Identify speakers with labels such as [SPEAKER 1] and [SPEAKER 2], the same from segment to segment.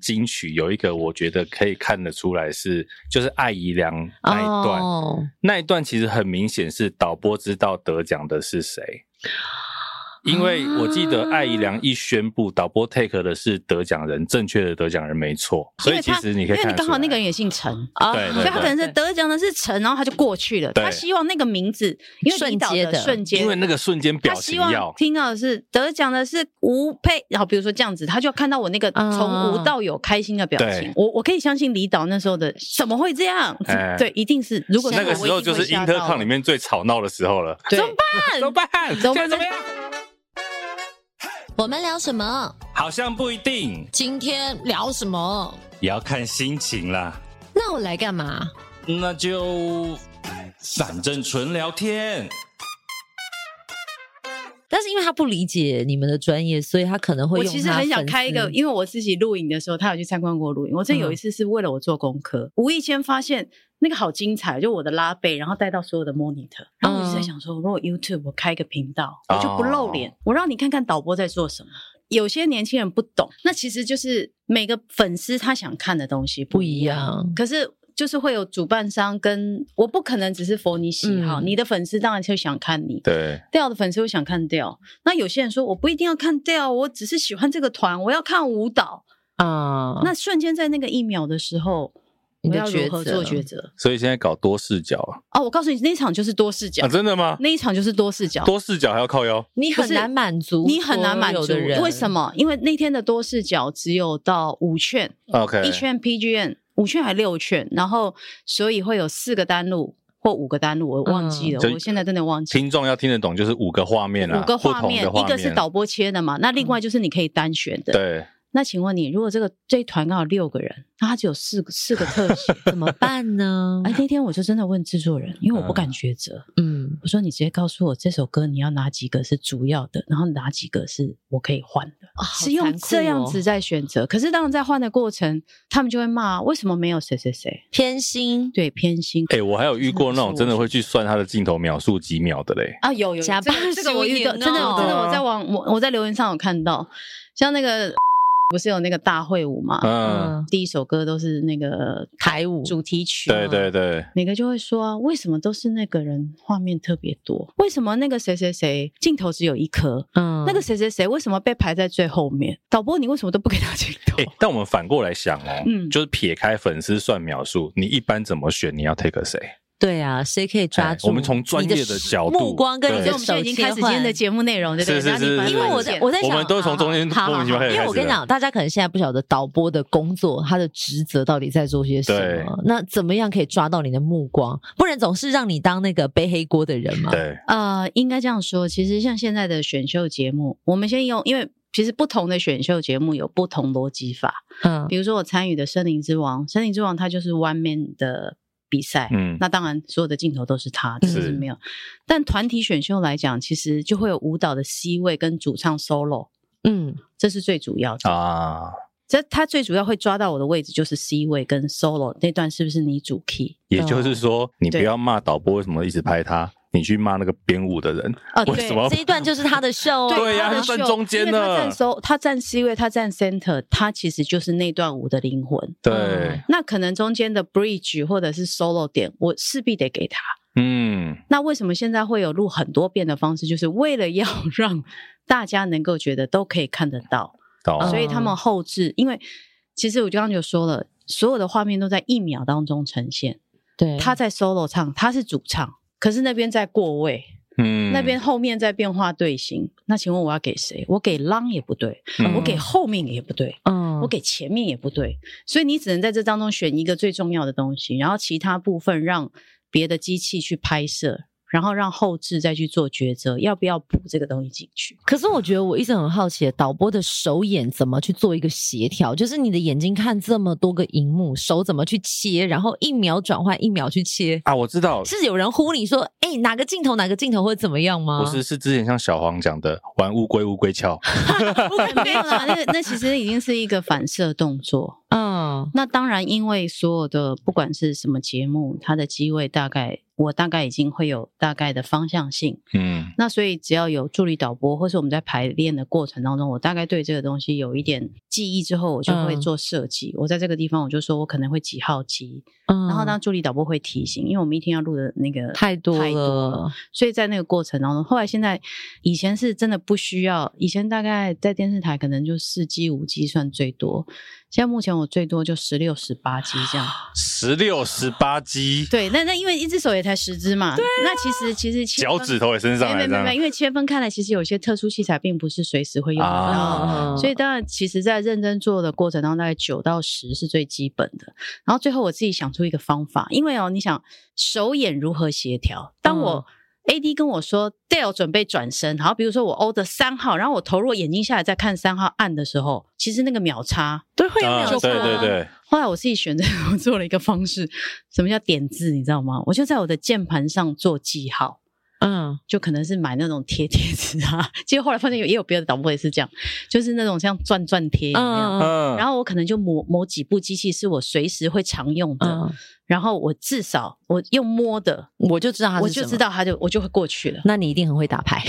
[SPEAKER 1] 金曲有一个，我觉得可以看得出来是，就是艾怡良那一段
[SPEAKER 2] 哦，
[SPEAKER 1] 那一段其实很明显是导播知道得奖的是谁，
[SPEAKER 2] 啊
[SPEAKER 1] 因为我记得艾怡良一宣布，导播 take 的是得奖人，正确的得奖人没错，所
[SPEAKER 2] 因
[SPEAKER 1] 以
[SPEAKER 2] 为
[SPEAKER 1] 其
[SPEAKER 2] 他
[SPEAKER 1] 实你可以
[SPEAKER 2] 因为
[SPEAKER 1] 看
[SPEAKER 2] 你
[SPEAKER 1] 得
[SPEAKER 2] 刚
[SPEAKER 1] 出来
[SPEAKER 2] 好那个人也姓陈
[SPEAKER 3] 啊
[SPEAKER 1] 对对
[SPEAKER 2] 所以他可能是
[SPEAKER 3] 对
[SPEAKER 2] 得奖的是陈，然后他就过去了。
[SPEAKER 1] 对
[SPEAKER 2] 他希望那个名字，因为
[SPEAKER 4] 瞬
[SPEAKER 2] 离岛
[SPEAKER 4] 间
[SPEAKER 2] 的
[SPEAKER 4] 的
[SPEAKER 2] 瞬间，
[SPEAKER 1] 因为那个瞬间表
[SPEAKER 2] 他
[SPEAKER 1] 情
[SPEAKER 2] 希
[SPEAKER 1] 要
[SPEAKER 2] 望听到的是得奖的是吴佩，然后比如说这样子，他就要看到我那个
[SPEAKER 4] 嗯
[SPEAKER 2] 从无到有开心的表情
[SPEAKER 1] 对。
[SPEAKER 2] 我我可以相信李导那时候的怎么会这样
[SPEAKER 1] 哎？
[SPEAKER 2] 对，一定是如果是
[SPEAKER 1] 那个
[SPEAKER 2] 我
[SPEAKER 1] 时候
[SPEAKER 2] 一定
[SPEAKER 1] 就
[SPEAKER 2] 会
[SPEAKER 1] 是
[SPEAKER 2] 吓
[SPEAKER 1] 英
[SPEAKER 2] 到
[SPEAKER 1] 特抗里面最吵闹的时候了。
[SPEAKER 2] 对
[SPEAKER 4] 怎么
[SPEAKER 1] 怎么办？
[SPEAKER 2] 怎
[SPEAKER 1] 现
[SPEAKER 2] 么办
[SPEAKER 1] 在怎么样？
[SPEAKER 4] 我们聊什么？
[SPEAKER 1] 好像不一定，
[SPEAKER 4] 今天聊什么？
[SPEAKER 1] 也要看心情啦。
[SPEAKER 4] 那我来干嘛？
[SPEAKER 1] 那就反正纯聊天。
[SPEAKER 4] 但是因为他不理解你们的专业，所以他可能会
[SPEAKER 2] 我
[SPEAKER 4] 用
[SPEAKER 2] 其实
[SPEAKER 4] 他
[SPEAKER 2] 很想
[SPEAKER 4] 粉丝嗯
[SPEAKER 2] 开一个，因为我自己录影的时候，他有去参观过录影。我这有一次是为了我做功课，无意间发现那个好精彩，就我的拉背，然后带到所有的 monitor，然后我就
[SPEAKER 4] 嗯
[SPEAKER 2] 在想说，如果 YouTube 我开一个频道，我就不露
[SPEAKER 4] 哦
[SPEAKER 2] 脸，我让你看看导播在做什么。有些年轻人不懂，那其实就是每个粉丝他想看的东西
[SPEAKER 4] 不
[SPEAKER 2] 不
[SPEAKER 4] 一
[SPEAKER 2] 一样。
[SPEAKER 4] 样。
[SPEAKER 2] 可是就是会有主办商跟我不可能只是佛你喜好，
[SPEAKER 4] 嗯
[SPEAKER 2] 你的粉丝当然就想看你。
[SPEAKER 1] 对，
[SPEAKER 2] 掉的粉丝会想看掉，那有些人说我不一定要看掉，我只是喜欢这个团，我要看舞蹈。
[SPEAKER 4] 啊，
[SPEAKER 2] 那瞬间在那个一秒的时候，
[SPEAKER 4] 你
[SPEAKER 2] 我
[SPEAKER 4] 的
[SPEAKER 2] 要如何
[SPEAKER 4] 抉择
[SPEAKER 2] 做嗯抉择？
[SPEAKER 1] 所以现在搞多视角啊
[SPEAKER 2] 哦，我告诉你，那一场就是多视角，
[SPEAKER 1] 啊，真的吗？
[SPEAKER 2] 那一场就是多视角，
[SPEAKER 1] 多视角还要靠腰，
[SPEAKER 4] 你
[SPEAKER 2] 不
[SPEAKER 4] 很
[SPEAKER 2] 是
[SPEAKER 4] 难满足，
[SPEAKER 2] 你很难满足
[SPEAKER 4] 的人，
[SPEAKER 2] 为什？么？因为那天的多视角只有到五券，
[SPEAKER 1] OK，
[SPEAKER 2] 一圈 PGN，五圈还六圈，然后所以会有四个单路或五个单路，我忘记了，
[SPEAKER 1] 就
[SPEAKER 2] 我现在真的忘记了。
[SPEAKER 1] 嗯听众要听得懂，就是五个画面啊，
[SPEAKER 2] 五个
[SPEAKER 1] 不
[SPEAKER 2] 画
[SPEAKER 1] 同
[SPEAKER 2] 面
[SPEAKER 1] 的，画
[SPEAKER 2] 一个是导播切的嘛，那另外就是你可以单选的。
[SPEAKER 1] 对，
[SPEAKER 2] 那请问你，如果这个这一团刚好六个人，那他只有四个四个特写，
[SPEAKER 4] 怎 么办呢？
[SPEAKER 2] 哎，那天我就真的问制作人，因为我不敢抉择，
[SPEAKER 4] 嗯，
[SPEAKER 2] 我说你直接告诉我这首歌你要哪几个是主要的，然后哪几个是我可以换的。
[SPEAKER 4] 哦好
[SPEAKER 2] 是用
[SPEAKER 4] 残酷
[SPEAKER 2] 这样
[SPEAKER 4] 哦
[SPEAKER 2] 子在选择，可是当然在换的过程，他们就会骂为什么没有谁谁谁，
[SPEAKER 4] 偏心
[SPEAKER 2] 对偏心，
[SPEAKER 1] 哎、我还有遇过那种
[SPEAKER 2] 是
[SPEAKER 1] 真的会去算他的镜头秒数几秒的嘞，
[SPEAKER 2] 啊，有有
[SPEAKER 4] 假
[SPEAKER 2] 这个
[SPEAKER 4] 扮
[SPEAKER 2] 这个我
[SPEAKER 4] 输
[SPEAKER 2] 遇到，
[SPEAKER 4] 赢
[SPEAKER 2] 真的
[SPEAKER 4] 哦
[SPEAKER 2] 真的我在网我我在留言上有看到，像那个不是有那个大会舞嘛，
[SPEAKER 1] 嗯，
[SPEAKER 4] 嗯
[SPEAKER 2] 第一首歌都是那个
[SPEAKER 4] 排舞
[SPEAKER 2] 主题曲，
[SPEAKER 1] 对对对，
[SPEAKER 2] 每个就会说啊，为什么都是那个人画面特别多？为什么那个谁谁谁镜头只有一颗？
[SPEAKER 4] 嗯
[SPEAKER 2] 那个谁谁谁为什么被排在最后面？导播，你为什么都不给他镜头
[SPEAKER 1] 哎、？但我们反过来想哦，
[SPEAKER 2] 嗯
[SPEAKER 1] 就是撇开粉丝算秒数，你一般怎么选？你要 take 谁？
[SPEAKER 4] 对啊，谁可以抓
[SPEAKER 1] 哎
[SPEAKER 4] 住？
[SPEAKER 1] 我们从专业
[SPEAKER 4] 你
[SPEAKER 1] 的角度
[SPEAKER 4] 目光跟
[SPEAKER 1] 哎 对
[SPEAKER 4] 你的
[SPEAKER 2] 所以我们现
[SPEAKER 4] 手
[SPEAKER 2] 在已经开始
[SPEAKER 4] 切
[SPEAKER 2] 今天的
[SPEAKER 4] 换。
[SPEAKER 2] 节目内容，对不
[SPEAKER 1] 是
[SPEAKER 2] 对？
[SPEAKER 1] 是
[SPEAKER 2] 然后你
[SPEAKER 1] 是
[SPEAKER 2] 把它
[SPEAKER 1] 是
[SPEAKER 4] 因为我
[SPEAKER 2] 剪
[SPEAKER 4] 在我在
[SPEAKER 1] 我
[SPEAKER 4] 想，
[SPEAKER 1] 们都是从中间
[SPEAKER 4] 好好
[SPEAKER 1] 莫名其妙
[SPEAKER 4] 好
[SPEAKER 1] 开始
[SPEAKER 4] 因为我跟你讲，大家可能现在不晓得导播的工作，他的职责到底在做些什
[SPEAKER 1] 对
[SPEAKER 4] 么。那怎么样可以抓到你的目光？不然总是让你当那个背黑锅的人嘛。
[SPEAKER 1] 对，
[SPEAKER 2] 呃，应该这样说，其实像现在的选秀节目，我们先用，因为其实不同的选秀节目有不同逻辑法。
[SPEAKER 4] 嗯
[SPEAKER 2] 比如说我参与的《森林之王》，《森林之王》它就是 one man 的比赛，
[SPEAKER 1] 嗯
[SPEAKER 2] 那当然所有的镜头都是他，这
[SPEAKER 1] 是
[SPEAKER 2] 是没有。但团体选秀来讲，其实就会有舞蹈的 C 位跟主唱 solo，
[SPEAKER 4] 嗯，
[SPEAKER 2] 这是最主要的。
[SPEAKER 1] 啊，
[SPEAKER 2] 这他最主要会抓到我的位置就是 C 位跟 solo 那段是不是你主 key？
[SPEAKER 1] 也就是说，你不
[SPEAKER 2] 嗯对
[SPEAKER 1] 要骂导播为什么一直拍他，你去骂那个编舞的人，
[SPEAKER 2] 啊，
[SPEAKER 1] 为
[SPEAKER 2] 对
[SPEAKER 1] 什么
[SPEAKER 4] 哦这一段就是他的秀啊。
[SPEAKER 1] 哦 对呀
[SPEAKER 2] 他
[SPEAKER 1] 他
[SPEAKER 2] 的
[SPEAKER 1] 就站
[SPEAKER 2] 秀
[SPEAKER 1] 中间
[SPEAKER 2] 因为他
[SPEAKER 1] 了
[SPEAKER 2] 站 so，他站 C 位，他站 center，他其实就是那段舞的灵魂。
[SPEAKER 1] 对，
[SPEAKER 2] 那可能中间的 bridge 或者是 solo 点，我势必得给他。
[SPEAKER 1] 嗯，
[SPEAKER 2] 那为什么现在会有录很多遍的方式，就是为了要 让大家能够觉得都可以看得到，
[SPEAKER 1] 懂，
[SPEAKER 2] 所以他们后置，因为其实我刚刚就说了，所有的画面都在一秒当中呈现。
[SPEAKER 4] 对，
[SPEAKER 2] 他在 solo 唱，他是主唱，可是那边在过位，
[SPEAKER 1] 嗯，
[SPEAKER 2] 那边后面在变化队形。那请问我要给谁？我给浪也不对，
[SPEAKER 1] 嗯
[SPEAKER 2] 我给后面也不对，
[SPEAKER 4] 嗯
[SPEAKER 2] 我给前面也不对，所以你只能在这当中选一个最重要的东西，然后其他部分让别的机器去拍摄，然后让后置再去做抉择，要不要补这个东西进去。
[SPEAKER 4] 可是我觉得我一直很好奇，导播的手眼怎么去做一个协调？就是你的眼睛看这么多个荧幕，手怎么去切，然后一秒转换一秒去切？
[SPEAKER 1] 啊，我知道，
[SPEAKER 4] 是有人呼你说，哎、哪个镜头哪个镜头会怎么样吗？
[SPEAKER 1] 不是，是之前像小黄讲的，玩乌龟乌龟壳，
[SPEAKER 2] 没有啦，那个那其实已经是一个反射动作。
[SPEAKER 4] 嗯，
[SPEAKER 2] 那当然，因为所有的不管是什么节目，它的机位大概我大概已经会有大概的方向性。
[SPEAKER 1] 嗯，
[SPEAKER 2] 那所以只要有助理导播，或是我们在排练的过程当中，我大概对这个东西有一点记忆之后，我就会
[SPEAKER 4] 嗯
[SPEAKER 2] 做设计。我在这个地方，我就说我可能会几号机，
[SPEAKER 4] 嗯
[SPEAKER 2] 然后当助理导播会提醒，因为我们一天要录的那个
[SPEAKER 4] 太多
[SPEAKER 2] 太多了
[SPEAKER 4] 了，
[SPEAKER 2] 所以在那个过程当中，后来现在以前是真的不需要，以前大概在电视台可能就四 G、五 G 算最多，现在目前我最多就十六、十八 G 这样。
[SPEAKER 1] 十六十八鸡，
[SPEAKER 2] 对，那那因为一只手也才十只
[SPEAKER 4] 啊
[SPEAKER 2] 嘛，那其实其实切分
[SPEAKER 1] 脚趾头也伸上
[SPEAKER 2] 没
[SPEAKER 1] 来
[SPEAKER 2] 没
[SPEAKER 1] 这
[SPEAKER 2] 没没，
[SPEAKER 1] 样。
[SPEAKER 2] 因为切分开来，其实有些特殊器材并不是随时会用得到的。
[SPEAKER 1] 啊
[SPEAKER 2] 所以当然，其实，在认真做的过程当中，大概九到十是最基本的。然后最后我自己想出一个方法，因为哦，你想手眼如何协调？当我、AD
[SPEAKER 4] 嗯
[SPEAKER 2] 跟我说 Dale 准备转身，好，比如说我 O 的三号，然后我投入眼睛下来再看三号按的时候，其实那个秒差。
[SPEAKER 4] 对会有
[SPEAKER 1] 啊，
[SPEAKER 4] 秒
[SPEAKER 1] 对
[SPEAKER 4] 差
[SPEAKER 1] 对对，
[SPEAKER 2] 后来我自己选择 我做了一个方式，什么叫点字，你知道吗？我就在我的键盘上做记号。
[SPEAKER 4] 嗯，
[SPEAKER 2] 就可能是买那种贴贴纸啊，结果后来发现有也有别的导播也是这样，就是那种像转转贴一样。
[SPEAKER 4] 嗯
[SPEAKER 1] 嗯，
[SPEAKER 2] 然后我可能就某某几部机器是我随时会常用的，
[SPEAKER 4] 嗯，
[SPEAKER 2] 然后我至少我用摸的，
[SPEAKER 4] 我就知道它是
[SPEAKER 2] 我就
[SPEAKER 4] 什么。
[SPEAKER 2] 知。道它就我就会过去 了
[SPEAKER 4] 那你一定很会打牌，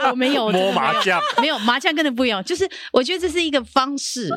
[SPEAKER 2] 哎我没有我真
[SPEAKER 1] 摸
[SPEAKER 2] 的没有
[SPEAKER 1] 麻 将，
[SPEAKER 2] 没有麻将跟的不一样，就是我觉得这是一个方
[SPEAKER 4] 哦
[SPEAKER 2] 式，因为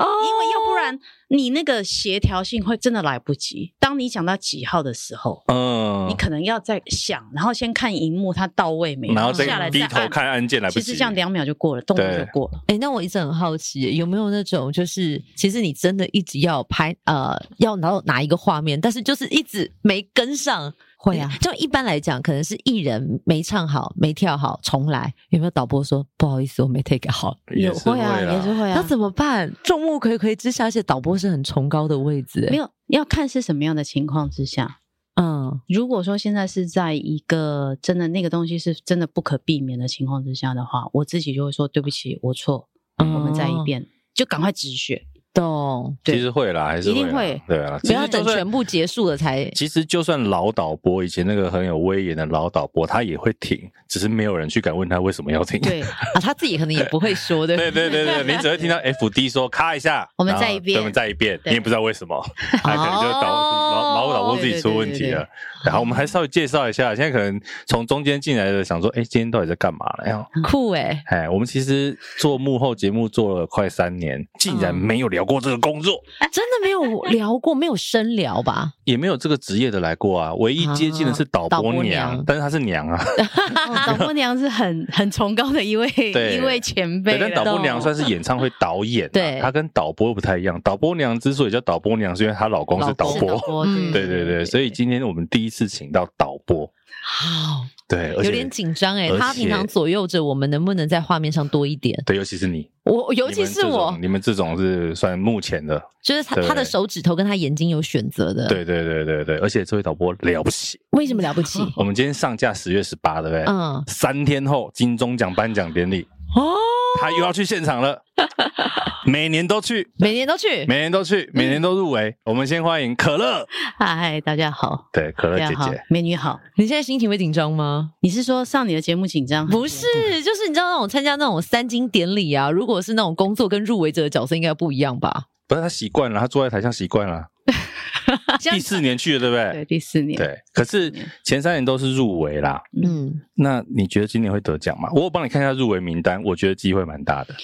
[SPEAKER 2] 要不然你那个协调性会真的来不及。当你讲到几号的时候，
[SPEAKER 1] 嗯
[SPEAKER 2] 你，可能要再想，然后先看荧幕它到位没有，
[SPEAKER 1] 然后
[SPEAKER 2] 下来
[SPEAKER 1] 再
[SPEAKER 2] 再
[SPEAKER 1] 低头
[SPEAKER 2] 按
[SPEAKER 1] 看按键来不
[SPEAKER 2] 其实
[SPEAKER 1] 及
[SPEAKER 2] 这。样两秒就过了，动作
[SPEAKER 1] 对
[SPEAKER 2] 就过了。
[SPEAKER 4] 哎、那我一直很好奇耶，有没有那种就是，其实你真的一直要拍呃，要拿到哪一个画面，但是就是一直没跟上。嗯
[SPEAKER 2] 会啊
[SPEAKER 4] 就一般来讲，可能是艺人没唱好、没跳好，重来。有没有导播说不好意思，我没 take 好？
[SPEAKER 1] 也是
[SPEAKER 2] 会啊，
[SPEAKER 1] 啦
[SPEAKER 2] 也是会
[SPEAKER 4] 那
[SPEAKER 2] 啊。
[SPEAKER 4] 怎么办？众目睽睽之下，而且导播是很崇高的位置，
[SPEAKER 2] 没，有要看是什么样的情况之下。
[SPEAKER 4] 嗯
[SPEAKER 2] 如果说现在是在一个真的那个东西是真的不可避免的情况之下的话，我自己就会说对不起，我错，
[SPEAKER 4] 嗯
[SPEAKER 2] 我们再一遍，就赶快止 血。
[SPEAKER 4] 懂，
[SPEAKER 2] 对
[SPEAKER 1] 其实会啦，还是
[SPEAKER 2] 一定
[SPEAKER 1] 啦
[SPEAKER 2] 会
[SPEAKER 1] 对啊，
[SPEAKER 4] 不
[SPEAKER 1] 其实就
[SPEAKER 4] 要等
[SPEAKER 1] 算
[SPEAKER 4] 全部结束了才
[SPEAKER 1] 其实就算老导播，以前那个很有威严的老导播，他也会停，只是没有人去敢问他为什么要停。
[SPEAKER 2] 对，
[SPEAKER 4] 啊，他自己可能也不会说的，
[SPEAKER 1] 对对对对，你只会听到 FD 说咔一下，
[SPEAKER 2] 我们
[SPEAKER 1] 然后
[SPEAKER 2] 再一遍
[SPEAKER 1] 对我们再一遍，
[SPEAKER 2] 对哦
[SPEAKER 1] 你也不知道为什么，他可能就导老老导播自己出问题
[SPEAKER 2] 对对对
[SPEAKER 1] 了
[SPEAKER 2] 对。
[SPEAKER 1] 然后我们还稍微介绍一下，现在可能从中间进来的想说，哎，今天到底在干嘛呢？哎呦
[SPEAKER 2] 嗯
[SPEAKER 4] 酷哎、
[SPEAKER 1] 哎，我们其实做幕后节目做了快三年，竟然
[SPEAKER 4] 嗯
[SPEAKER 1] 没有聊过这个工作。
[SPEAKER 2] 嗯
[SPEAKER 4] 真的没有聊过，没有深聊吧？
[SPEAKER 1] 也没有这个职业的来过啊，唯一接近的是导
[SPEAKER 4] 啊导
[SPEAKER 1] 播
[SPEAKER 4] 播
[SPEAKER 1] 娘，
[SPEAKER 4] 娘
[SPEAKER 1] 但是她是娘啊，
[SPEAKER 2] 哦导播娘是很很崇高的一位
[SPEAKER 1] 对
[SPEAKER 2] 一位前辈
[SPEAKER 1] 对，
[SPEAKER 2] 了，
[SPEAKER 1] 但导播娘算是演唱会导演、啊，
[SPEAKER 4] 对
[SPEAKER 1] 她跟导播又不太一样。导播娘之所以叫导播娘，是因为她老公是导
[SPEAKER 2] 是
[SPEAKER 1] 播，
[SPEAKER 2] 播
[SPEAKER 4] 嗯
[SPEAKER 1] 对对对，所以今天我们第一次请到导播，
[SPEAKER 4] 好、
[SPEAKER 1] 对，而
[SPEAKER 4] 有
[SPEAKER 1] 且
[SPEAKER 4] 点紧张哎
[SPEAKER 1] 而，且
[SPEAKER 4] 他平常左右着我们能不能在画面上多一点。
[SPEAKER 1] 对，尤其是你，
[SPEAKER 4] 我尤其是我，
[SPEAKER 1] 你们这种你们这种是算目前的，
[SPEAKER 4] 就是他
[SPEAKER 1] 对
[SPEAKER 4] 他的手指头跟他眼睛有选择的。，
[SPEAKER 1] 对对对对对，而且这位导播了不起，
[SPEAKER 4] 为什么了不起？
[SPEAKER 1] 我们今天上架十月十八， 对不对？
[SPEAKER 4] 嗯，
[SPEAKER 1] 三天后金钟奖颁奖典礼，
[SPEAKER 4] 哦，
[SPEAKER 1] 他又要去现场了，每年都去。
[SPEAKER 4] 每年都去，
[SPEAKER 1] 每年都去，每年都入围。我们先欢迎可乐，
[SPEAKER 2] 嗨，大家好，
[SPEAKER 1] 对，可乐
[SPEAKER 2] 大
[SPEAKER 1] 呃姐
[SPEAKER 2] 家好
[SPEAKER 1] 姐，，
[SPEAKER 2] 美女好。
[SPEAKER 4] 你现在心情会紧张吗？
[SPEAKER 2] 你是说上你的节目紧
[SPEAKER 1] 嗯
[SPEAKER 2] 张？
[SPEAKER 4] 不是，就是你知道那种参加那种三金典礼啊，如果是那种工作跟入围者的角色，应该不一样吧？
[SPEAKER 1] 不是她习惯了，她坐在台上习惯了。第四年去了，对不
[SPEAKER 2] 啊对，
[SPEAKER 1] 对？
[SPEAKER 2] 第四年，
[SPEAKER 1] 对，可是前三年都是入围啦。
[SPEAKER 4] 嗯，
[SPEAKER 1] 那你觉得今年会得奖吗？我有帮你看一下入围名单，我觉得机会蛮大的。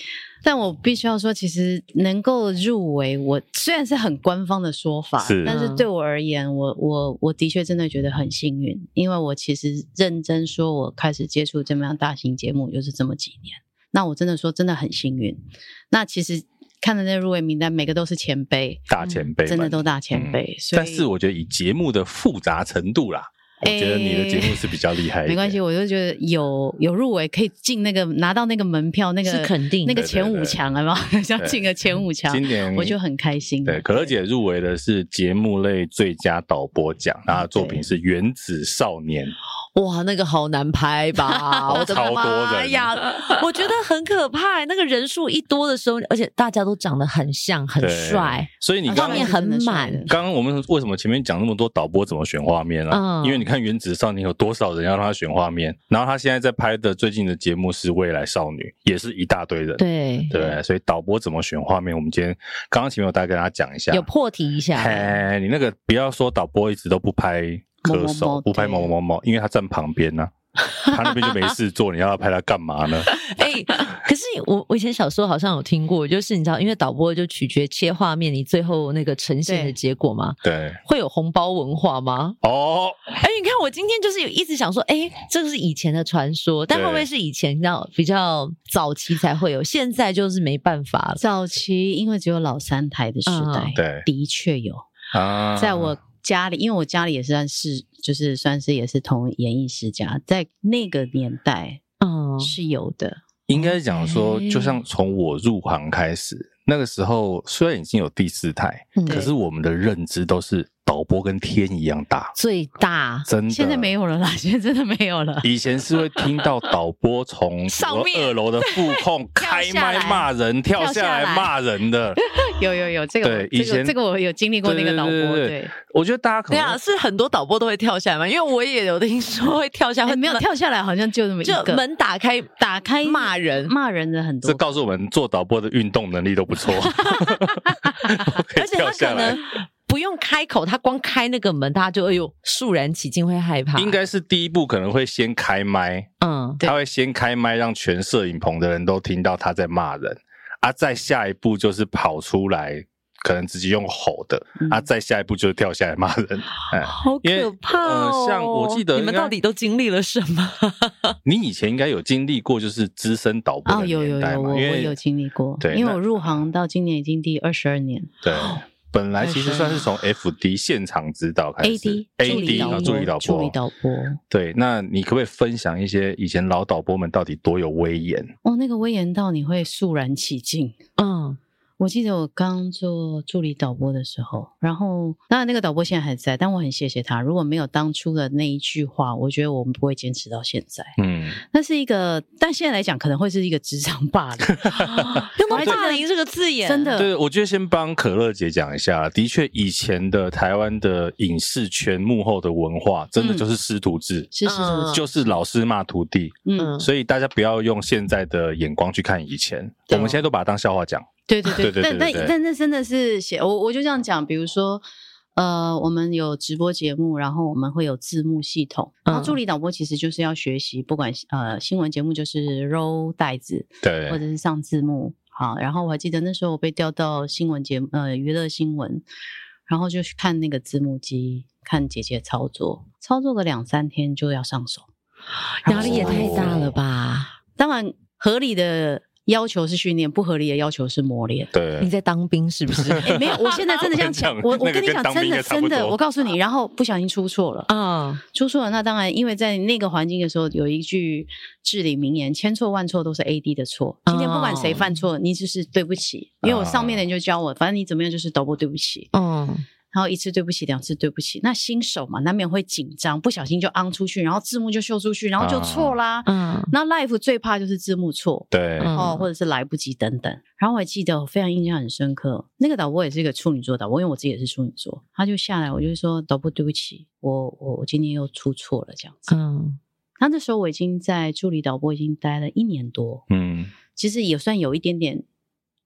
[SPEAKER 2] 但我必须要说，其实能够入围，我虽然是很官方的说法，
[SPEAKER 1] 是
[SPEAKER 2] 但是
[SPEAKER 4] 嗯
[SPEAKER 2] 对我而言，我我我的确真的觉得很幸运，因为我其实认真说，我开始接触这么样大型节目就是这么几年。那我真的说，真的很幸运。那其实看的那入围名单，每个都是前辈，
[SPEAKER 1] 大前辈们，
[SPEAKER 2] 嗯真的都大前
[SPEAKER 4] 嗯
[SPEAKER 2] 辈，所以
[SPEAKER 1] 但是我觉得以节目的复杂程度啦，我觉得你的节目是比较厉害一点。
[SPEAKER 2] 没关系，我就觉得有有入围可以进那个拿到那个门票，那个
[SPEAKER 4] 是肯定
[SPEAKER 2] 那个
[SPEAKER 1] 对对
[SPEAKER 2] 前
[SPEAKER 1] 对
[SPEAKER 2] 五强了嘛，想
[SPEAKER 1] 对嗯
[SPEAKER 2] 进个前五强，
[SPEAKER 1] 今年
[SPEAKER 2] 我就很开心
[SPEAKER 1] 对，可乐姐入围的是节目类最佳导播奖，她的作品是《原子少年》。
[SPEAKER 4] 哇，那个好难拍 吧？我的
[SPEAKER 1] 超多
[SPEAKER 4] 妈
[SPEAKER 1] 人
[SPEAKER 4] 呀！我觉得很可怕。那个人数一多的时候，而且大家都长得很像，很
[SPEAKER 1] 对
[SPEAKER 4] 帅，
[SPEAKER 1] 所以你
[SPEAKER 4] 画
[SPEAKER 1] 刚
[SPEAKER 4] 面很满。
[SPEAKER 1] 刚刚我们为什么前面讲那么多导播怎么选画面啊？
[SPEAKER 4] 嗯
[SPEAKER 1] 因为你看《原子少年》有多少人要让他选画面，然后他现在在拍的最近的节目是《未来少女》，也是一大堆人。
[SPEAKER 4] 对，
[SPEAKER 1] 对，所以导播怎么选画面，我们今天刚刚前面有大概跟大家讲一下。
[SPEAKER 4] 有破题一下。
[SPEAKER 1] 嘿，你那个不要说导播一直都不拍歌手，
[SPEAKER 2] 某某某
[SPEAKER 1] 不拍某某某某，因为他站旁边 呢、他那边就没事做，你要他拍他干嘛呢？
[SPEAKER 4] 哎、可是我我以前小时候好像有听过，就是你知道，因为导播就取决切画面，你最后那个呈现的
[SPEAKER 2] 对
[SPEAKER 4] 结果嘛，
[SPEAKER 1] 对，
[SPEAKER 4] 会有红包文化吗？
[SPEAKER 1] 哦，
[SPEAKER 4] 哎，你看我今天就是有一直想说，哎，这个是以前的传说，但
[SPEAKER 1] 对
[SPEAKER 4] 会不会是以前那比较早期才会有，现在就是没办法了。
[SPEAKER 2] 早期因为只有老三台的时代，
[SPEAKER 4] 嗯
[SPEAKER 1] 对
[SPEAKER 2] 的确有。
[SPEAKER 1] 啊，
[SPEAKER 2] 在我家里，因为我家里也算是就是算是也是同演艺世家，在那个年代
[SPEAKER 4] 嗯，
[SPEAKER 1] 哦
[SPEAKER 2] 是有的。
[SPEAKER 1] 应该讲说，
[SPEAKER 4] OK
[SPEAKER 1] 就像从我入行开始，那个时候虽然已经有第四台，
[SPEAKER 4] 嗯
[SPEAKER 1] 可是我们的认知都是导播跟天一样大，
[SPEAKER 4] 最大
[SPEAKER 1] 真的。
[SPEAKER 2] 现在没
[SPEAKER 1] 有。
[SPEAKER 2] 有了啦， 现在真的没 有了。
[SPEAKER 1] 以前是会听到导播从
[SPEAKER 4] 上面
[SPEAKER 1] 二楼的副控开
[SPEAKER 4] 跳下来
[SPEAKER 1] 麦骂人，跳
[SPEAKER 4] 跳
[SPEAKER 1] 下
[SPEAKER 4] 下
[SPEAKER 1] 来
[SPEAKER 4] 来
[SPEAKER 1] 骂人的。
[SPEAKER 2] 有有有，这个
[SPEAKER 1] 对以
[SPEAKER 2] 这
[SPEAKER 1] 前
[SPEAKER 2] 个这个我有经历过那个导播，
[SPEAKER 1] 对对对对
[SPEAKER 2] 对，
[SPEAKER 1] 我觉得大家可
[SPEAKER 4] 对
[SPEAKER 1] 能
[SPEAKER 4] 啊，是很多导播都会跳下来嘛，因为我也有听说会跳下，
[SPEAKER 2] 哎
[SPEAKER 4] 会
[SPEAKER 2] 没有
[SPEAKER 4] 门
[SPEAKER 2] 跳下来，好像就那么一
[SPEAKER 4] 就
[SPEAKER 2] 个。
[SPEAKER 4] 门打开
[SPEAKER 2] 打开
[SPEAKER 4] 骂人
[SPEAKER 2] 骂人的很多
[SPEAKER 1] 这，告诉我们做导播的运动能力都不错， 可以
[SPEAKER 4] 而且
[SPEAKER 1] 跳
[SPEAKER 4] 他
[SPEAKER 1] 下
[SPEAKER 4] 可
[SPEAKER 1] 来
[SPEAKER 4] 能。不用开口，他光开那个门，大家就哎呦肃然起敬，会害怕。
[SPEAKER 1] 应该是第一步可能会先开麦，
[SPEAKER 4] 嗯，
[SPEAKER 2] 对
[SPEAKER 1] 他会先开麦，让全摄影棚的人都听到他在骂人，啊，再下一步就是跑出来，可能直接用吼的，
[SPEAKER 2] 嗯
[SPEAKER 1] 啊，再下一步就是跳下来骂 人。哎，
[SPEAKER 4] 好
[SPEAKER 1] 因为
[SPEAKER 4] 可怕哦！
[SPEAKER 1] 呃像我记得
[SPEAKER 4] 你
[SPEAKER 1] 应
[SPEAKER 4] 们
[SPEAKER 1] 该
[SPEAKER 4] 到底都经历了什么？
[SPEAKER 1] 你以前应该有经历过就是资深导播
[SPEAKER 2] 哦，
[SPEAKER 1] 的
[SPEAKER 2] 有有
[SPEAKER 1] 年代
[SPEAKER 2] 有，
[SPEAKER 1] 嘛
[SPEAKER 2] 我我
[SPEAKER 1] 因为
[SPEAKER 2] 有经历过，
[SPEAKER 1] 对，
[SPEAKER 2] 因为
[SPEAKER 1] 那
[SPEAKER 2] 我入行到今年已经第二十二年，
[SPEAKER 1] 对。本来其实
[SPEAKER 2] 那时候
[SPEAKER 1] 算是从 FD 现场指导开始
[SPEAKER 2] AD 助
[SPEAKER 1] AD
[SPEAKER 2] 理导
[SPEAKER 1] 啊
[SPEAKER 2] 播
[SPEAKER 1] 助理导播，
[SPEAKER 2] 助理导播
[SPEAKER 1] 对，那你可不可以分享一些以前老导播们到底多有威严？
[SPEAKER 2] 哦，那个威严到你会肃然起敬。
[SPEAKER 4] 嗯，
[SPEAKER 2] 我记得我刚做助理导播的时候，然后当然那个导播现在还在，但我很谢谢他。如果没有当初的那一句话，我觉得我们不会坚持到现在。
[SPEAKER 1] 嗯，
[SPEAKER 2] 那是一个，但现在来讲可能会是一个职场霸凌，
[SPEAKER 4] 用到
[SPEAKER 2] 我还记得
[SPEAKER 4] 霸凌这个字眼，
[SPEAKER 2] 真的
[SPEAKER 1] 啊对，我觉得先帮可乐姐讲一下，的确，以前的台湾的影视圈幕后的文化，真
[SPEAKER 2] 嗯
[SPEAKER 1] 的就是师徒制，
[SPEAKER 2] 是是是，
[SPEAKER 4] 嗯
[SPEAKER 1] 就是老师骂徒弟，
[SPEAKER 2] 嗯，
[SPEAKER 1] 所以大家不要用现在的眼光去看以前，我
[SPEAKER 2] 对哦
[SPEAKER 1] 们现在都把它当笑话讲。
[SPEAKER 2] 对对
[SPEAKER 1] 对对
[SPEAKER 2] 对，但
[SPEAKER 1] 对
[SPEAKER 2] 但
[SPEAKER 1] 对对
[SPEAKER 2] 但那真的是写我我就这样讲，比如说。呃，我们有直播节目，然后我们会有字幕系统，然后
[SPEAKER 4] 嗯
[SPEAKER 2] 助理导播其实就是要学习，不管呃新闻节目就是 roll 带子
[SPEAKER 1] 对
[SPEAKER 2] 或者是上字幕，好，然后我还记得那时候我被调到新闻节目，呃娱乐新闻，然后就去看那个字幕机，看姐姐操作，操作个两三天就要上手，
[SPEAKER 4] 压力也太大了吧？
[SPEAKER 2] 当然合理的要求是训练，不合理的要求是磨练。
[SPEAKER 4] 你
[SPEAKER 1] 对，
[SPEAKER 4] 在当兵是不是？哎
[SPEAKER 2] 欸没有，我现在 真的这样讲
[SPEAKER 1] 我，跟你讲那
[SPEAKER 2] 我我
[SPEAKER 1] 个
[SPEAKER 2] 跟你
[SPEAKER 1] 跟
[SPEAKER 2] 讲，
[SPEAKER 1] 当
[SPEAKER 2] 真
[SPEAKER 1] 兵
[SPEAKER 2] 的
[SPEAKER 1] 也差不
[SPEAKER 2] 真的，
[SPEAKER 1] 多
[SPEAKER 2] 我告诉你，然后不小心出错了，
[SPEAKER 4] 啊，
[SPEAKER 2] 出错了，那当然，因为在那个环境的时候，有一句至理名言：千错万错都是 A D 的错。今天不管谁犯错，你就是对不起，因为我上面的人就教我，反正你怎么样就是导播对不起，
[SPEAKER 4] 嗯，
[SPEAKER 2] 然后一次对不起，两次对不起。那新手嘛，难免会紧张，不小心就昂出去，然后字幕就秀出去，然后就错啦。
[SPEAKER 1] 啊
[SPEAKER 4] 嗯
[SPEAKER 2] 那 life 最怕就是字幕错，
[SPEAKER 1] 对，
[SPEAKER 4] 嗯
[SPEAKER 2] 哦，或者是来不及等等。然后我还记得我非常印象很深刻，那个导播也是一个处女座导播，因为我自己也是处女座，他就下来，我就说导播对不起，我我我今天又出错了这样子。
[SPEAKER 4] 嗯
[SPEAKER 2] 那那时候我已经在助理导播已经待了一年多，
[SPEAKER 1] 嗯，
[SPEAKER 2] 其实也算有一点点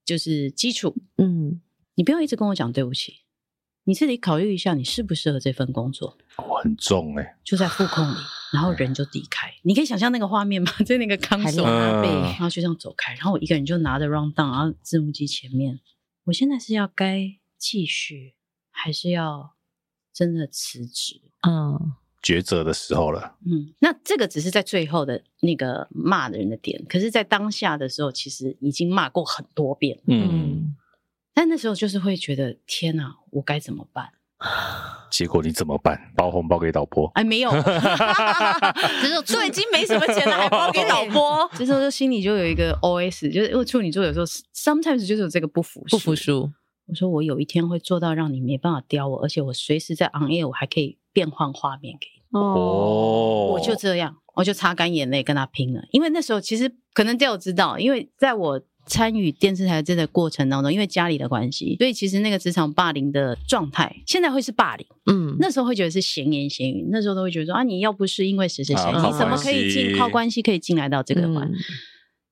[SPEAKER 2] 就是基础。
[SPEAKER 4] 嗯，
[SPEAKER 2] 你不要一直跟我讲对不起，你自己考虑一下你适不适合这份工作，
[SPEAKER 1] 我很重哎、
[SPEAKER 2] 就在副控里，然后人就离开。你可以想象那个画面吗？ 在那个康
[SPEAKER 4] 还
[SPEAKER 2] 索
[SPEAKER 4] 拉
[SPEAKER 1] 嗯
[SPEAKER 4] 背，
[SPEAKER 2] 然后就这样走开，然后我一个人就拿着 round down，然后字幕机前面，我现在是要该继续，还是要真的辞职？
[SPEAKER 4] 嗯
[SPEAKER 1] 抉择的时候了。
[SPEAKER 2] 嗯，那这个只是在最后的那个骂人的点，可是，在当下的时候，其实已经骂过很多遍，
[SPEAKER 1] 嗯，
[SPEAKER 4] 嗯，
[SPEAKER 2] 但那时候就是会觉得天哪、我该怎么办？
[SPEAKER 1] 结果你怎么办？包红包给导播。
[SPEAKER 2] 哎，没有，只是，
[SPEAKER 3] 都已经没什么钱了，还包给导播
[SPEAKER 2] 这时 候就心里就有一个 OS，就是因为处女座有时候 sometimes 就是有这个不服
[SPEAKER 4] 不服输，
[SPEAKER 2] 我说我有一天会做到让你没办法刁我，而且我随时在 on air 我还可以变换画面给你。
[SPEAKER 1] 哦，
[SPEAKER 2] 我就这样，我就擦干眼泪跟他拼了。因为那时候其实可能要知道，因为在我参与电视台这个过程当中，因为家里的关系，所以其实那个职场霸凌的状态，现在会是霸凌，
[SPEAKER 4] 嗯，
[SPEAKER 2] 那时候会觉得是闲言闲语，那时候都会觉得说啊，你要不是因为谁谁谁，
[SPEAKER 1] 啊
[SPEAKER 4] 靠
[SPEAKER 2] 你怎么可以
[SPEAKER 1] 关系
[SPEAKER 2] 进靠关系可以进来到这个环？
[SPEAKER 4] 嗯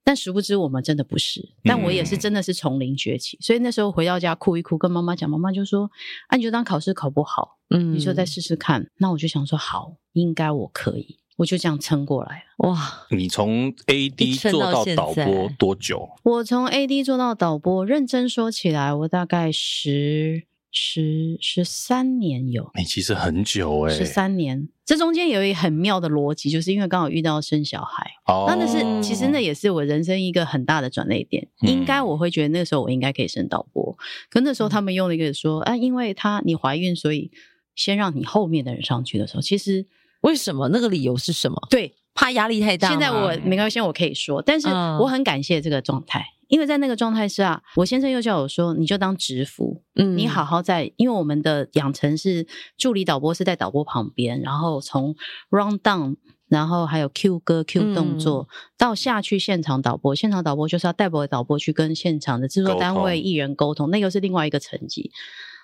[SPEAKER 2] 但殊不知我们真的不是，但我也
[SPEAKER 1] 嗯
[SPEAKER 2] 是真的是从零崛起，所以那时候回到家哭一哭，跟妈妈讲，妈妈就说：“啊，你就当考试考不好，
[SPEAKER 4] 嗯
[SPEAKER 2] 你就再试试看。那我就想说，好，应该我可以，我就这样撑过来了。
[SPEAKER 4] 哇，
[SPEAKER 1] 你从 AD
[SPEAKER 4] 撑
[SPEAKER 1] 做
[SPEAKER 4] 到
[SPEAKER 1] 到
[SPEAKER 4] 现
[SPEAKER 1] 导播
[SPEAKER 4] 在
[SPEAKER 1] 多久？
[SPEAKER 2] 我从 AD 做到导播，认真说起来，我大概十十十三年有。
[SPEAKER 1] 你、其实很久哎、
[SPEAKER 2] 十三年，这中间有一个很妙的逻辑，就是因为刚好遇到生小孩，
[SPEAKER 1] 哦，
[SPEAKER 2] 那那是其实那也是我人生一个很大的转捩点。
[SPEAKER 1] 嗯
[SPEAKER 2] 应该我会觉得那时候我应该可以升导播，可那时候他们用了一个说啊，因为他你怀孕，所以先让你后面的人上去的时候，其实
[SPEAKER 4] 为什么那个理由是什么？
[SPEAKER 2] 对
[SPEAKER 4] 怕压力太大吗。
[SPEAKER 2] 现在我没关系，我可以说，但是
[SPEAKER 4] 嗯
[SPEAKER 2] 我很感谢这个状态，因为在那个状态下，我先生又叫我说，你就当直服，
[SPEAKER 4] 嗯
[SPEAKER 2] 你好，好在，因为我们的养成是助理导播是在导播旁边，然后从 round down。然后还有 Q 歌、Q 动作，
[SPEAKER 1] 嗯
[SPEAKER 2] 到下去现场导播，现场导播就是要带播导播去跟现场的制作单
[SPEAKER 1] 沟
[SPEAKER 2] 位、
[SPEAKER 1] 通
[SPEAKER 2] 艺人沟通，那又是另外一个层级。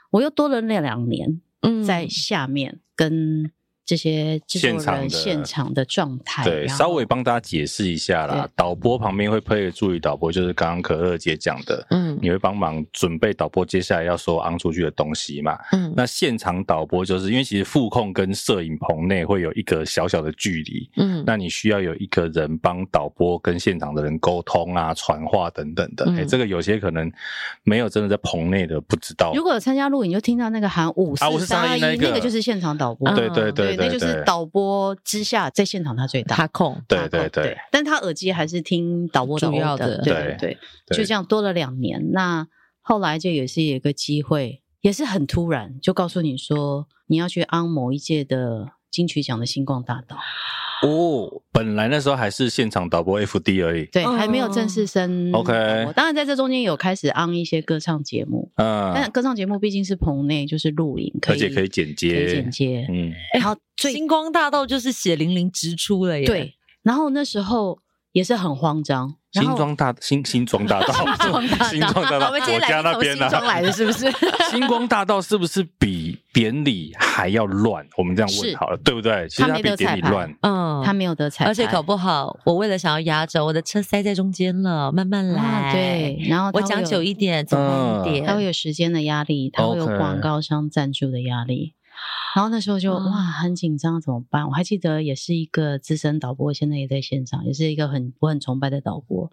[SPEAKER 2] 我又多了那两年，
[SPEAKER 4] 嗯
[SPEAKER 2] 在下面跟这些制作
[SPEAKER 1] 现场的
[SPEAKER 2] 人现场的状态，
[SPEAKER 1] 对，
[SPEAKER 2] 然后
[SPEAKER 1] 稍微帮大家解释一下啦
[SPEAKER 2] 对。
[SPEAKER 1] 导播旁边会配的助理导播，就是刚刚可乐姐讲的，
[SPEAKER 4] 嗯
[SPEAKER 1] 你会帮忙准备导播接下来要说昂出去的东西嘛？
[SPEAKER 4] 嗯
[SPEAKER 1] 那现场导播就是因为其实副控跟摄影棚内会有一个小小的距离，
[SPEAKER 4] 嗯
[SPEAKER 1] 那你需要有一个人帮导播跟现场的人沟通啊、传话等等的。
[SPEAKER 4] 嗯
[SPEAKER 1] 哎、这个有些可能没有真的在棚内的不知道。
[SPEAKER 2] 如果有参加录影，就听到那个喊五
[SPEAKER 1] 啊我
[SPEAKER 2] 四
[SPEAKER 1] 是
[SPEAKER 2] 三
[SPEAKER 1] 上
[SPEAKER 2] 二
[SPEAKER 1] 一
[SPEAKER 2] 一，
[SPEAKER 1] 那个啊
[SPEAKER 2] 那个就是现场导播，
[SPEAKER 4] 嗯
[SPEAKER 1] 对对对
[SPEAKER 2] 那
[SPEAKER 1] 对
[SPEAKER 2] 就是导播之下，在现场他最大。
[SPEAKER 4] 他控，
[SPEAKER 1] 对对
[SPEAKER 2] 对
[SPEAKER 1] 对，
[SPEAKER 2] 但他耳机还是听导播
[SPEAKER 4] 主要
[SPEAKER 2] 的
[SPEAKER 4] 的
[SPEAKER 2] order，对对对，
[SPEAKER 1] 对
[SPEAKER 2] 就这样多了两年。那后来就也是有一个机会，也是很突然，就告诉你说你要去安某一届的金曲奖的星光大道，
[SPEAKER 1] 哦，本来那时候还是现场导播 FD 而已。
[SPEAKER 2] 对，
[SPEAKER 4] 哦
[SPEAKER 2] 还没有正式升
[SPEAKER 1] OK
[SPEAKER 2] 导播当然在这中间有开始安一些歌唱节目，但
[SPEAKER 1] 嗯，
[SPEAKER 2] 歌唱节目毕竟是棚内，就是录影，可
[SPEAKER 1] 而
[SPEAKER 2] 以
[SPEAKER 1] 且可以剪
[SPEAKER 2] 可以
[SPEAKER 1] 接，
[SPEAKER 2] 剪接，
[SPEAKER 1] 嗯，
[SPEAKER 2] 然后最
[SPEAKER 4] 星光大道就是血淋淋直出了耶。
[SPEAKER 2] 对，然后那时候也是很慌张，然
[SPEAKER 1] 新
[SPEAKER 2] 后
[SPEAKER 1] 庄大新新庄大 道，新庄大道，
[SPEAKER 2] 我们今天
[SPEAKER 1] 我
[SPEAKER 2] 来
[SPEAKER 1] 家那
[SPEAKER 2] 从
[SPEAKER 1] 边
[SPEAKER 2] 新庄
[SPEAKER 1] 啊。
[SPEAKER 2] 来的，是不是？
[SPEAKER 4] 嗯
[SPEAKER 1] 星光大道是不是比典礼还要乱？我们这样问
[SPEAKER 2] 是
[SPEAKER 1] 好了，对不对？其实它
[SPEAKER 2] 他没
[SPEAKER 1] 比
[SPEAKER 2] 得
[SPEAKER 1] 典礼
[SPEAKER 2] 彩排
[SPEAKER 1] 乱，
[SPEAKER 4] 嗯，
[SPEAKER 2] 他没有得彩排，
[SPEAKER 4] 而且搞不好，我为了想要压轴，我的车塞在中间了，慢慢来。
[SPEAKER 2] 啊，对，，然后
[SPEAKER 4] 我
[SPEAKER 2] 他会
[SPEAKER 4] 讲
[SPEAKER 2] 有
[SPEAKER 4] 久一，
[SPEAKER 1] 嗯
[SPEAKER 4] 点，走慢一点。
[SPEAKER 2] 他会有时间的压力，他会有
[SPEAKER 1] OK
[SPEAKER 2] 广告商赞助的压力。然后那时候就
[SPEAKER 4] 嗯
[SPEAKER 2] 哇很紧张，怎么办？我还记得也是一个资深导播，现在也在现场，也是一个很我很崇拜的导播。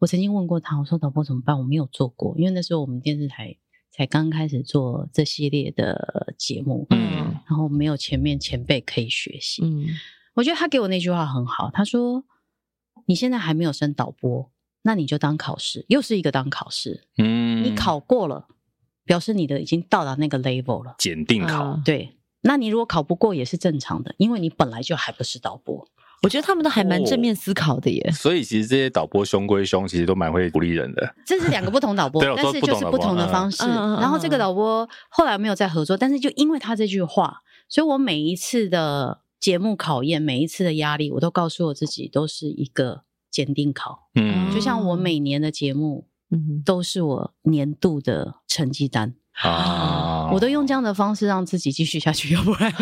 [SPEAKER 2] 我曾经问过他，我说导播怎么办？我没有做过，因为那时候我们电视台才刚开始做这系列的节目，
[SPEAKER 1] 嗯
[SPEAKER 2] 然后没有前面前辈可以学习。
[SPEAKER 4] 嗯
[SPEAKER 2] 我觉得他给我那句话很好，他说：“你现在还没有升导播，那你就当考试，又是一个当考试。
[SPEAKER 1] 嗯，
[SPEAKER 2] 你考过了，表示你的已经到达那个 level 了。
[SPEAKER 1] 检定考，
[SPEAKER 4] 嗯
[SPEAKER 2] 对，那你如果考不过也是正常的，因为你本来就还不是导播。
[SPEAKER 4] 我觉得他们都还蛮正面思考的
[SPEAKER 2] 哦
[SPEAKER 4] 耶。
[SPEAKER 1] 所以其实这些导播凶归凶，其实都蛮会鼓励人的。
[SPEAKER 2] 这是两个不同导 播，
[SPEAKER 1] 对我
[SPEAKER 2] 但
[SPEAKER 1] 说
[SPEAKER 2] 是
[SPEAKER 1] 不
[SPEAKER 2] 就
[SPEAKER 1] 同
[SPEAKER 2] 是
[SPEAKER 1] 导
[SPEAKER 2] 不
[SPEAKER 1] 播
[SPEAKER 2] 同的
[SPEAKER 1] 嗯
[SPEAKER 2] 方式。
[SPEAKER 4] 嗯嗯嗯
[SPEAKER 2] 然后这个导播后来没有再合作，但是就因为他这句话，所以我每一次的节目考验，每一次的压力，我都告诉我自己都是一个检定考。
[SPEAKER 1] 嗯，
[SPEAKER 2] 就像我每年的节目
[SPEAKER 4] 嗯，
[SPEAKER 2] 都是我年度的成绩单，
[SPEAKER 1] 啊，
[SPEAKER 2] 我都用这样的方式让自己继续下去，要不然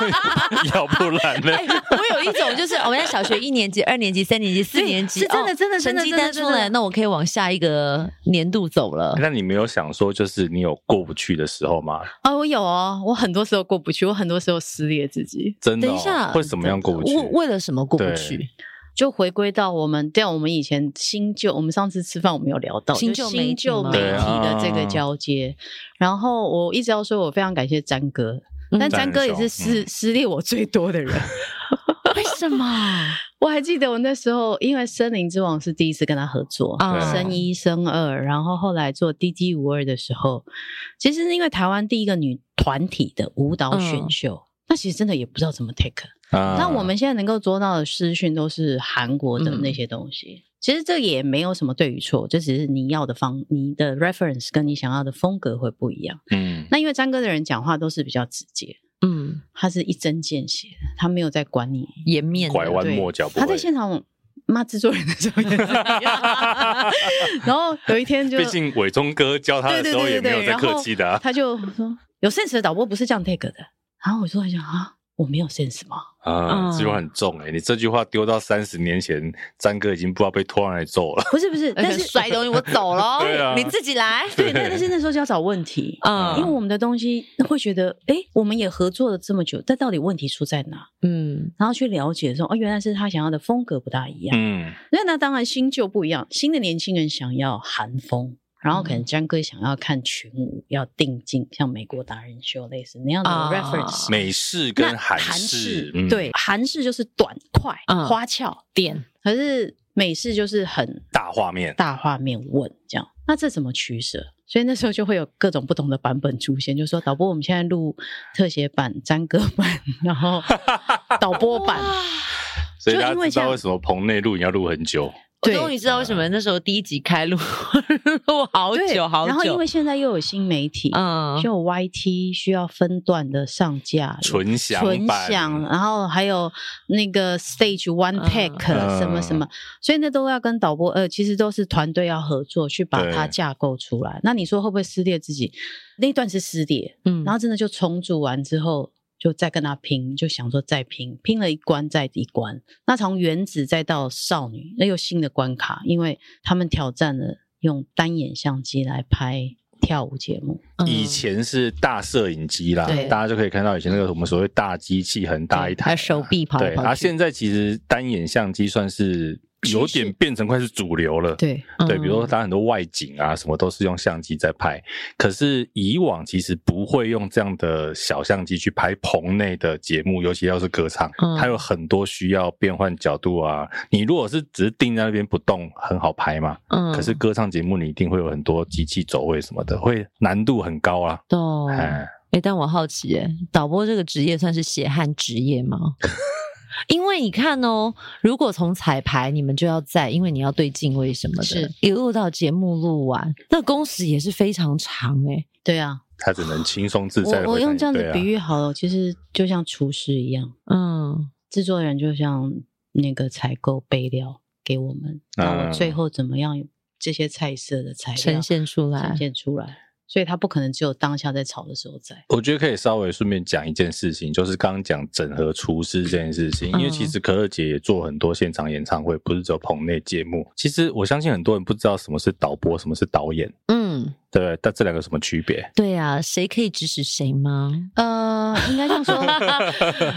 [SPEAKER 1] 要不然呢？
[SPEAKER 4] 哎，我有一种就是，哦我在小学一年级、二年级、三年级、四年级，
[SPEAKER 2] 是真的
[SPEAKER 4] 哦
[SPEAKER 2] 真的真的
[SPEAKER 4] 成绩
[SPEAKER 2] 真的
[SPEAKER 4] 单
[SPEAKER 2] 真
[SPEAKER 4] 出
[SPEAKER 2] 的
[SPEAKER 4] 来，那我可以往下一个年度走了。
[SPEAKER 1] 那你没有想说，就是你有过不去的时候吗？
[SPEAKER 2] 啊，我有哦，我很多时候过不去，我很多时候撕裂自己。
[SPEAKER 1] 真的哦、
[SPEAKER 4] 等一下，
[SPEAKER 1] 会怎么样过不去？
[SPEAKER 4] 为为了什么过不
[SPEAKER 1] 对
[SPEAKER 4] 去？
[SPEAKER 2] 就回归到我们，对啊，我们以前新旧，我们上次吃饭我们有聊到
[SPEAKER 4] 新
[SPEAKER 2] 就
[SPEAKER 4] 旧媒
[SPEAKER 2] 新
[SPEAKER 4] 体
[SPEAKER 2] 旧
[SPEAKER 4] 吗
[SPEAKER 2] 媒体
[SPEAKER 1] 对
[SPEAKER 2] 的
[SPEAKER 1] 啊
[SPEAKER 2] 这个交接。然后我一直要说，我非常感谢詹哥，
[SPEAKER 4] 嗯
[SPEAKER 2] 但
[SPEAKER 1] 詹
[SPEAKER 2] 詹哥也
[SPEAKER 1] 兄
[SPEAKER 2] 是撕
[SPEAKER 1] 嗯
[SPEAKER 2] 撕裂我最多的人。
[SPEAKER 4] 为什么？
[SPEAKER 2] 我还记得我那时候，因为《森林之王》是第一次跟他合作，
[SPEAKER 4] 啊
[SPEAKER 2] 生一生二，然后后来做 D D 五二的时候，其实是因为台湾第一个女团体的舞蹈选秀，那其实真的也不知道怎么 take。
[SPEAKER 1] 啊
[SPEAKER 2] 那、我们现在能够捉到的资讯都是韩国的那些东西。其实这也没有什么对与错，这只是你要的方、你的 reference 跟你想要的风格会不一样。
[SPEAKER 1] 嗯
[SPEAKER 2] 那因为詹哥的人讲话都是比较直接，
[SPEAKER 4] 嗯，
[SPEAKER 2] 他是一针见血的，他没有在管你。
[SPEAKER 4] 颜面的
[SPEAKER 1] 拐弯
[SPEAKER 2] 对
[SPEAKER 1] 抹角不会。
[SPEAKER 2] 他在现场骂制作人的时候也是 一样，然后有一天就
[SPEAKER 1] 毕竟伟忠哥教他
[SPEAKER 2] 对
[SPEAKER 1] 的
[SPEAKER 2] 对
[SPEAKER 1] 时候
[SPEAKER 2] 对
[SPEAKER 1] 也没
[SPEAKER 2] 对
[SPEAKER 1] 有
[SPEAKER 2] 对，
[SPEAKER 1] 在
[SPEAKER 2] 然后
[SPEAKER 1] 客气的啊。
[SPEAKER 2] 他就说有 sense 的导播不是这样 take 的，然后我就在想啊，我没有 sense 吗？
[SPEAKER 1] 啊，
[SPEAKER 4] 嗯
[SPEAKER 1] 这句话很重哎、你这句话丢到三十年前，詹哥已经不知道被拖上来揍了。
[SPEAKER 2] 不是不是，
[SPEAKER 4] 而
[SPEAKER 2] 但
[SPEAKER 4] 且
[SPEAKER 2] 是
[SPEAKER 4] 摔东西我走喽
[SPEAKER 1] 对啊，
[SPEAKER 4] 你自己来。
[SPEAKER 2] 对，但但是那时候就要找问题。因为
[SPEAKER 4] 嗯
[SPEAKER 2] 我们的东西会觉得，哎，我们也合作了这么久，但到底问题出在哪？
[SPEAKER 4] 嗯
[SPEAKER 2] 然后去了解说，哦，原来是他想要的风格不大一样。
[SPEAKER 1] 嗯，
[SPEAKER 2] 那、那当然新旧不一样，新的年轻人想要韩风，然后
[SPEAKER 4] 嗯
[SPEAKER 2] 可能江哥想要看群舞，要定镜，像美国达人秀类似那样的
[SPEAKER 4] 啊
[SPEAKER 2] reference。
[SPEAKER 1] 美式
[SPEAKER 2] 那
[SPEAKER 1] 跟韩
[SPEAKER 2] 式
[SPEAKER 1] 式，嗯、
[SPEAKER 2] 对韩式就是短快、
[SPEAKER 4] 嗯
[SPEAKER 2] 花俏，
[SPEAKER 4] 点
[SPEAKER 2] 可是美式就是很
[SPEAKER 1] 大画面，
[SPEAKER 2] 大画面问这样，那这怎么取舍？所以那时候就会有各种不同的版本出现，就说导播，我们现在录特写版、詹哥版，然后导播版，
[SPEAKER 1] 所以
[SPEAKER 2] 就
[SPEAKER 1] 大
[SPEAKER 2] 因为
[SPEAKER 1] 家
[SPEAKER 2] 哎
[SPEAKER 1] 知
[SPEAKER 2] 这
[SPEAKER 1] 道
[SPEAKER 2] 样
[SPEAKER 1] 为什么棚内录影要录很久。
[SPEAKER 4] 我
[SPEAKER 2] 对
[SPEAKER 4] 终于知道为什么那时候第一集开录 录好
[SPEAKER 2] 对
[SPEAKER 4] 久好久，
[SPEAKER 2] 然后因为现在又有新媒体，
[SPEAKER 4] 嗯
[SPEAKER 2] 就有 YT 需要分段的上架，
[SPEAKER 1] 纯享
[SPEAKER 2] 纯
[SPEAKER 1] 版
[SPEAKER 2] 享，嗯然后还有那个 Stage One
[SPEAKER 4] 嗯
[SPEAKER 2] Pack、
[SPEAKER 1] 嗯
[SPEAKER 2] 什么什么，所以那都要跟导播呃，其实都是团队要合作去把
[SPEAKER 1] 对
[SPEAKER 2] 它架构出来。那你说会不会撕裂自己？那一段是撕裂，
[SPEAKER 4] 嗯
[SPEAKER 2] 然后真的就重组完之后。就再跟他拼，就想说再拼，拼了一关再一关。那从原子再到少女，那又新的关卡，因为他们挑战了用单眼相机来拍跳舞节目。
[SPEAKER 1] 以前是大摄影机啦
[SPEAKER 2] 对，
[SPEAKER 1] 大家就可以看到以前那个我们所谓大机器，很大一
[SPEAKER 4] 还
[SPEAKER 1] 台
[SPEAKER 4] 有
[SPEAKER 1] 啊，
[SPEAKER 4] 手臂跑来
[SPEAKER 1] 对，
[SPEAKER 4] 跑去，
[SPEAKER 1] 啊，现在其实单眼相机算是有点变成快是主流了。
[SPEAKER 2] 对，
[SPEAKER 1] 对，
[SPEAKER 4] 嗯
[SPEAKER 1] 比如说，大家很多外景啊，什么都是用相机在拍。可是以往其实不会用这样的小相机去拍棚内的节目，尤其要是歌唱，
[SPEAKER 4] 嗯
[SPEAKER 1] 它有很多需要变换角度啊。你如果是只是定在那边不动，很好拍嘛。
[SPEAKER 4] 嗯
[SPEAKER 1] 可是歌唱节目你一定会有很多机器走位什么的，会难度很高啊。
[SPEAKER 4] 懂
[SPEAKER 2] 哦
[SPEAKER 1] 哎，
[SPEAKER 4] 哎、但我好奇、欸，导播这个职业算是血汗职业吗？ 因为你看哦，如果从彩排，你们就要在，因为你要对镜位什么的，
[SPEAKER 2] 是
[SPEAKER 4] 一路到节目录完，那工时也是非常长哎、
[SPEAKER 2] 对啊，
[SPEAKER 1] 他只能轻松自在的。
[SPEAKER 2] 我我用这样
[SPEAKER 1] 啊
[SPEAKER 2] 的比，喻好了，其实就像厨师一样，
[SPEAKER 4] 嗯
[SPEAKER 2] 制作人就像那个采购备料给我们，那
[SPEAKER 1] 嗯
[SPEAKER 2] 我最后怎么样这些菜色的材料
[SPEAKER 4] 呈现出来
[SPEAKER 2] 呈现出来，所以他不可能只有当下在炒的时候在。
[SPEAKER 1] 我觉得可以稍微顺便讲一件事情，就是刚刚讲整合厨师这件事情，因为
[SPEAKER 4] 嗯
[SPEAKER 1] 其实可乐姐也做很多现场演唱会，不是只有棚内节目。其实我相信很多人不知道什么是导播，什么是导演，
[SPEAKER 4] 嗯，
[SPEAKER 1] 对不对？但这两个有什么区别？
[SPEAKER 4] 对啊，谁可以指使谁 吗？
[SPEAKER 2] 呃，应该这样说，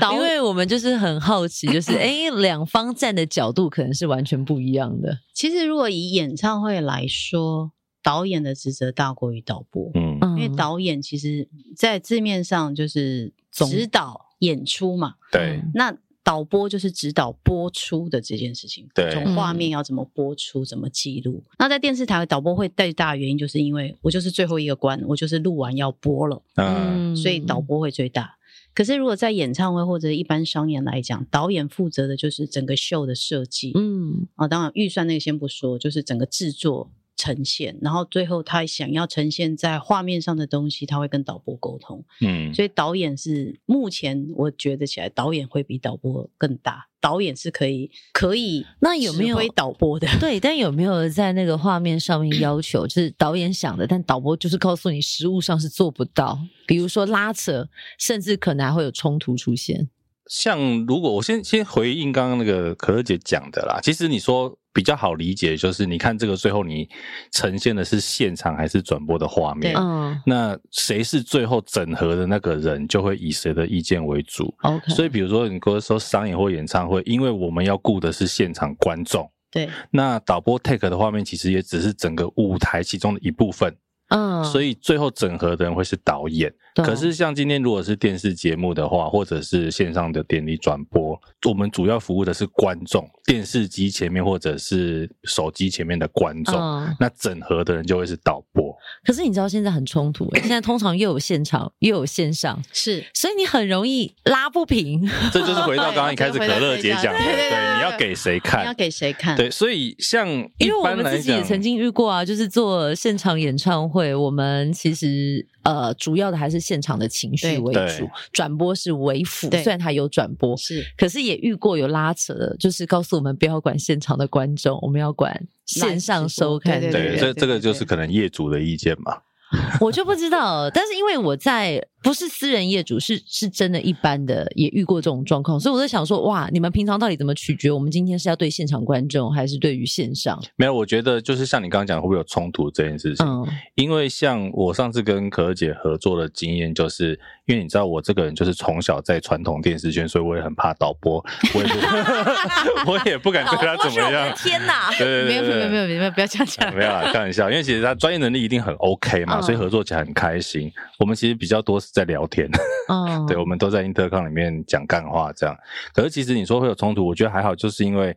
[SPEAKER 2] 导
[SPEAKER 4] 因为我们就是很好奇，就是哎，两、方站的角度可能是完全不一样的。
[SPEAKER 2] 其实如果以演唱会来说，导演的职责大过于导播，
[SPEAKER 1] 嗯，
[SPEAKER 4] 嗯，
[SPEAKER 2] 因为导演其实在字面上就是
[SPEAKER 4] 总
[SPEAKER 2] 指导演出嘛，
[SPEAKER 1] 对，
[SPEAKER 4] 嗯
[SPEAKER 2] 那导播就是指导播出的这件事情，
[SPEAKER 1] 对
[SPEAKER 2] 从画面要怎么播出，怎么记录。那在电视台导播会最大的原因，就是因为我就是最后一个关，我就是录完要播了，
[SPEAKER 1] 嗯，
[SPEAKER 2] 所以导播会最大。可是如果在演唱会或者一般商演来讲，导演负责的就是整个秀的设计，
[SPEAKER 4] 嗯
[SPEAKER 2] 啊，当然预算那个先不说，就是整个制作呈现，然后最后他想要呈现在画面上的东西，他会跟导播沟通。
[SPEAKER 1] 嗯，
[SPEAKER 2] 所以导演是目前我觉得起来，导演会比导播更大。导演是可以可以
[SPEAKER 4] 那有没有
[SPEAKER 2] 指挥导播的？
[SPEAKER 4] 对，但有没有在那个画面上面要求，就是导演想的，但导播就是告诉你实物上是做不到，比如说拉扯，甚至可能还会有冲突出现。
[SPEAKER 1] 像如果我先先回应刚刚那个可乐姐讲的啦，其实你说比较好理解，就是你看这个最后你呈现的是现场还是转播的画面
[SPEAKER 2] 对？
[SPEAKER 4] 嗯
[SPEAKER 1] 那谁是最后整合的那个人，就会以谁的意见为主。
[SPEAKER 4] ，OK，
[SPEAKER 1] 所以，比如说你跟我说商演或演唱会，因为我们要顾的是现场观众，
[SPEAKER 2] 对，
[SPEAKER 1] 那导播 take 的画面其实也只是整个舞台其中的一部分，
[SPEAKER 4] 嗯，
[SPEAKER 1] 所以最后整合的人会是导演。
[SPEAKER 4] 懂
[SPEAKER 1] 可是像今天如果是电视节目的话，或者是线上的典礼转播，我们主要服务的是观众，电视机前面或者是手机前面的观众，
[SPEAKER 4] 嗯
[SPEAKER 1] 那整合的人就会是导播。
[SPEAKER 4] 可是你知道现在很冲突、欸，现在通常又有现场又有线上，
[SPEAKER 2] 是
[SPEAKER 4] 所以你很容易拉不平。
[SPEAKER 1] 这就是回到刚刚一开始可乐姐讲的，
[SPEAKER 2] 对对对对
[SPEAKER 1] 对，你要给谁
[SPEAKER 2] 你要
[SPEAKER 1] 看？
[SPEAKER 2] 给谁看？
[SPEAKER 1] 哎对，所以像一
[SPEAKER 4] 因为我
[SPEAKER 1] 般
[SPEAKER 4] 们
[SPEAKER 1] 来
[SPEAKER 4] 自己也
[SPEAKER 1] 讲，
[SPEAKER 4] 曾经遇过啊，就是做现场演唱会，我们其实呃主要的还是现场的情绪
[SPEAKER 2] 对
[SPEAKER 4] 为
[SPEAKER 1] 对
[SPEAKER 4] 主，转播是为辅，
[SPEAKER 2] 对
[SPEAKER 4] 虽然它有转播，
[SPEAKER 2] 是
[SPEAKER 4] 可是也遇过有拉扯的，就是告诉我们不要管现场的观众，我们要管线上收看的
[SPEAKER 2] 对
[SPEAKER 4] 人
[SPEAKER 1] 对，
[SPEAKER 2] 对
[SPEAKER 1] 这
[SPEAKER 2] 对
[SPEAKER 1] 这个
[SPEAKER 2] 对
[SPEAKER 1] 就是可能业主的意见嘛。
[SPEAKER 4] 我就不知道，但是因为我在不是私人业主，是是真的一般的也遇过这种状况，所以我在想说，哇，你们平常到底怎么取决？我们今天是要对现场观众，还是对于线上？
[SPEAKER 1] 没有，我觉得就是像你刚刚讲，会不会有冲突这件事情？
[SPEAKER 4] 嗯，
[SPEAKER 1] 因为像我上次跟可儿姐合作的经验，就是因为你知道我这个人就是从小在传统电视圈，所以我也很怕导播，我也 不我也不敢对他怎么样。
[SPEAKER 4] 天哪！
[SPEAKER 1] 对对
[SPEAKER 2] 没
[SPEAKER 1] 对
[SPEAKER 2] 有
[SPEAKER 1] 对
[SPEAKER 2] 没
[SPEAKER 1] 对，
[SPEAKER 2] 有没有没有没有，不要这样
[SPEAKER 1] 啊
[SPEAKER 2] 讲。
[SPEAKER 1] 没有啦，开玩笑，因为其实他专业能力一定很 OK 嘛，
[SPEAKER 4] 嗯
[SPEAKER 1] 所以合作起来很开心。我们其实比较多是在聊天，
[SPEAKER 4] 嗯，
[SPEAKER 1] 对，我们都在 intercom 里面讲干话这样。可是其实你说会有冲突，我觉得还好，就是因为。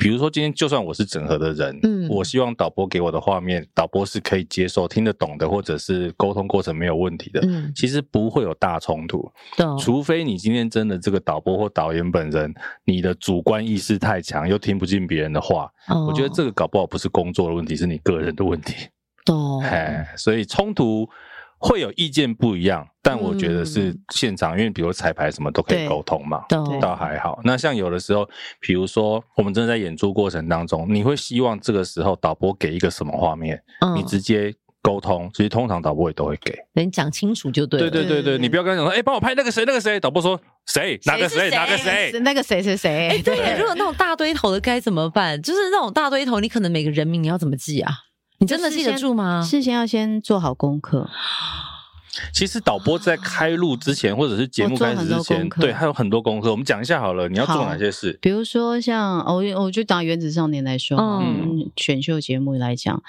[SPEAKER 1] 比如说，今天就算我是整合的人，
[SPEAKER 4] 嗯
[SPEAKER 1] 我希望导播给我的画面，导播是可以接受、听得懂的，或者是沟通过程没有问题的。
[SPEAKER 4] 嗯，哦
[SPEAKER 1] 其实不会有大冲突，
[SPEAKER 4] 懂。
[SPEAKER 1] 除非你今天真的这个导播或导演本人，你的主观意识太强，又听不进别人的话，我觉得这
[SPEAKER 4] 个
[SPEAKER 1] 个搞不好不是工作的问题，是你个人的问题。
[SPEAKER 4] 懂。
[SPEAKER 2] 哦
[SPEAKER 1] 哎、所以冲突会有意见不一样，但我觉得是
[SPEAKER 4] 嗯
[SPEAKER 1] 现场，因为比如彩排什么都可以
[SPEAKER 2] 对
[SPEAKER 1] 沟通嘛。
[SPEAKER 4] 懂
[SPEAKER 1] 倒还好，那像有的时候，比如说我们真的在演出过程当中，你会希望这个时候导播给一个什么画面，
[SPEAKER 4] 嗯
[SPEAKER 2] 嗯
[SPEAKER 1] 你直接沟通，其实通常导播也都会给。
[SPEAKER 4] 能讲清楚就对了。
[SPEAKER 1] 对对对
[SPEAKER 2] 对
[SPEAKER 1] 对，
[SPEAKER 2] 对
[SPEAKER 1] 你不要跟他讲说，哎，帮我拍那个谁那个谁，导播说谁哪个
[SPEAKER 4] 谁
[SPEAKER 1] 谁
[SPEAKER 4] 是
[SPEAKER 1] 哪个谁
[SPEAKER 2] 是，那个谁谁谁，
[SPEAKER 4] 哎对
[SPEAKER 1] 对
[SPEAKER 4] 耶，如果那种大堆头的该怎么办？就是那种大堆头，你可能每个人名你要怎么记啊？你真的记得住吗？
[SPEAKER 2] 事先要先做好功课，
[SPEAKER 1] 其实导播在开录之前，或者是节目开始之
[SPEAKER 2] 我做
[SPEAKER 1] 前，
[SPEAKER 2] 很多功课
[SPEAKER 1] 对，还有很多功课。我们讲一下好了，你要做
[SPEAKER 2] 好
[SPEAKER 1] 哪些事？
[SPEAKER 2] 比如说像哦我我就拿《原子少年》来说，
[SPEAKER 4] 嗯
[SPEAKER 2] 嗯，选秀节目来讲，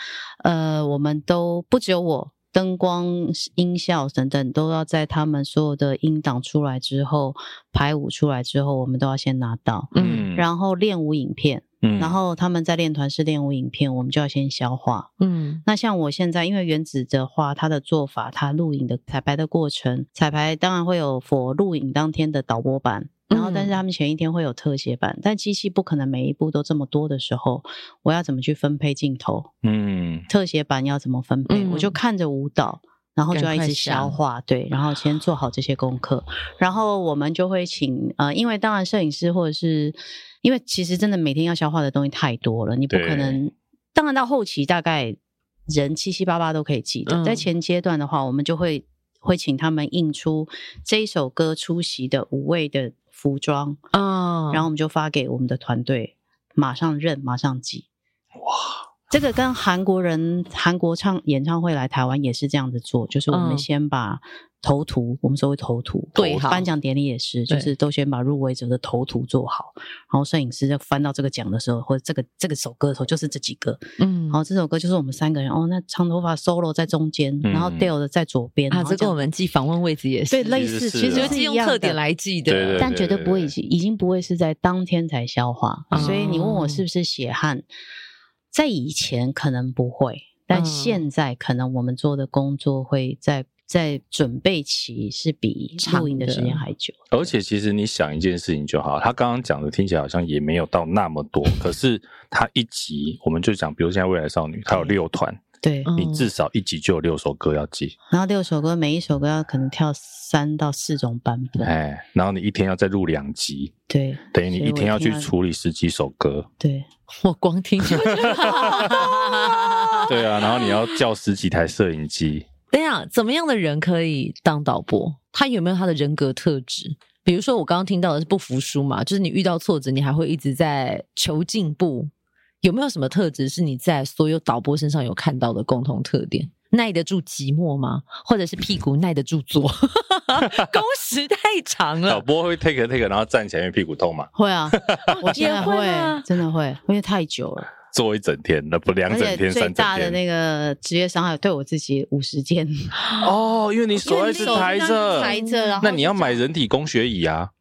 [SPEAKER 2] 呃，我们都不只有我。灯光、音效等等，都要在他们所有的音档出来之后，排舞出来之后，我们都要先拿到，
[SPEAKER 4] 嗯
[SPEAKER 2] 然后练舞影片，
[SPEAKER 1] 嗯
[SPEAKER 2] 然后他们在练团式练舞影片，我们就要先消化。
[SPEAKER 4] 嗯
[SPEAKER 2] 那像我现在，因为原子的话，它的做法，它录影的彩排的过程，彩排当然会有佛录影当天的导播版，然后但是他们前一天会有特写版，但机器不可能每一部都这么多的时候，我要怎么去分配镜头？
[SPEAKER 1] 嗯
[SPEAKER 2] 特写版要怎么分配？
[SPEAKER 4] 嗯
[SPEAKER 2] 我就看着舞蹈。然后就要一
[SPEAKER 4] 赶快
[SPEAKER 2] 直消化，对，然后先做好这些功课，然后我们就会请呃，因为当然摄影师或者是因为其实真的每天要消化的东西太多了，你不
[SPEAKER 1] 对
[SPEAKER 2] 可能，当然到后期大概人七七八八都可以记得，
[SPEAKER 4] 嗯
[SPEAKER 2] 在前阶段的话，我们就会会请他们印出这一首歌出席的五位的服装，
[SPEAKER 4] 啊
[SPEAKER 2] 然后我们就发给我们的团队，马上认，马上记。哇，这个跟韩国人韩国唱演唱会来台湾也是这样子做，就是我
[SPEAKER 4] 嗯
[SPEAKER 2] 们先把头图，我们所谓头图，
[SPEAKER 4] 对好
[SPEAKER 2] 颁奖典礼也是，
[SPEAKER 4] 对
[SPEAKER 2] 就是都先把入围者的头图做好，然后摄影师在翻到这个奖的时候，或者这个这个首歌的时候，就是这几个，
[SPEAKER 4] 嗯
[SPEAKER 2] 然后这首歌就是我们三个人，哦，那长头发 solo 在中间，
[SPEAKER 1] 嗯
[SPEAKER 2] 然后 Dale 的在左边，
[SPEAKER 4] 啊，
[SPEAKER 2] 然后
[SPEAKER 4] 这
[SPEAKER 2] 这
[SPEAKER 4] 跟
[SPEAKER 2] 样
[SPEAKER 4] 我们记访问位置也
[SPEAKER 2] 对
[SPEAKER 4] 是，
[SPEAKER 2] 类
[SPEAKER 1] 其
[SPEAKER 2] 似，
[SPEAKER 1] 实
[SPEAKER 2] 其
[SPEAKER 1] 是
[SPEAKER 2] 实
[SPEAKER 1] 啊
[SPEAKER 4] 就是是
[SPEAKER 2] 一
[SPEAKER 4] 用
[SPEAKER 2] 样
[SPEAKER 4] 特
[SPEAKER 2] 的
[SPEAKER 4] 点来记
[SPEAKER 1] 对对
[SPEAKER 4] 的。
[SPEAKER 2] 但绝对不会已经已经不会是在当天才消化，
[SPEAKER 4] 嗯
[SPEAKER 2] 所以你问我
[SPEAKER 1] 哦
[SPEAKER 2] 是不是血汗，在以前可能不会，但
[SPEAKER 4] 嗯
[SPEAKER 2] 现在可能我们做的工作会在在准备期是比录影的时间还久，
[SPEAKER 1] 而且其实你想一件事情就好，他刚刚讲的听起来好像也没有到那么多，可是他一集我们就讲，比如现在未来少女，它有六团，
[SPEAKER 2] 对。
[SPEAKER 4] 嗯
[SPEAKER 1] 你至少一集就有六首歌要记，
[SPEAKER 2] 然后六首歌，每一首歌要可能跳三到四种版本，
[SPEAKER 1] 哎，然后你一天要再录两集，
[SPEAKER 2] 对，
[SPEAKER 1] 等于你
[SPEAKER 2] 嗯所以
[SPEAKER 1] 一
[SPEAKER 2] 我
[SPEAKER 1] 天要去
[SPEAKER 2] 到
[SPEAKER 1] 处理十几首歌，
[SPEAKER 2] 对，
[SPEAKER 4] 我光听 就觉得好痛啊
[SPEAKER 1] 对啊，然后你要叫十几台摄影 机，
[SPEAKER 4] 等一下，怎么样的人可以当导播？他有没有他的人格特质？比如说，我刚刚听到的是不服输嘛，就是你遇到挫折，你还会一直在求进步。有没有什么特质是你在所有导播身上有看到的共同特点？耐得住寂寞吗？或者是屁股耐得住 坐？工时太长
[SPEAKER 1] 导
[SPEAKER 4] 了，
[SPEAKER 1] 播会 take take，然后站起来因为屁股痛嘛，
[SPEAKER 2] 会啊，我现
[SPEAKER 4] 也
[SPEAKER 2] 在
[SPEAKER 4] 会吗
[SPEAKER 2] 会，真的会，因为太久了，
[SPEAKER 1] 做一整天，那不两
[SPEAKER 2] 而
[SPEAKER 1] 整
[SPEAKER 2] 且
[SPEAKER 1] 天、
[SPEAKER 2] 最
[SPEAKER 1] 三整
[SPEAKER 2] 大
[SPEAKER 1] 天。
[SPEAKER 2] 的那个职业伤害对我自己五十天，
[SPEAKER 1] 哦，因为你手一直
[SPEAKER 2] 因为
[SPEAKER 1] 抬
[SPEAKER 2] 你手一
[SPEAKER 1] 着
[SPEAKER 2] 直，抬着，然后
[SPEAKER 1] 那你要买人体工学椅啊。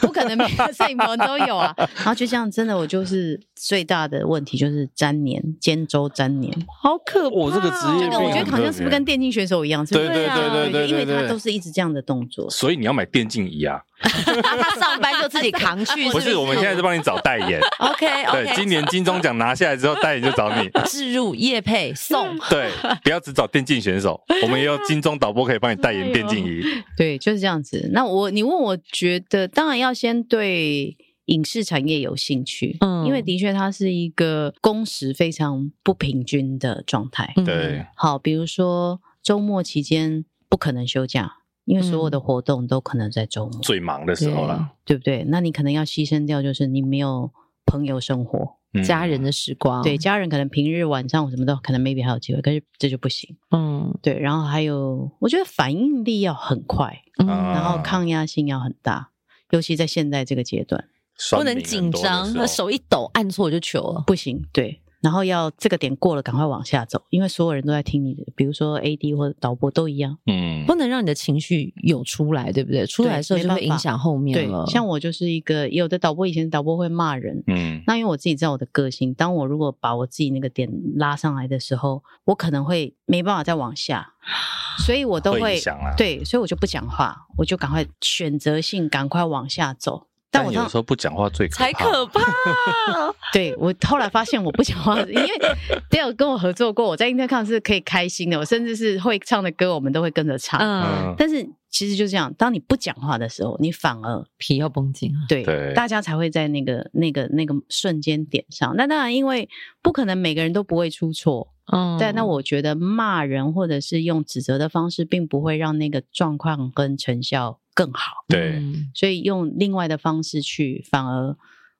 [SPEAKER 2] 不可能每个摄影棚都有啊。然后就这样，真的我就是最大的问题就是粘黏，肩周粘黏。
[SPEAKER 4] 好可怕哦！
[SPEAKER 1] 我这个职业
[SPEAKER 2] 这个我觉
[SPEAKER 1] 病
[SPEAKER 2] 得
[SPEAKER 1] 很
[SPEAKER 2] 好像
[SPEAKER 1] 特
[SPEAKER 2] 是不
[SPEAKER 1] 别
[SPEAKER 2] 是跟电竞选手一样？是不
[SPEAKER 1] 对
[SPEAKER 2] 是
[SPEAKER 1] 对对
[SPEAKER 4] 对啊
[SPEAKER 1] 对对对，
[SPEAKER 2] 因为他
[SPEAKER 1] 对
[SPEAKER 2] 都是一直这样的动作。
[SPEAKER 1] 所以你要买电竞椅啊，
[SPEAKER 4] 他上班就自己扛 去，
[SPEAKER 1] 不是？我们现在在帮你找代 言。
[SPEAKER 4] OK
[SPEAKER 1] 对，今
[SPEAKER 4] OK，
[SPEAKER 1] 年金钟奖拿下来之后，代言就找 你。
[SPEAKER 4] 置入叶配送，
[SPEAKER 1] 对，不要只找电竞选 手，我们也有金钟导播可以帮你代言电竞椅。
[SPEAKER 2] 对，就是这样子。那我你问，我觉得当然要先对影视产业有兴趣，
[SPEAKER 4] 嗯
[SPEAKER 2] 因为的确它是一个工时非常不平均的状态。
[SPEAKER 4] 嗯
[SPEAKER 1] 对，
[SPEAKER 2] 好，比如说周末期间不可能休假，因为所有的活动都可能在周末，
[SPEAKER 1] 最忙的时候啦，
[SPEAKER 2] 对不对？那你可能要牺牲掉，就是你没有朋友生活，
[SPEAKER 1] 嗯
[SPEAKER 4] 家人的时光，
[SPEAKER 2] 对，家人可能平日晚上什么都可能 maybe 还有机会，可是这就不行。
[SPEAKER 4] 嗯，
[SPEAKER 2] 对，然后还有，我觉得反应力要很快，
[SPEAKER 4] 嗯
[SPEAKER 1] 啊
[SPEAKER 2] 然后抗压性要很大，尤其在现在这个阶段
[SPEAKER 1] 酸
[SPEAKER 4] 不能
[SPEAKER 1] 民很
[SPEAKER 4] 紧
[SPEAKER 1] 多的时
[SPEAKER 4] 张，
[SPEAKER 1] 候
[SPEAKER 4] 那手一抖按错就球了。
[SPEAKER 2] 不行。对，然后要这个点过了，赶快往下走，因为所有人都在听你的，比如说 AD 或者导播都一样。
[SPEAKER 1] 嗯
[SPEAKER 4] 不能让你的情绪涌出来，对不对？出来的时候就会影响后面
[SPEAKER 2] 对
[SPEAKER 4] 了。，
[SPEAKER 2] 像我就是一个有的导播，以前导播会骂人。
[SPEAKER 1] 嗯，
[SPEAKER 2] 那因为我自己知道我的个性，当我如果把我自己那个点拉上来的时候，我可能会没办法再往下，所以我都
[SPEAKER 1] 会
[SPEAKER 2] 会
[SPEAKER 1] 影响啦。，
[SPEAKER 2] 对，所以我就不讲话，我就赶快选择性赶快往下走。但我
[SPEAKER 1] 有
[SPEAKER 2] 当
[SPEAKER 1] 时候不讲话最可
[SPEAKER 4] 才 可怕，
[SPEAKER 2] 对我后来发现我不讲话，因为 d a l 跟我合作过，我在 Intercom 是可以开心的，我甚至是会唱的歌，我们都会跟着唱。
[SPEAKER 4] 嗯，
[SPEAKER 1] 嗯，
[SPEAKER 2] 但是其实就这样，当你不讲话的时候，你反而
[SPEAKER 4] 皮要绷紧啊。
[SPEAKER 2] 对
[SPEAKER 1] 对
[SPEAKER 2] 大家才会在那个那个那个瞬间点上。那当然，因为不可能每个人都不会出错，
[SPEAKER 4] 嗯，
[SPEAKER 2] 对。那我觉得骂人或者是用指责的方式，并不会让那个状况跟成效更好。
[SPEAKER 1] 对，
[SPEAKER 4] 嗯
[SPEAKER 2] 所以用另外的方式去，反而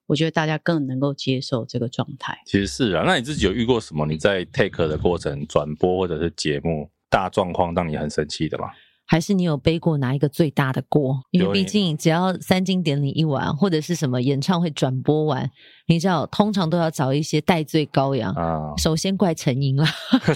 [SPEAKER 2] 我觉得大家更能够接受这个状态。
[SPEAKER 1] 其实是啊。那你自己有遇过什么？你在 take 的过程、转播或者是节目大状况让你很生气的吗？
[SPEAKER 4] 还是你有背过哪一个最大的锅？因为
[SPEAKER 1] 有
[SPEAKER 4] 毕
[SPEAKER 1] 你
[SPEAKER 4] 竟只要三金典礼一完，或者是什么演唱会转播完，你知道，通常都要找一些戴罪羔羊。
[SPEAKER 1] 啊，
[SPEAKER 4] 首先怪陈英啦，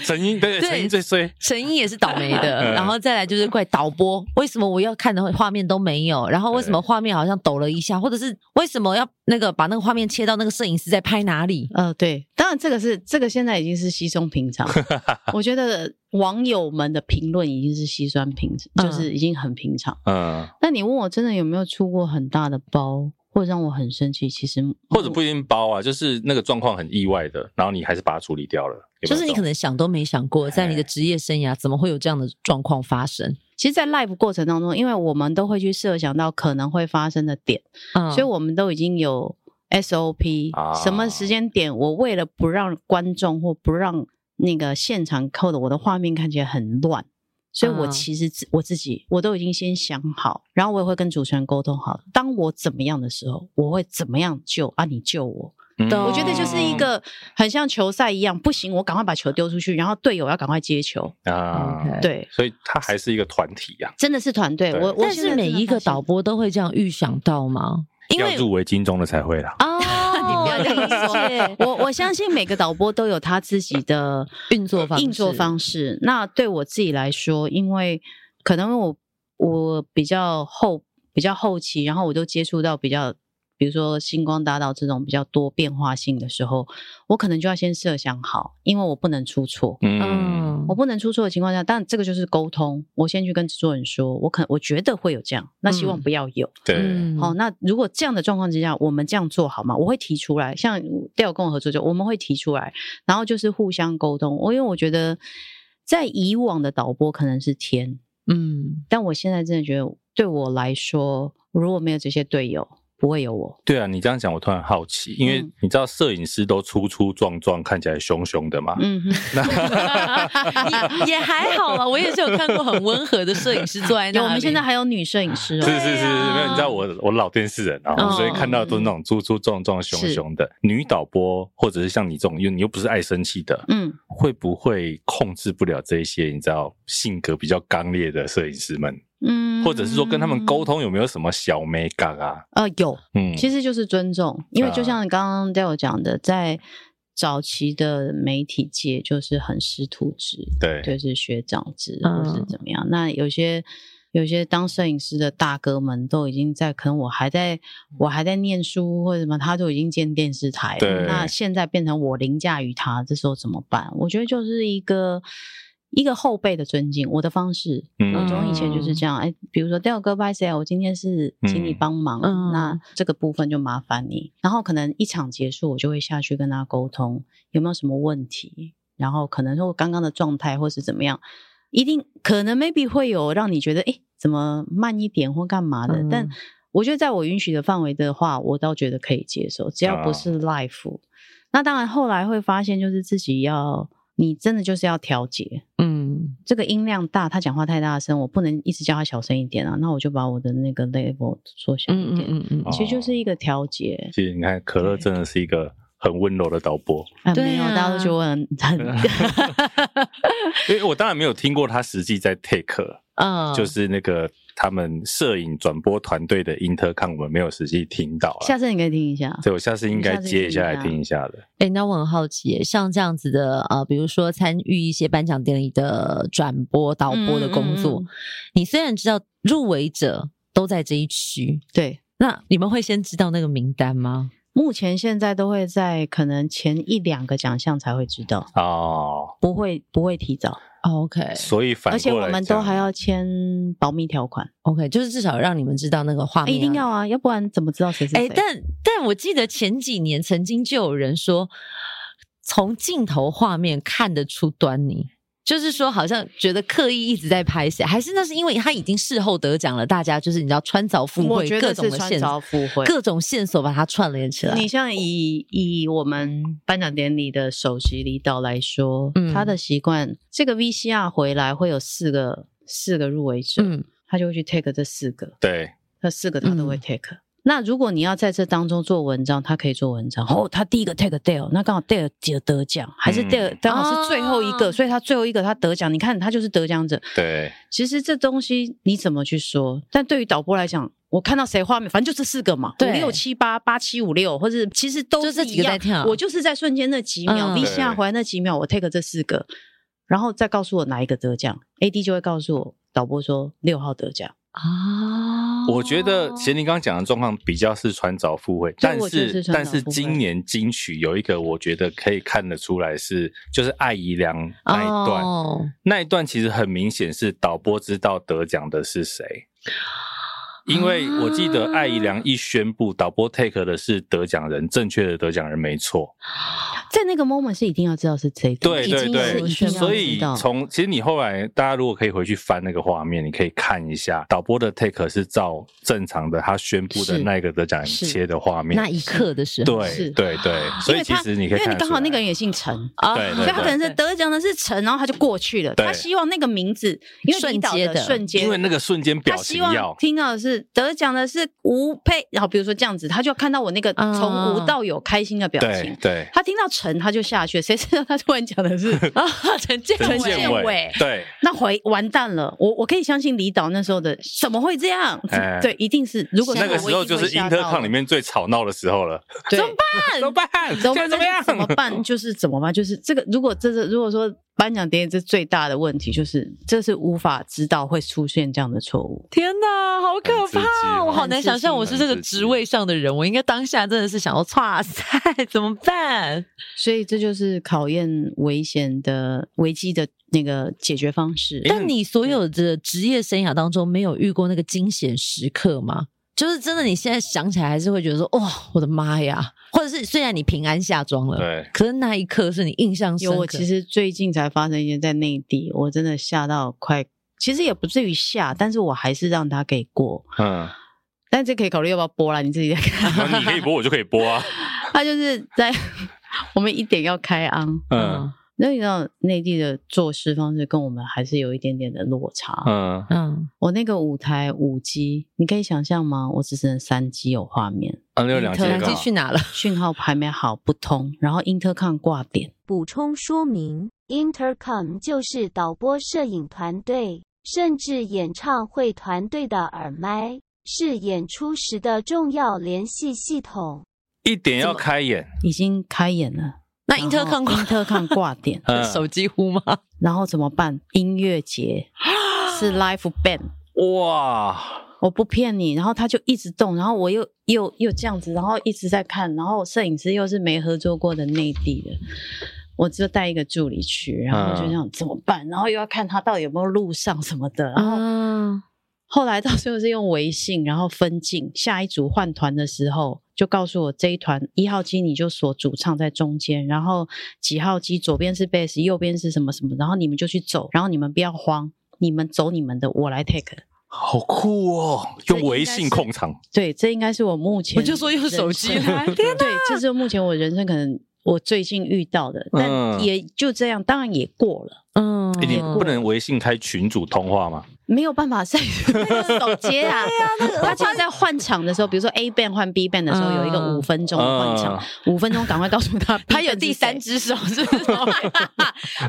[SPEAKER 1] 陈英对，
[SPEAKER 4] 对
[SPEAKER 1] 陈英最衰。
[SPEAKER 4] 陈英也是倒霉的，
[SPEAKER 1] 嗯
[SPEAKER 4] 然后再来就是怪导播，为什么我要看的画面都没有？然后为什么画面好像抖了一下，或者是为什么要那个把那个画面切到那个摄影师在拍哪里？
[SPEAKER 2] 呃，对，当然这个是这个现在已经是稀松平常， 我觉得网友们的评论已经是稀酸平，
[SPEAKER 4] 嗯
[SPEAKER 2] 就是已经很平常。
[SPEAKER 1] 嗯，
[SPEAKER 2] 那你问我真的有没有出过很大的包，或者让我很生气？其实
[SPEAKER 1] 或者不一定包啊，就是那个状况很意外的，然后你还是把它处理掉了。有没
[SPEAKER 4] 就
[SPEAKER 1] 有
[SPEAKER 4] 是你
[SPEAKER 1] 这
[SPEAKER 4] 可
[SPEAKER 1] 种
[SPEAKER 4] 能想都没想过，在
[SPEAKER 1] 哎
[SPEAKER 4] 你的职业生涯怎么会有这样的状况发生？
[SPEAKER 2] 其实，在 live 过程当中，因为我们都会去设想到可能会发生的点，
[SPEAKER 4] 嗯，
[SPEAKER 2] 所以我们都已经有 SOP，、
[SPEAKER 1] 啊
[SPEAKER 2] 什么时间点，我为了不让观众或不让那个现场扣的我的画面看起来很乱，所以我
[SPEAKER 4] 嗯
[SPEAKER 2] 其实自、我自己我都已经先想好，然后我也会跟主持人沟通好，当我怎么样的时候，我会怎么样救啊，你救我。
[SPEAKER 1] 嗯
[SPEAKER 4] 懂
[SPEAKER 2] 我觉得就是一个很像球赛一样，不行，我赶快把球丢出去，然后队友要赶快接球。
[SPEAKER 1] 啊，
[SPEAKER 4] OK
[SPEAKER 2] 嗯对，
[SPEAKER 1] 所以它还是一个团体啊呀、
[SPEAKER 2] 真的是团队。
[SPEAKER 1] 对
[SPEAKER 2] 我我
[SPEAKER 4] 但
[SPEAKER 2] 现
[SPEAKER 4] 是
[SPEAKER 2] 在
[SPEAKER 4] 每
[SPEAKER 2] 真的
[SPEAKER 4] 一个
[SPEAKER 2] 发现
[SPEAKER 4] 导播都会这样预想到吗？因
[SPEAKER 1] 要
[SPEAKER 4] 为
[SPEAKER 1] 入围金钟的才会啦。
[SPEAKER 2] 哦
[SPEAKER 4] 啊，
[SPEAKER 2] 你不要这样
[SPEAKER 4] 理解
[SPEAKER 2] 我我相信每个导播都有他自己的
[SPEAKER 4] 运作方式
[SPEAKER 2] 运作方式。那对我自己来说，因为可能我我比较后比较后期，然后我都接触到比较，比如说星光大道这种比较多变化性的时候，我可能就要先设想好，因为我不能出错。
[SPEAKER 1] 嗯，
[SPEAKER 4] 嗯
[SPEAKER 2] 我，不能出错的情况下，但这个就是沟通。我先去跟制作人说，我可我觉得会有这样，那希望
[SPEAKER 4] 嗯
[SPEAKER 2] 不要有。
[SPEAKER 1] 对，
[SPEAKER 4] 嗯
[SPEAKER 2] 好、那如果这样的状况之下，我们这样做好吗？我会提出来，像 d a l 跟我合作就我们会提出来，然后就是互相沟通。我因为我觉得，在以往的导播可能是天，
[SPEAKER 4] 嗯，
[SPEAKER 2] 但我现在真的觉得，对我来说，如果没有这些队友，不会有我。
[SPEAKER 1] 对啊，你这样讲我突然好奇，因为
[SPEAKER 2] 嗯
[SPEAKER 1] 你知道摄影师都粗粗壮壮，看起来凶凶的嘛。
[SPEAKER 2] 嗯哼，
[SPEAKER 4] 也也还好啦，我也是有看过很温和的摄影师坐在那里。
[SPEAKER 2] 有我们现在还有女摄影 师
[SPEAKER 1] 是
[SPEAKER 2] 哦，
[SPEAKER 1] 是是是，没有，你知道我我老电视人啊，
[SPEAKER 4] 哦
[SPEAKER 1] 所以看到都是那种粗粗壮壮、凶凶的女导播，或者是像你这种，又你又不是爱生气的，
[SPEAKER 2] 嗯，
[SPEAKER 1] 会不会控制不了这一些你知道性格比较刚烈的摄影师们，
[SPEAKER 2] 嗯，
[SPEAKER 1] 或者是说跟他们沟，通有没有什么小美感啊？
[SPEAKER 2] 呃，有，
[SPEAKER 1] 嗯，
[SPEAKER 2] 其实就是尊重，因为就
[SPEAKER 1] 啊
[SPEAKER 2] 像刚刚 d a l 讲的，在早期的媒体界就是很师徒制，
[SPEAKER 1] 对
[SPEAKER 2] 就是学长制
[SPEAKER 4] 嗯
[SPEAKER 2] 或是怎么样。那有些有些当摄影师的大哥们都已经在，可能我还在我还在念书或者什么，他就已经建电视台了
[SPEAKER 1] 对。
[SPEAKER 2] 那现在变成我凌驾于他，这时候怎么办？我觉得就是一个一个后辈的尊敬，我的方式。
[SPEAKER 1] 嗯
[SPEAKER 2] 我从以前就是这样，哎、比如说调哥拜谁啊，我今天是请你
[SPEAKER 1] 嗯
[SPEAKER 2] 帮忙，
[SPEAKER 4] 嗯
[SPEAKER 2] 那这个部分就麻烦你。然后可能一场结束，我就会下去跟他沟通有没有什么问题，然后可能说我刚刚的状态或是怎么样，一定可能 maybe 会有让你觉得哎、诶怎么慢一点或干嘛的，
[SPEAKER 4] 嗯
[SPEAKER 2] 但我觉得在我允许的范围的话，我倒觉得可以接受，只
[SPEAKER 4] 啊
[SPEAKER 2] 要不是 life。那当然后来会发现，就是自己要你真的就是要调节，
[SPEAKER 4] 嗯
[SPEAKER 2] 这个音量大，他讲话太大声，我不能一直叫他小声一点啊，那我就把我的那个 level 缩小一
[SPEAKER 4] 嗯
[SPEAKER 2] 点。
[SPEAKER 4] 嗯嗯嗯，
[SPEAKER 2] 其实就是一个调节，
[SPEAKER 1] 其实你看，可乐真的是一个很温柔的导播，
[SPEAKER 2] 啊
[SPEAKER 4] 对啊啊
[SPEAKER 2] 没有，大家都觉得我很很
[SPEAKER 1] 因为我当然没有听过他实际在 take，
[SPEAKER 4] 嗯，
[SPEAKER 1] 就是那个他们摄影转播团队的 intercom，我们没有实际听到啊。
[SPEAKER 2] 下次你可以听一下，
[SPEAKER 1] 对，我下次应该
[SPEAKER 2] 下次
[SPEAKER 1] 接一下来
[SPEAKER 2] 听
[SPEAKER 1] 听一下的。
[SPEAKER 4] 哎、那我很好奇耶，像这样子的呃，比如说参与一些颁奖典礼的转播、导播的工作，
[SPEAKER 2] 嗯嗯嗯
[SPEAKER 4] 你虽然知道入围者都在这一区，
[SPEAKER 2] 对。
[SPEAKER 4] 那你们会先知道那个名单吗？
[SPEAKER 2] 目前现在都会在可能前一两个奖项才会知道，
[SPEAKER 1] 哦，
[SPEAKER 2] 不会不会提早，
[SPEAKER 4] 哦 OK
[SPEAKER 1] 所以反
[SPEAKER 2] 而且
[SPEAKER 1] 过来讲，
[SPEAKER 2] 我们都还要签保密条款，
[SPEAKER 4] OK，就是至少让你们知道那个画
[SPEAKER 2] 啊
[SPEAKER 4] 面、
[SPEAKER 2] 一定。要啊，要不然怎么知道谁是
[SPEAKER 4] 哎、
[SPEAKER 2] 谁？
[SPEAKER 4] 但但我记得前几年曾经就有人说，从镜头画面看得出端倪。就是说，好像觉得刻意一直在拍谁，还是那是因为他已经事后得奖了，大家就是你知道穿凿附
[SPEAKER 2] 我
[SPEAKER 4] 会
[SPEAKER 2] 觉
[SPEAKER 4] 各
[SPEAKER 2] 得
[SPEAKER 4] 种
[SPEAKER 2] 是
[SPEAKER 4] 的
[SPEAKER 2] 穿
[SPEAKER 4] 线索
[SPEAKER 2] 凿附会，
[SPEAKER 4] 各种线索把它串联起来。
[SPEAKER 2] 你像以以我们颁奖典礼的首席领导来说，
[SPEAKER 4] 嗯
[SPEAKER 2] 他的习惯，这个 VCR 回来会有四个四个入围者，
[SPEAKER 4] 嗯
[SPEAKER 2] 他就会去 take 这四个，
[SPEAKER 1] 对，
[SPEAKER 2] 这四个他都会 take。那如果你要在这当中做文章，他可以做文章。哦，他第一个 take Dale，那刚好 Dale 得得奖，还是
[SPEAKER 1] 嗯
[SPEAKER 2] Dale 刚好是最后一个，
[SPEAKER 4] 哦
[SPEAKER 2] 所以他最后一个他得奖。你看他就是得奖者。
[SPEAKER 1] 对，
[SPEAKER 2] 其实这东西你怎么去说？但对于导播来讲，我看到谁画面，反正就这四个嘛，五
[SPEAKER 4] 对
[SPEAKER 2] 六七八八七五六，或者其实都
[SPEAKER 4] 就是这
[SPEAKER 2] 一
[SPEAKER 4] 几个在
[SPEAKER 2] 样。
[SPEAKER 4] 跳
[SPEAKER 2] 我就是在瞬间那几秒
[SPEAKER 4] 嗯
[SPEAKER 2] ，V 下
[SPEAKER 1] 对
[SPEAKER 2] 回来那几秒，我 take 这四个，然后再告诉我哪一个得奖，AD 就会告诉我导播说六号得奖。
[SPEAKER 4] 啊
[SPEAKER 1] 我觉得贤玲刚刚讲的状况比较是穿凿附会，但
[SPEAKER 2] 哦我觉得
[SPEAKER 1] 是
[SPEAKER 2] 是穿
[SPEAKER 1] 但
[SPEAKER 2] 凿
[SPEAKER 1] 是
[SPEAKER 2] 附会
[SPEAKER 1] 今年金曲有一个我觉得可以看得出来是就是艾怡良那一段，
[SPEAKER 4] 哦
[SPEAKER 1] 那一段其实很明显是导播知道得奖的是谁。因为我记得艾怡
[SPEAKER 2] 啊
[SPEAKER 1] 良一宣布，导播 take 的是得奖人，正确的得奖人没错。
[SPEAKER 2] 在那个 moment 是一定要知道是谁得
[SPEAKER 1] 对
[SPEAKER 2] 奖，
[SPEAKER 1] 对
[SPEAKER 2] 已经
[SPEAKER 1] 对
[SPEAKER 2] 是一定要
[SPEAKER 1] 所以
[SPEAKER 2] 知道
[SPEAKER 1] 从其实你后来大家如果可以回去翻那个画面，你可以看一下导播的 take 是照正常的他宣布的
[SPEAKER 2] 是
[SPEAKER 1] 那个得奖人
[SPEAKER 2] 是
[SPEAKER 1] 切的画面，
[SPEAKER 4] 那一刻的时候，
[SPEAKER 1] 对
[SPEAKER 2] 是
[SPEAKER 1] 对对，所
[SPEAKER 2] 因
[SPEAKER 1] 以
[SPEAKER 2] 为
[SPEAKER 1] 其
[SPEAKER 2] 他
[SPEAKER 1] 实你可以
[SPEAKER 2] 因为
[SPEAKER 1] 看
[SPEAKER 2] 你
[SPEAKER 1] 得
[SPEAKER 2] 刚好
[SPEAKER 1] 出
[SPEAKER 2] 那个
[SPEAKER 1] 来
[SPEAKER 2] 人也姓陈，
[SPEAKER 4] 啊
[SPEAKER 1] 对对
[SPEAKER 2] 所以他可能是
[SPEAKER 4] 对
[SPEAKER 2] 得奖的是陈，然后他就过去了。
[SPEAKER 1] 对
[SPEAKER 2] 他希望那个名字，因为
[SPEAKER 4] 瞬
[SPEAKER 2] 离岛
[SPEAKER 4] 间
[SPEAKER 2] 的
[SPEAKER 4] 的
[SPEAKER 2] 瞬间，
[SPEAKER 1] 因为那个瞬间表
[SPEAKER 2] 他
[SPEAKER 1] 情
[SPEAKER 2] 希
[SPEAKER 1] 要
[SPEAKER 2] 望听到的是得奖的是吴佩，然后比如说这样子，他就要看到我那个
[SPEAKER 4] 啊
[SPEAKER 2] 从无到有开心的表
[SPEAKER 1] 对
[SPEAKER 2] 情。
[SPEAKER 1] 对，
[SPEAKER 2] 他听到陈，他就下去了，谁知道他突然 讲的是
[SPEAKER 4] 啊，陈建
[SPEAKER 2] 陈
[SPEAKER 1] 陈
[SPEAKER 2] 建
[SPEAKER 1] 建
[SPEAKER 2] 伟
[SPEAKER 1] 伟对，
[SPEAKER 2] 那回完蛋了。我我可以相信李导那时候的怎么会这样？
[SPEAKER 1] 哎
[SPEAKER 2] 对，一定是如果
[SPEAKER 1] 那个时候就是
[SPEAKER 2] 英
[SPEAKER 1] intercom 里面最吵闹的时候了，
[SPEAKER 2] 对
[SPEAKER 1] 怎么办？怎么办？现
[SPEAKER 2] 怎么
[SPEAKER 1] 在怎么样？
[SPEAKER 2] 怎么办？就是怎么办？就是这个，如果这是如果说颁奖典礼这最大的问题，就是这是无法知道会出现这样的错误。
[SPEAKER 4] 天哪，好可
[SPEAKER 1] 很刺激
[SPEAKER 4] 怕哦！
[SPEAKER 1] 哦
[SPEAKER 4] 我好难想象我是这个
[SPEAKER 1] 很刺激
[SPEAKER 4] 职位上的人，我应该当下真的是想要哇塞，怎么办？
[SPEAKER 2] 所以这就是考验危险的危机的那个解决方式。
[SPEAKER 1] 因为
[SPEAKER 4] 但你所有的职业生涯当中，没有遇过那个惊险时刻吗？就是真的，你现在想起来还是会觉得说，哇、我的妈呀！或者是虽然你平安下庄了，
[SPEAKER 1] 对，
[SPEAKER 4] 可是那一刻是你印象深
[SPEAKER 2] 有，
[SPEAKER 4] 刻。
[SPEAKER 2] 我其实最近才发生一件在内地，我真的吓到快，其实也不至于吓，但是我还是让他给过。
[SPEAKER 1] 嗯，
[SPEAKER 2] 但这可以考虑要不要播啦，你自己再看。
[SPEAKER 1] 哦那你可以播，我就可以播啊，
[SPEAKER 2] 他就是在 我们一点要开昂，
[SPEAKER 1] 嗯
[SPEAKER 2] 那你知道内地的做事方式跟我们还是有一点点的落差。
[SPEAKER 1] 嗯，
[SPEAKER 4] 嗯，
[SPEAKER 2] 我那个舞台五 G，你可以想象吗？我只剩三 G 有画面，
[SPEAKER 1] 啊，六两
[SPEAKER 2] 特
[SPEAKER 1] 千
[SPEAKER 4] 两
[SPEAKER 2] 技
[SPEAKER 1] 个
[SPEAKER 4] 季去哪了？
[SPEAKER 2] 讯号还没好不通，然后 intercom 挂点。
[SPEAKER 5] 补充说明，intercom 就是导播摄影团队，甚至演唱会团队的耳麦，是演出时的重要联系系统。
[SPEAKER 1] 一点要开演，
[SPEAKER 2] 已经开演了，
[SPEAKER 4] 那
[SPEAKER 2] 然
[SPEAKER 4] 英
[SPEAKER 2] 后
[SPEAKER 4] 特康
[SPEAKER 2] intercom 挂点，
[SPEAKER 1] 嗯，
[SPEAKER 4] 手机呼吗？
[SPEAKER 2] 然后怎么办？音乐节是 live band，
[SPEAKER 1] 哇，
[SPEAKER 2] 我不骗你。然后他就一直动，然后我又又又这样子，然后一直在看，然后摄影师又是没合作过的内地的，我就带一个助理去，然后我就想怎么办，然后又要看他到底有没有路上什么的，然后
[SPEAKER 4] 啊，
[SPEAKER 2] 后来到最后是用微信，然后分镜。下一组换团的时候，就告诉我这一团一号机你就锁主唱在中间，然后几号机左边是贝斯，右边是什么什么，然后你们就去走，然后你们不要慌，你们走你们的，我来 take。
[SPEAKER 1] 好酷哦！
[SPEAKER 2] 这
[SPEAKER 1] 用微信控场，
[SPEAKER 2] 对，这应该是我目前
[SPEAKER 4] 我就说用手机
[SPEAKER 2] 人 生
[SPEAKER 4] 来，天
[SPEAKER 2] 对，这是目前我人生可能我最近遇到的，但
[SPEAKER 1] 嗯
[SPEAKER 2] 也就这样，当然也过了。
[SPEAKER 4] 嗯
[SPEAKER 1] 诶哎你不能微信开群主通话吗？
[SPEAKER 2] 没有办 法在手接啊，他就在换场的时候，比如说 A band 换 B band 的时候，
[SPEAKER 4] 嗯
[SPEAKER 2] 有一个五分钟的换场，五分钟赶快告诉他 B band 是谁，
[SPEAKER 4] 他有第三只手是不是？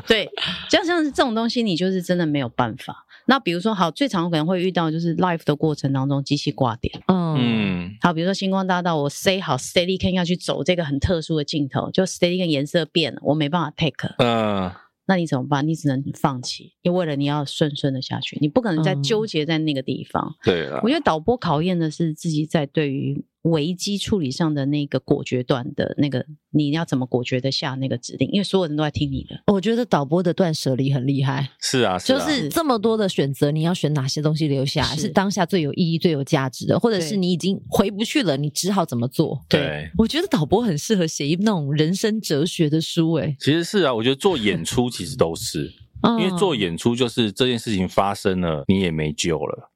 [SPEAKER 2] 对，就像是这种东西，你就是真的没有办法。那比如说，好，最常可能会遇到就是 live 的过程当中机器挂点，
[SPEAKER 4] 嗯
[SPEAKER 1] 嗯，
[SPEAKER 2] 好，比如说星光大道，我 say 好 steady can 要去走这个很特殊的镜头，就 steady can 颜色变了，我没办法 take，
[SPEAKER 1] 嗯，
[SPEAKER 2] 那你怎么办？你只能放弃，因为了你要顺顺的下去，你不可能再
[SPEAKER 4] 嗯
[SPEAKER 2] 纠结在那个地方。
[SPEAKER 1] 对了
[SPEAKER 2] 我，觉得导播考验的是自己在对于危机处理上的那个果决断的那个，你要怎么果决的下那个指令，因为所有人都在听你的。
[SPEAKER 4] 我觉得导播的断舍离很厉害，
[SPEAKER 1] 是啊，
[SPEAKER 4] 就
[SPEAKER 1] 啊
[SPEAKER 4] 是这么多的选择，你要选哪些东西留下来
[SPEAKER 2] 是
[SPEAKER 4] 是当下最有意义、最有价值的，或者是
[SPEAKER 2] 对
[SPEAKER 4] 你已经回不去了，你只好怎么做？
[SPEAKER 1] 对。
[SPEAKER 4] 我觉得导播很适合写一那种人生哲学的书、欸诶，
[SPEAKER 1] 其实是啊，我觉得做演出其实都是，
[SPEAKER 4] 哎，
[SPEAKER 2] 嗯
[SPEAKER 1] 因为做演出就是这件事情发生了，你也没救了。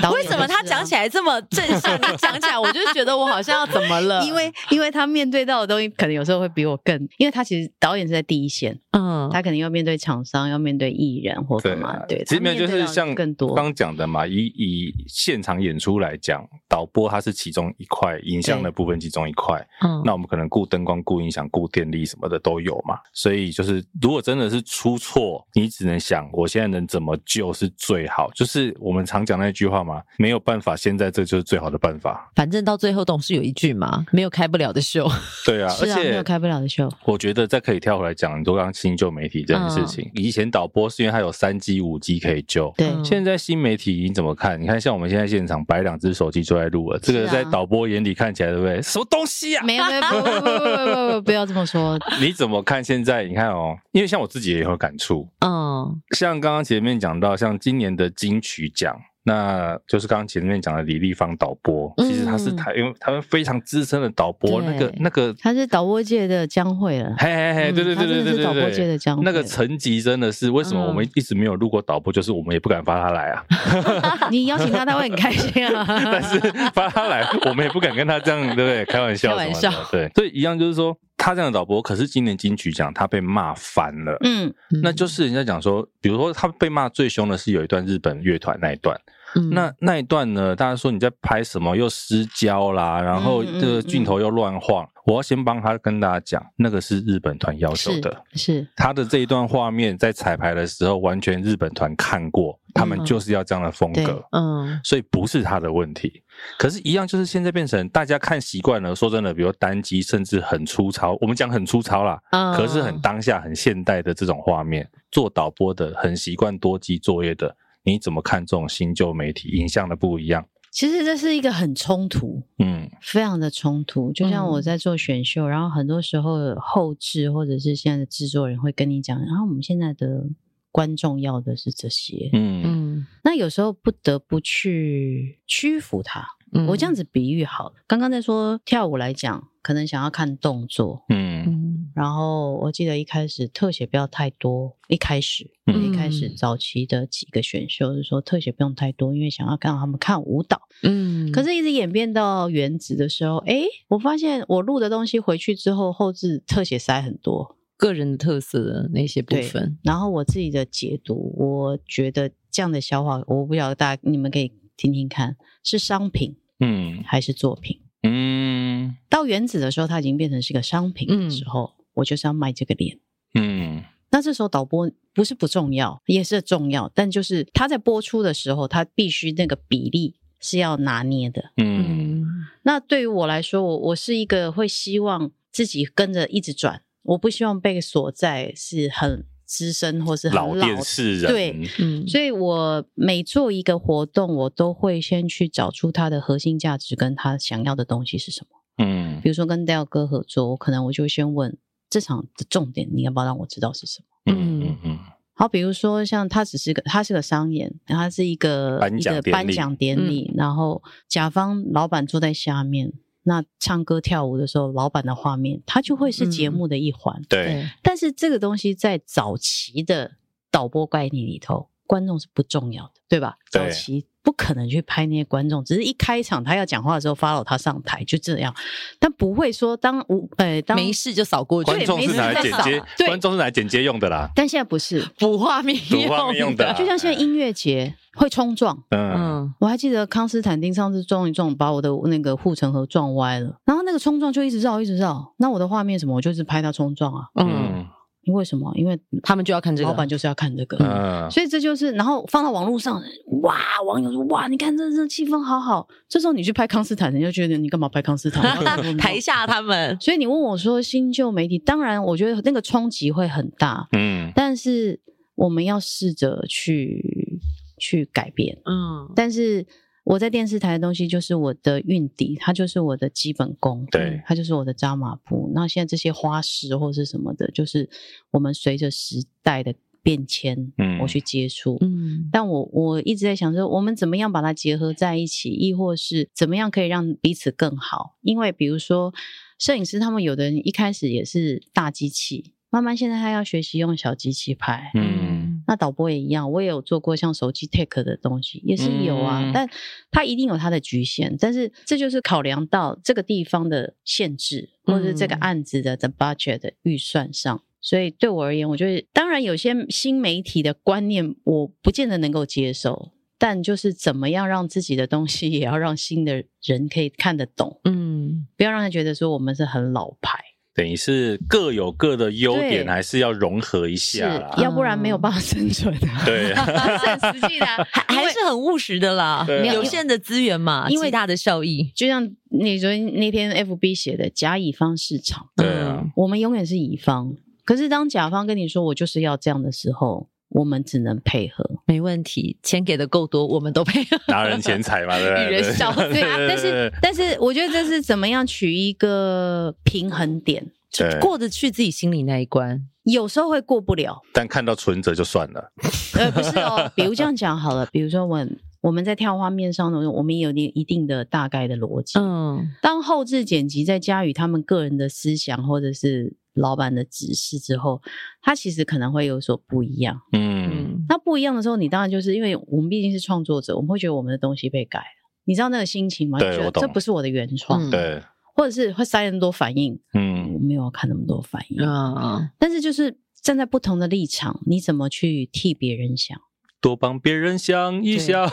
[SPEAKER 2] 导
[SPEAKER 4] 为
[SPEAKER 2] 演
[SPEAKER 4] 什么
[SPEAKER 2] 也
[SPEAKER 4] 他
[SPEAKER 2] 是啊
[SPEAKER 4] 讲起？来这么正向？ 你讲起来，我就觉得我好像要怎么了？
[SPEAKER 2] 因为因为他面对到的东西，可能有时候会比我更，因为他其实导演是在第一线，
[SPEAKER 4] 嗯，
[SPEAKER 2] 他可能要面对厂商，要面对艺人或干嘛
[SPEAKER 1] 啊，，
[SPEAKER 2] 哦对，
[SPEAKER 1] 其实
[SPEAKER 2] 他
[SPEAKER 1] 没有，就
[SPEAKER 2] 面对
[SPEAKER 1] 是
[SPEAKER 2] 到的
[SPEAKER 1] 像
[SPEAKER 2] 更多
[SPEAKER 1] 刚讲的嘛，以以现场演出来讲，导播它是其中一块，影像的部分其中一块。
[SPEAKER 4] 嗯
[SPEAKER 1] 那我们可能顾灯光、顾音响、顾电力什么的都有嘛。所以就是，如果真的是出错，你只能想我现在能怎么救是最好。就是我们常讲那句话嘛，没有办法，现在这就是最好的办法。
[SPEAKER 4] 反正到最后董事有一句嘛，没有开不了的秀。
[SPEAKER 1] 对啊，而
[SPEAKER 2] 是啊，没
[SPEAKER 1] 且
[SPEAKER 2] 有开不了的秀，
[SPEAKER 1] 我觉得再可以跳回来讲，你说刚刚新旧媒体这件事情，以前导播是因为它有三 G、五 G 可以救，
[SPEAKER 2] 嗯对，
[SPEAKER 4] 嗯
[SPEAKER 1] 现在新媒体你怎么看？你看像我们现在现场摆两只手机就在录了，这个
[SPEAKER 2] 是啊
[SPEAKER 1] 在导播眼里看起来对不对？什么东西啊？
[SPEAKER 2] 没有没有不不不不不不不要这么说，
[SPEAKER 1] 你怎么看现在？你看哦，因为像我自己也有感触，
[SPEAKER 4] 嗯
[SPEAKER 1] 像刚刚前面讲到，像今年的金曲奖。那就是刚刚前面讲的李丽芳导播，
[SPEAKER 4] 嗯
[SPEAKER 1] 其实她是台因为台湾非常资深的导播，
[SPEAKER 4] 对
[SPEAKER 1] 那个那个，
[SPEAKER 2] 他是导播界的江 蕙了。
[SPEAKER 1] 嘿嘿嘿，
[SPEAKER 2] 嗯
[SPEAKER 1] 对对
[SPEAKER 2] 她
[SPEAKER 1] 对
[SPEAKER 2] 真的
[SPEAKER 1] 对对
[SPEAKER 2] 是
[SPEAKER 1] 对
[SPEAKER 2] 导播
[SPEAKER 1] 对，
[SPEAKER 2] 界的江欸嗯
[SPEAKER 1] 那个
[SPEAKER 2] 蕙
[SPEAKER 1] 层级真的是为什么我们一直没有录过导播，就是我们也不敢发他来 啊。
[SPEAKER 2] 你邀请他，他会很开心啊
[SPEAKER 1] 但。是发他来，我们也不敢跟他这样，对不对？开玩笑
[SPEAKER 4] 开
[SPEAKER 1] 什
[SPEAKER 4] 玩
[SPEAKER 1] 么的
[SPEAKER 4] 笑，
[SPEAKER 1] 对。所以一样就是说，他这样的导播，可是今年金曲奖他被骂翻了。
[SPEAKER 2] 嗯，
[SPEAKER 4] 嗯
[SPEAKER 1] 那就是人家讲说，比如说他被骂最凶的是有一段日本乐团那一段，
[SPEAKER 4] 嗯
[SPEAKER 1] 那那一段呢，大家说你在拍什么，又失焦啦，然后
[SPEAKER 2] 嗯嗯
[SPEAKER 1] 这个
[SPEAKER 2] 嗯
[SPEAKER 1] 镜头又乱晃。我要先帮他跟大家讲，那个是日本团要求
[SPEAKER 2] 是
[SPEAKER 1] 的，
[SPEAKER 2] 是，
[SPEAKER 1] 他的这一段画面在彩排的时候，完全日本团看过，他们就是要这样的风格，
[SPEAKER 2] 嗯对
[SPEAKER 4] 嗯
[SPEAKER 1] 所以不是他的问题。可是，一样就是现在变成大家看习惯了。说真的，比如单机，甚至很粗糙，我们讲很粗糙啦，
[SPEAKER 4] 嗯
[SPEAKER 1] 可是很当下、很现代的这种画面，做导播的很习惯多机作业的，你怎么看这种新旧媒体影像的不一样？
[SPEAKER 2] 其实这是一个很冲突，
[SPEAKER 1] 嗯
[SPEAKER 2] 非常的冲突。就像
[SPEAKER 4] 嗯
[SPEAKER 2] 我在做选秀，然后很多时候后置或者是现在的制作人会跟你讲，啊然后我们现在的观众要的是这些，
[SPEAKER 1] 嗯
[SPEAKER 4] 嗯
[SPEAKER 2] 那有时候不得不去屈服他。
[SPEAKER 4] 嗯
[SPEAKER 2] 我这样子比喻好了，刚刚在说跳舞来讲，可能想要看动作。
[SPEAKER 1] 嗯
[SPEAKER 4] 嗯
[SPEAKER 2] 然后我记得一开始特写不要太多，一开始
[SPEAKER 1] 嗯
[SPEAKER 2] 一开始早期的几个选秀是说特写不用太多，因为想要让他们看舞蹈。
[SPEAKER 4] 嗯，
[SPEAKER 2] 可是，一直演变到原子的时候，诶，我发现我录的东西回去之后，后置特写塞很多，
[SPEAKER 4] 个人的特色的那些部
[SPEAKER 2] 对
[SPEAKER 4] 分，
[SPEAKER 2] 然后我自己的解读，我觉得这样的消化，我不晓得大家你们可以听听看，是商品
[SPEAKER 1] 嗯
[SPEAKER 2] 还是作品？
[SPEAKER 1] 嗯
[SPEAKER 2] 到原子的时候，它已经变成是个商品的时候，我就是要卖这个脸。
[SPEAKER 1] 嗯
[SPEAKER 2] 那这时候导播不是不重要，也是重要，但就是他在播出的时候，他必须那个比例是要拿捏的。
[SPEAKER 1] 嗯
[SPEAKER 4] 嗯
[SPEAKER 2] 那对于我来说，我我是一个会希望自己跟着一直转，我不希望被锁在是很资深或是很
[SPEAKER 1] 老
[SPEAKER 2] 老
[SPEAKER 1] 电视人，
[SPEAKER 2] 对，
[SPEAKER 4] 嗯，
[SPEAKER 2] 所以我每做一个活动，我都会先去找出它的核心价值跟他想要的东西是什么。
[SPEAKER 1] 嗯
[SPEAKER 2] 比如说跟 Dell 哥合作，我可能我就先问这场的重点，你要不要让我知道是什么？
[SPEAKER 1] 嗯嗯嗯，
[SPEAKER 2] 好，比如说像他只是个，他是个商演，然后它是一个
[SPEAKER 1] 颁
[SPEAKER 2] 一
[SPEAKER 1] 奖
[SPEAKER 2] 个
[SPEAKER 1] 典
[SPEAKER 2] 颁
[SPEAKER 1] 礼
[SPEAKER 2] 奖典礼，然后甲方老板坐在下面，那唱歌跳舞的时候，老板的画面，它就会是节目的一环。
[SPEAKER 1] 对，
[SPEAKER 2] 但是这个东西在早期的导播概念里头，观众是不重要的，对吧？
[SPEAKER 1] 对
[SPEAKER 2] 早期不可能去拍那些观众，只是一开场他要讲话的时候发到他上台就这样，但不会说当无呃当
[SPEAKER 4] 没。事就扫过去，
[SPEAKER 1] 观众是拿来
[SPEAKER 4] 没事
[SPEAKER 1] 剪
[SPEAKER 4] 就扫
[SPEAKER 1] 接，
[SPEAKER 2] 对
[SPEAKER 1] 观众是拿来剪接用的啦，
[SPEAKER 2] 但现在不 是，
[SPEAKER 4] 补画面
[SPEAKER 1] 读画面用的哎啦，
[SPEAKER 2] 就像现在音乐节会冲撞。
[SPEAKER 1] 嗯，
[SPEAKER 4] 嗯，
[SPEAKER 2] 我还记得康斯坦丁上次撞一撞，把我的那个护城河撞歪了，然后那个冲撞就一直绕，一直绕。那我的画面什么，我就是拍他冲撞啊。
[SPEAKER 4] 嗯，
[SPEAKER 1] 嗯
[SPEAKER 2] 因为什么？因为
[SPEAKER 4] 他们就要看这个
[SPEAKER 2] 老板就是要看这个。
[SPEAKER 1] 嗯，
[SPEAKER 2] 所以这就是，然后放到网络上，哇，网友说哇，你看这这气氛好好。这时候你去拍康斯坦，人家觉得你干嘛拍康斯 坦？
[SPEAKER 4] 台。下他们，
[SPEAKER 2] 所以你问我说新旧媒体，当然我觉得那个冲击会很大，
[SPEAKER 1] 嗯
[SPEAKER 2] 但是我们要试着去去改变。
[SPEAKER 4] 嗯，
[SPEAKER 2] 但是我在电视台的东西就是我的运底，它就是我的基本功，嗯
[SPEAKER 1] 对
[SPEAKER 2] 它就是我的扎马步。那现在这些花式或是什么的，就是我们随着时代的变迁，
[SPEAKER 1] 嗯
[SPEAKER 2] 我去接触，
[SPEAKER 4] 嗯，
[SPEAKER 2] 但我我一直在想说，我们怎么样把它结合在一起，亦或是怎么样可以让彼此更好？因为比如说，摄影师他们有的人一开始也是大机器，慢慢现在他要学习用小机器拍。
[SPEAKER 1] 嗯，
[SPEAKER 2] 那导播也一样，我也有做过像手机 take 的东西，也是有啊，
[SPEAKER 1] 嗯
[SPEAKER 2] 但它一定有它的局限，但是这就是考量到这个地方的限制，或者是这个
[SPEAKER 4] 嗯
[SPEAKER 2] 案子的的 budget 的预算上。所以对我而言，我觉得当然有些新媒体的观念，我不见得能够接受，但就是怎么样让自己的东西也 要让新的人可以看得懂，
[SPEAKER 4] 嗯，
[SPEAKER 2] 不要让他觉得说我们是很老牌，
[SPEAKER 1] 等于是各有各的优点，
[SPEAKER 2] 对
[SPEAKER 1] 还是要融合一
[SPEAKER 2] 是
[SPEAKER 1] 下啦。嗯
[SPEAKER 2] 要不然没有办法生存的、
[SPEAKER 1] 对啊
[SPEAKER 2] 是很实际的啊、
[SPEAKER 4] 还
[SPEAKER 2] 因为
[SPEAKER 4] 还是很务实的啦，
[SPEAKER 1] 对啊
[SPEAKER 4] 有限的资源嘛，
[SPEAKER 2] 因为
[SPEAKER 4] 极大的效益，
[SPEAKER 2] 就像你昨天那篇 FB 写的假乙方市场，
[SPEAKER 1] 对
[SPEAKER 4] 嗯
[SPEAKER 1] 啊，
[SPEAKER 2] 我们永远是乙方，可是当甲方跟你说我就是要这样的时候，我们只能配合。
[SPEAKER 4] 没问题，钱给的够多，我们都配合，
[SPEAKER 1] 拿人钱财嘛，对 不对？
[SPEAKER 4] 与 人消费
[SPEAKER 2] 对啊，但
[SPEAKER 1] 对
[SPEAKER 2] 是但是我觉得这是怎么样取一个平衡点，
[SPEAKER 4] 就
[SPEAKER 1] 对
[SPEAKER 4] 过得去自己心里那一关，
[SPEAKER 2] 有时候会过不了。
[SPEAKER 1] 但看到存折就算了。
[SPEAKER 2] 呃，不是哦，比如这样讲好了，比如说我们我们在跳画面上的时候，我们也有一定一定的大概的逻辑。
[SPEAKER 4] 嗯
[SPEAKER 2] 当后置剪辑再加于他们个人的思想或者是老板的指示之后，它其实可能会有所不一样。
[SPEAKER 1] 嗯，
[SPEAKER 4] 嗯
[SPEAKER 2] 那不一样的时候，你当然就是因为我们毕竟是创作者，我们会觉得我们的东西被改了。你知道那个心情吗？
[SPEAKER 1] 对
[SPEAKER 2] 就觉
[SPEAKER 1] 我
[SPEAKER 2] 得
[SPEAKER 1] 懂
[SPEAKER 2] 这不是我的原创，
[SPEAKER 4] 嗯
[SPEAKER 1] 对，
[SPEAKER 2] 或者是会塞很多反应，我
[SPEAKER 1] 嗯
[SPEAKER 2] 没有要看那么多反应。
[SPEAKER 4] 嗯
[SPEAKER 2] 但是就是站在不同的立场，你怎么去替别人想？
[SPEAKER 1] 多帮别人想一想。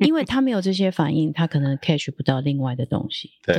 [SPEAKER 2] 因为他没有这些反应，他可能 catch 不到另外的东西。
[SPEAKER 1] 对，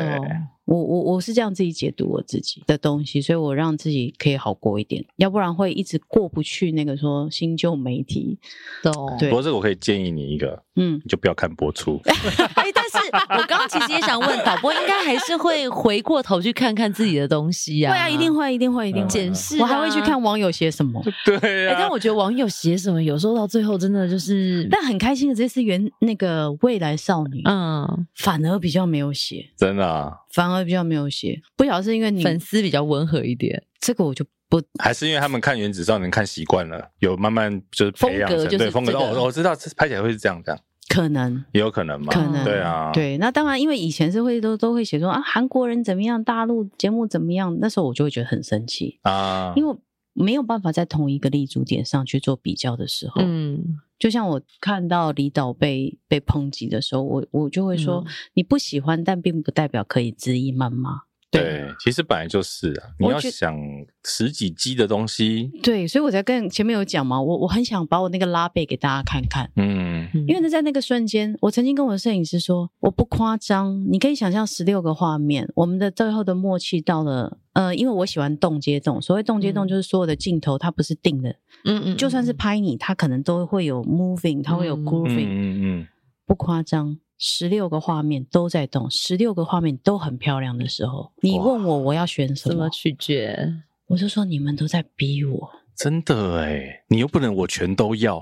[SPEAKER 2] 我我我是这样自己解读我自己的东西，所以我让自己可以好过一点，要不然会一直过不去那个说新旧媒体。
[SPEAKER 4] 懂。
[SPEAKER 1] 不
[SPEAKER 2] 对
[SPEAKER 1] 过这个我可以建议你一个，
[SPEAKER 2] 嗯，
[SPEAKER 1] 你就不要看播出。
[SPEAKER 4] 哎， 但是我刚刚其实也想问，导播应该还是会回过头去看看自己的东西呀、
[SPEAKER 2] 会啊，一定会，一啊定会，一定会。
[SPEAKER 4] 检视、
[SPEAKER 2] 我还会去看。网友写什么。
[SPEAKER 1] 对
[SPEAKER 4] 哎、
[SPEAKER 2] 啊
[SPEAKER 1] 呀，
[SPEAKER 4] 但我觉得网友写什么，有时候到最后真的就是，
[SPEAKER 2] 但很开心的，这次原那个未来少女，
[SPEAKER 4] 嗯，
[SPEAKER 2] 反而比较没有写，
[SPEAKER 1] 真的啊
[SPEAKER 2] 反而比较没有写。不晓得是因为你
[SPEAKER 4] 嗯粉丝比较温和一点，
[SPEAKER 2] 这个我就不
[SPEAKER 1] 还是因为他们看《原子少年》看习惯了，有慢慢就是培养
[SPEAKER 4] 风格
[SPEAKER 1] 成
[SPEAKER 4] 就是
[SPEAKER 1] 对风格。
[SPEAKER 4] 这个
[SPEAKER 1] 哦，我知道拍起来会是这样这样，
[SPEAKER 2] 可能。
[SPEAKER 1] 也有可能嘛。
[SPEAKER 2] 可能
[SPEAKER 1] 对啊，
[SPEAKER 2] 对，那当然，因为以前是会都都会写说啊，韩国人怎么样，大陆节目怎么样，那时候我就会觉得很生气，
[SPEAKER 1] 啊，
[SPEAKER 2] 因为没有办法在同一个立足点上去做比较的时候，
[SPEAKER 4] 嗯，
[SPEAKER 2] 就像我看到李导被被抨击的时候，我我就会说、
[SPEAKER 4] 嗯
[SPEAKER 2] 你不喜欢，但并不代表可以恣意谩骂。
[SPEAKER 1] 对，其实本来就是啊，你
[SPEAKER 2] 我
[SPEAKER 1] 要
[SPEAKER 2] 觉
[SPEAKER 1] 想十几集的东西，
[SPEAKER 2] 对，所以我才跟前面有讲嘛，我我很想把我那个拉背给大家看看，
[SPEAKER 1] 嗯
[SPEAKER 2] 因为呢，在那个瞬间，我曾经跟我的摄影师说，我不夸张，你可以想象十六个画面，我们的最后的默契到了，呃，因为我喜欢动接动，所谓动接动
[SPEAKER 4] 嗯
[SPEAKER 2] 就是所有的镜头它不是定的，
[SPEAKER 4] 嗯嗯，
[SPEAKER 2] 就算是拍你，它可能都会有 moving，它会有
[SPEAKER 4] 嗯
[SPEAKER 1] 嗯
[SPEAKER 2] grooving，、
[SPEAKER 1] 嗯嗯，
[SPEAKER 2] 不夸张。十六个画面都在动，十六个画面都很漂亮的时候，你
[SPEAKER 1] 哇
[SPEAKER 2] 问我我要选什
[SPEAKER 4] 怎
[SPEAKER 2] 么
[SPEAKER 4] 么，取决，
[SPEAKER 2] 我就说你们都在逼我，
[SPEAKER 1] 真的哎，你又不能我全都要，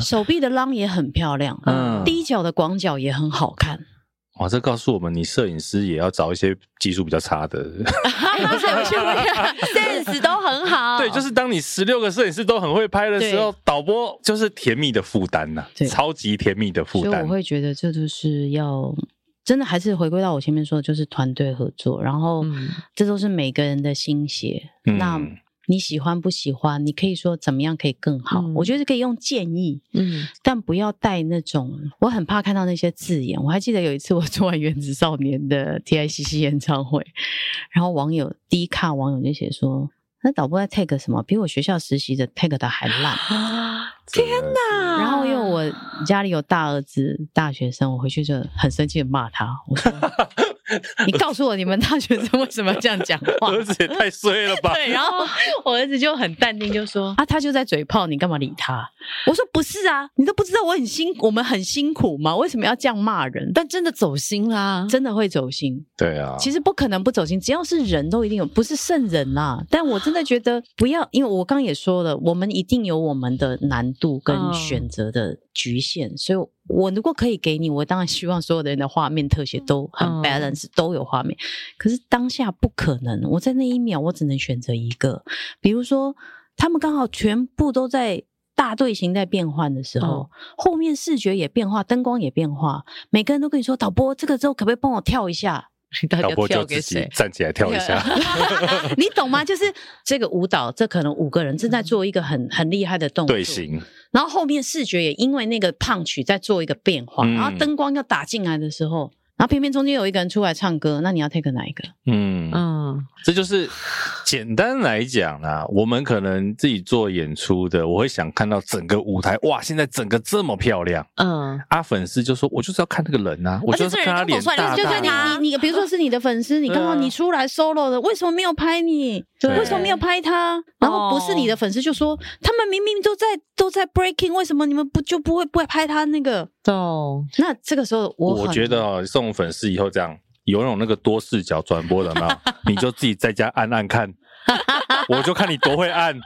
[SPEAKER 2] 手臂的浪也很漂亮，
[SPEAKER 1] 嗯
[SPEAKER 2] 低脚的广角也很好看。
[SPEAKER 1] 哇，这告诉我们，你摄影师也要找一些技术比较差的。
[SPEAKER 4] 哎不是不是不是，sense 都很
[SPEAKER 2] 哦
[SPEAKER 4] 好。
[SPEAKER 1] 对，就是当你十六个摄影师都很会拍的时候，导播就是甜蜜的负担呐、
[SPEAKER 2] 对
[SPEAKER 1] 超级甜蜜的负
[SPEAKER 2] 所以
[SPEAKER 1] 担
[SPEAKER 2] 我。会觉得这就是要真的还是回归到我前面说的，就是团队合作，然后
[SPEAKER 4] 嗯
[SPEAKER 2] 这都是每个人的心血。
[SPEAKER 1] 嗯
[SPEAKER 2] 那 你喜欢不喜欢？你可以说怎么样可以更好？
[SPEAKER 4] 嗯
[SPEAKER 2] 我觉得是可以用建议，
[SPEAKER 4] 嗯，
[SPEAKER 2] 但不要带那种，我很怕看到那些字眼。我还记得有一次我 做完《原子少年》的 TICC 演唱会，然后网友低卡网友就写说。那导播在 tag 什么？比我学校实习的 tag 的还烂。
[SPEAKER 1] 啊
[SPEAKER 4] 啊
[SPEAKER 1] 天哪！
[SPEAKER 2] 然后因为我家里有大儿子大学生，我回去就很生气的骂他，我说：“你告诉我你们大学生为什么要这样讲话？”
[SPEAKER 1] 儿子也太衰了 吧！
[SPEAKER 2] 对，然后我儿子就很淡定，就说：“哦啊，他就在嘴炮，你干嘛理他？”我说：“不是啊，你都不知道我很辛，我们很辛苦吗？为什么要这样骂人？”但
[SPEAKER 4] 但真的走心啦。
[SPEAKER 2] 真的会走心，
[SPEAKER 1] 对啊，
[SPEAKER 2] 其实不可能不走心，只要是人都一定有，不是圣人啦。但我真的觉得不要，因为我刚刚也说了，我们一定有我们的难度跟
[SPEAKER 4] 嗯
[SPEAKER 2] 选择的局限，所以我如果可以给你，我当然希望所有的人的画面特写都很
[SPEAKER 4] 嗯
[SPEAKER 2] balance，、都有画面。可是当下不可能，我在那一秒我只能选择一个，比如说他们刚好全部都在。大队形在变换的时
[SPEAKER 4] 嗯
[SPEAKER 2] 候，后面视觉也变化，灯光也变化，每个人都跟你说：“导播，这个之后可不可以帮我跳一下？”
[SPEAKER 4] 你到底
[SPEAKER 1] 导
[SPEAKER 4] 要
[SPEAKER 1] 播就
[SPEAKER 4] 跳给
[SPEAKER 1] 自己
[SPEAKER 4] 谁？
[SPEAKER 1] 站起来跳一下。
[SPEAKER 2] 你懂吗？就是这个舞蹈，这可能五个人正在做一个很很厉害的动作，
[SPEAKER 1] 队 形，
[SPEAKER 2] 然后后面视觉也因为那个胖曲在做一个变化，
[SPEAKER 1] 嗯
[SPEAKER 2] 然后灯光要打进来的时候，然后偏偏中间有一个人出来唱歌，那你要 take 哪一个？
[SPEAKER 1] 嗯，
[SPEAKER 4] 嗯
[SPEAKER 1] 这就是简单来讲啊，我们可能自己做演出的，我会想看到整个舞台，哇，现在整个这么漂亮。
[SPEAKER 4] 嗯，
[SPEAKER 1] 啊，粉丝就说，我就是要看那个人呐、我就是看他脸大大
[SPEAKER 4] 而且这
[SPEAKER 1] 的
[SPEAKER 4] 人刚走出来
[SPEAKER 2] 对
[SPEAKER 4] 对
[SPEAKER 1] 啊。
[SPEAKER 4] 啊
[SPEAKER 2] 你，你你，比如说是你的粉丝，你刚
[SPEAKER 1] 对
[SPEAKER 2] 好
[SPEAKER 1] 啊
[SPEAKER 2] 你出来 solo 的，为什么没有拍你？
[SPEAKER 1] 对
[SPEAKER 2] 为什么没有拍他？然后不
[SPEAKER 1] 哦
[SPEAKER 2] 是你的粉丝就说，他们明明都在都在 breaking，为什么你们不就不会不会拍他那个？
[SPEAKER 4] 懂。
[SPEAKER 2] 那这个时候我
[SPEAKER 1] 我
[SPEAKER 2] 很
[SPEAKER 1] 觉得哦，送粉丝以后这样有那种那个多视角转播的 嘛，你就自己在家按按看，我就看你多会按。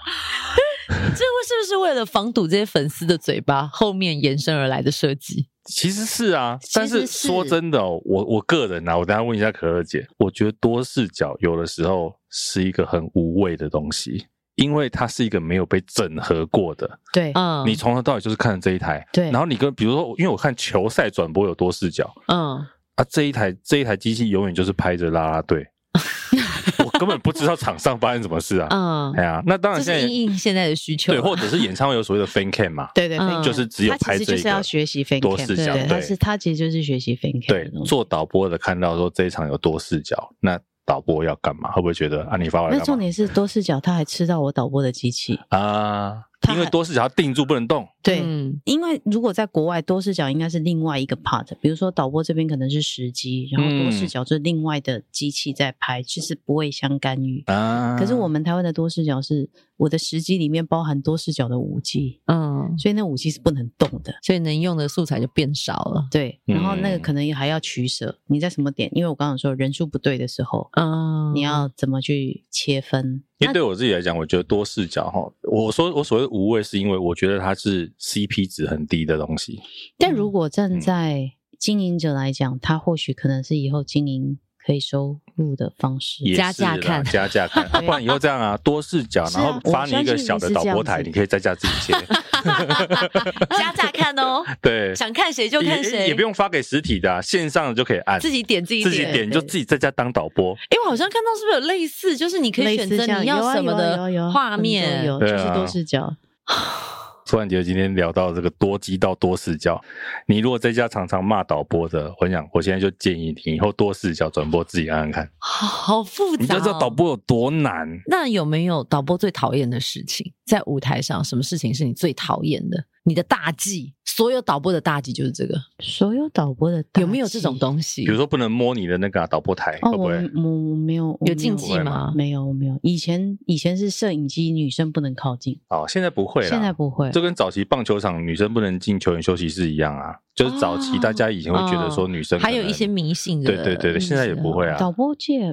[SPEAKER 4] 这会是不是为了防堵这些粉丝的嘴巴后面延伸而来的设计？
[SPEAKER 1] 其实是啊，
[SPEAKER 2] 其实
[SPEAKER 1] 但是
[SPEAKER 2] 是
[SPEAKER 1] 说真的、哦，我我个人啊，我等一下问一下可乐姐，我觉得多视角有的时候是一个很无谓的东西。因为它是一个没有被整合过的，
[SPEAKER 2] 对，
[SPEAKER 4] 嗯，
[SPEAKER 1] 你从头到尾就是看着这一台，
[SPEAKER 2] 对
[SPEAKER 1] 然后你跟比如说，因为我看球赛转播有多视角，
[SPEAKER 4] 嗯，
[SPEAKER 1] 啊，这一台这一台机器永远就是拍着啦啦 队，我根本不知道场上发生什么事啊！
[SPEAKER 4] 嗯，
[SPEAKER 1] 哎呀，那当然
[SPEAKER 4] 这
[SPEAKER 1] 现在
[SPEAKER 4] 是因应现在的需求啊
[SPEAKER 2] 啊
[SPEAKER 1] 对，
[SPEAKER 4] 啦。
[SPEAKER 1] 或者是演唱会有所谓的 fan cam 嘛，
[SPEAKER 2] 对对，
[SPEAKER 4] 嗯
[SPEAKER 2] fan cam
[SPEAKER 1] 就是只有
[SPEAKER 2] 他
[SPEAKER 1] 拍
[SPEAKER 2] 其
[SPEAKER 1] 这
[SPEAKER 2] 实就是
[SPEAKER 1] 一个
[SPEAKER 2] 要学习 fan
[SPEAKER 1] 多
[SPEAKER 2] cam，
[SPEAKER 1] 视
[SPEAKER 2] 对
[SPEAKER 1] 角
[SPEAKER 2] 对，他
[SPEAKER 1] 对
[SPEAKER 2] 是他其实就是学习 fan cam
[SPEAKER 1] 对
[SPEAKER 2] 的东，西
[SPEAKER 1] 做导播的看到说这一场有多视角，那导播要干嘛？会不会觉得啊，你发我来
[SPEAKER 2] 那
[SPEAKER 1] 干
[SPEAKER 2] 重
[SPEAKER 1] 嘛？
[SPEAKER 2] 点是多视角，他还吃到我导播的机器，
[SPEAKER 1] 啊，
[SPEAKER 2] 他
[SPEAKER 1] 因为
[SPEAKER 2] 还
[SPEAKER 1] 多视角它定住不能动，
[SPEAKER 2] 嗯对。
[SPEAKER 4] 嗯
[SPEAKER 2] 因为如果在国外，多视角应该是另外一个 part，比如说导播这边可能是时机，然后多
[SPEAKER 1] 嗯
[SPEAKER 2] 视角就是另外的机器在拍，其实不会相干预。
[SPEAKER 1] 啊，
[SPEAKER 2] 可是我们台湾的多视角是我的时机里面包含多视角的武器，
[SPEAKER 4] 嗯，
[SPEAKER 2] 所以那武器是不能动的。
[SPEAKER 4] 所以能用的素材就变少了。
[SPEAKER 2] 对，然后那个
[SPEAKER 1] 嗯
[SPEAKER 2] 可能还要取舍，你在什么点？因为我刚刚有说人数不对的时候，
[SPEAKER 4] 嗯，
[SPEAKER 2] 你 要怎么去切分？
[SPEAKER 1] 因为对我自己来讲，我觉得多视角哈，我说我所谓的无畏，是因为我觉得它是 CP 值很低的东西，
[SPEAKER 2] 但
[SPEAKER 1] 嗯
[SPEAKER 2] 如果站在经营者来讲，他或许可能是以后经营可以收入的方式。
[SPEAKER 1] 也
[SPEAKER 4] 加
[SPEAKER 1] 是啦
[SPEAKER 4] 价看
[SPEAKER 1] 加价看，啊不然以后这样啊，多视角，
[SPEAKER 2] 是啊
[SPEAKER 1] 然后发你一个小的导播
[SPEAKER 2] 我相信你是这样
[SPEAKER 1] 台，
[SPEAKER 2] 子
[SPEAKER 1] 你可以在家自己切，
[SPEAKER 4] 加价看 哦，
[SPEAKER 1] 对，
[SPEAKER 4] 想看谁就看
[SPEAKER 1] 也
[SPEAKER 4] 谁，
[SPEAKER 1] 也不用发给实体的啊，线上的就可以按
[SPEAKER 4] 自己点自己
[SPEAKER 1] 自己
[SPEAKER 4] 点。
[SPEAKER 1] 点，你就自己在家当导播，
[SPEAKER 4] 哎，我好像看到是不是有类似，就是你可以
[SPEAKER 2] 类
[SPEAKER 4] 选
[SPEAKER 2] 似
[SPEAKER 4] 择
[SPEAKER 2] 这样
[SPEAKER 4] 你要什么
[SPEAKER 2] 有啊有啊有啊有
[SPEAKER 4] 的
[SPEAKER 2] 啊
[SPEAKER 4] 画
[SPEAKER 2] 很多
[SPEAKER 4] 面，
[SPEAKER 2] 有就
[SPEAKER 1] 对
[SPEAKER 2] 是
[SPEAKER 1] 啊
[SPEAKER 2] 多视角。
[SPEAKER 1] 突然觉得今天聊到这个多机到多视角，你如果在家常常骂导播的，我想我现在就建议你以后多视角转播自己按按看，
[SPEAKER 4] 好好复杂哦。
[SPEAKER 1] 你就知道导播有多难。
[SPEAKER 4] 那有没有导播最讨厌的事情？在舞台上，什么事情是你最讨厌的？你的大忌，所有导播的大忌就是这个。
[SPEAKER 2] 所有导播的大
[SPEAKER 4] 有没有这种
[SPEAKER 2] 忌？
[SPEAKER 4] 东西？
[SPEAKER 1] 比如说不能摸你的那个啊、导播台，
[SPEAKER 2] 哦，
[SPEAKER 1] 会不
[SPEAKER 2] 我
[SPEAKER 1] 会？
[SPEAKER 2] 我我没有我没
[SPEAKER 4] 有禁忌
[SPEAKER 1] 不会
[SPEAKER 4] 吗？
[SPEAKER 2] 没有我没有。以前以前是摄影机，女生不能靠近，
[SPEAKER 1] 哦，现在不会啦，
[SPEAKER 2] 现在不会。
[SPEAKER 1] 这跟早期棒球场女生不能进球员休息室一样啊。就是早期
[SPEAKER 2] 哦
[SPEAKER 1] 大家以前会觉得说女生
[SPEAKER 4] 还
[SPEAKER 1] 可
[SPEAKER 4] 有一
[SPEAKER 1] 能
[SPEAKER 4] 些迷信的，
[SPEAKER 1] 对对对对，现在也不会啊。
[SPEAKER 2] 导播界，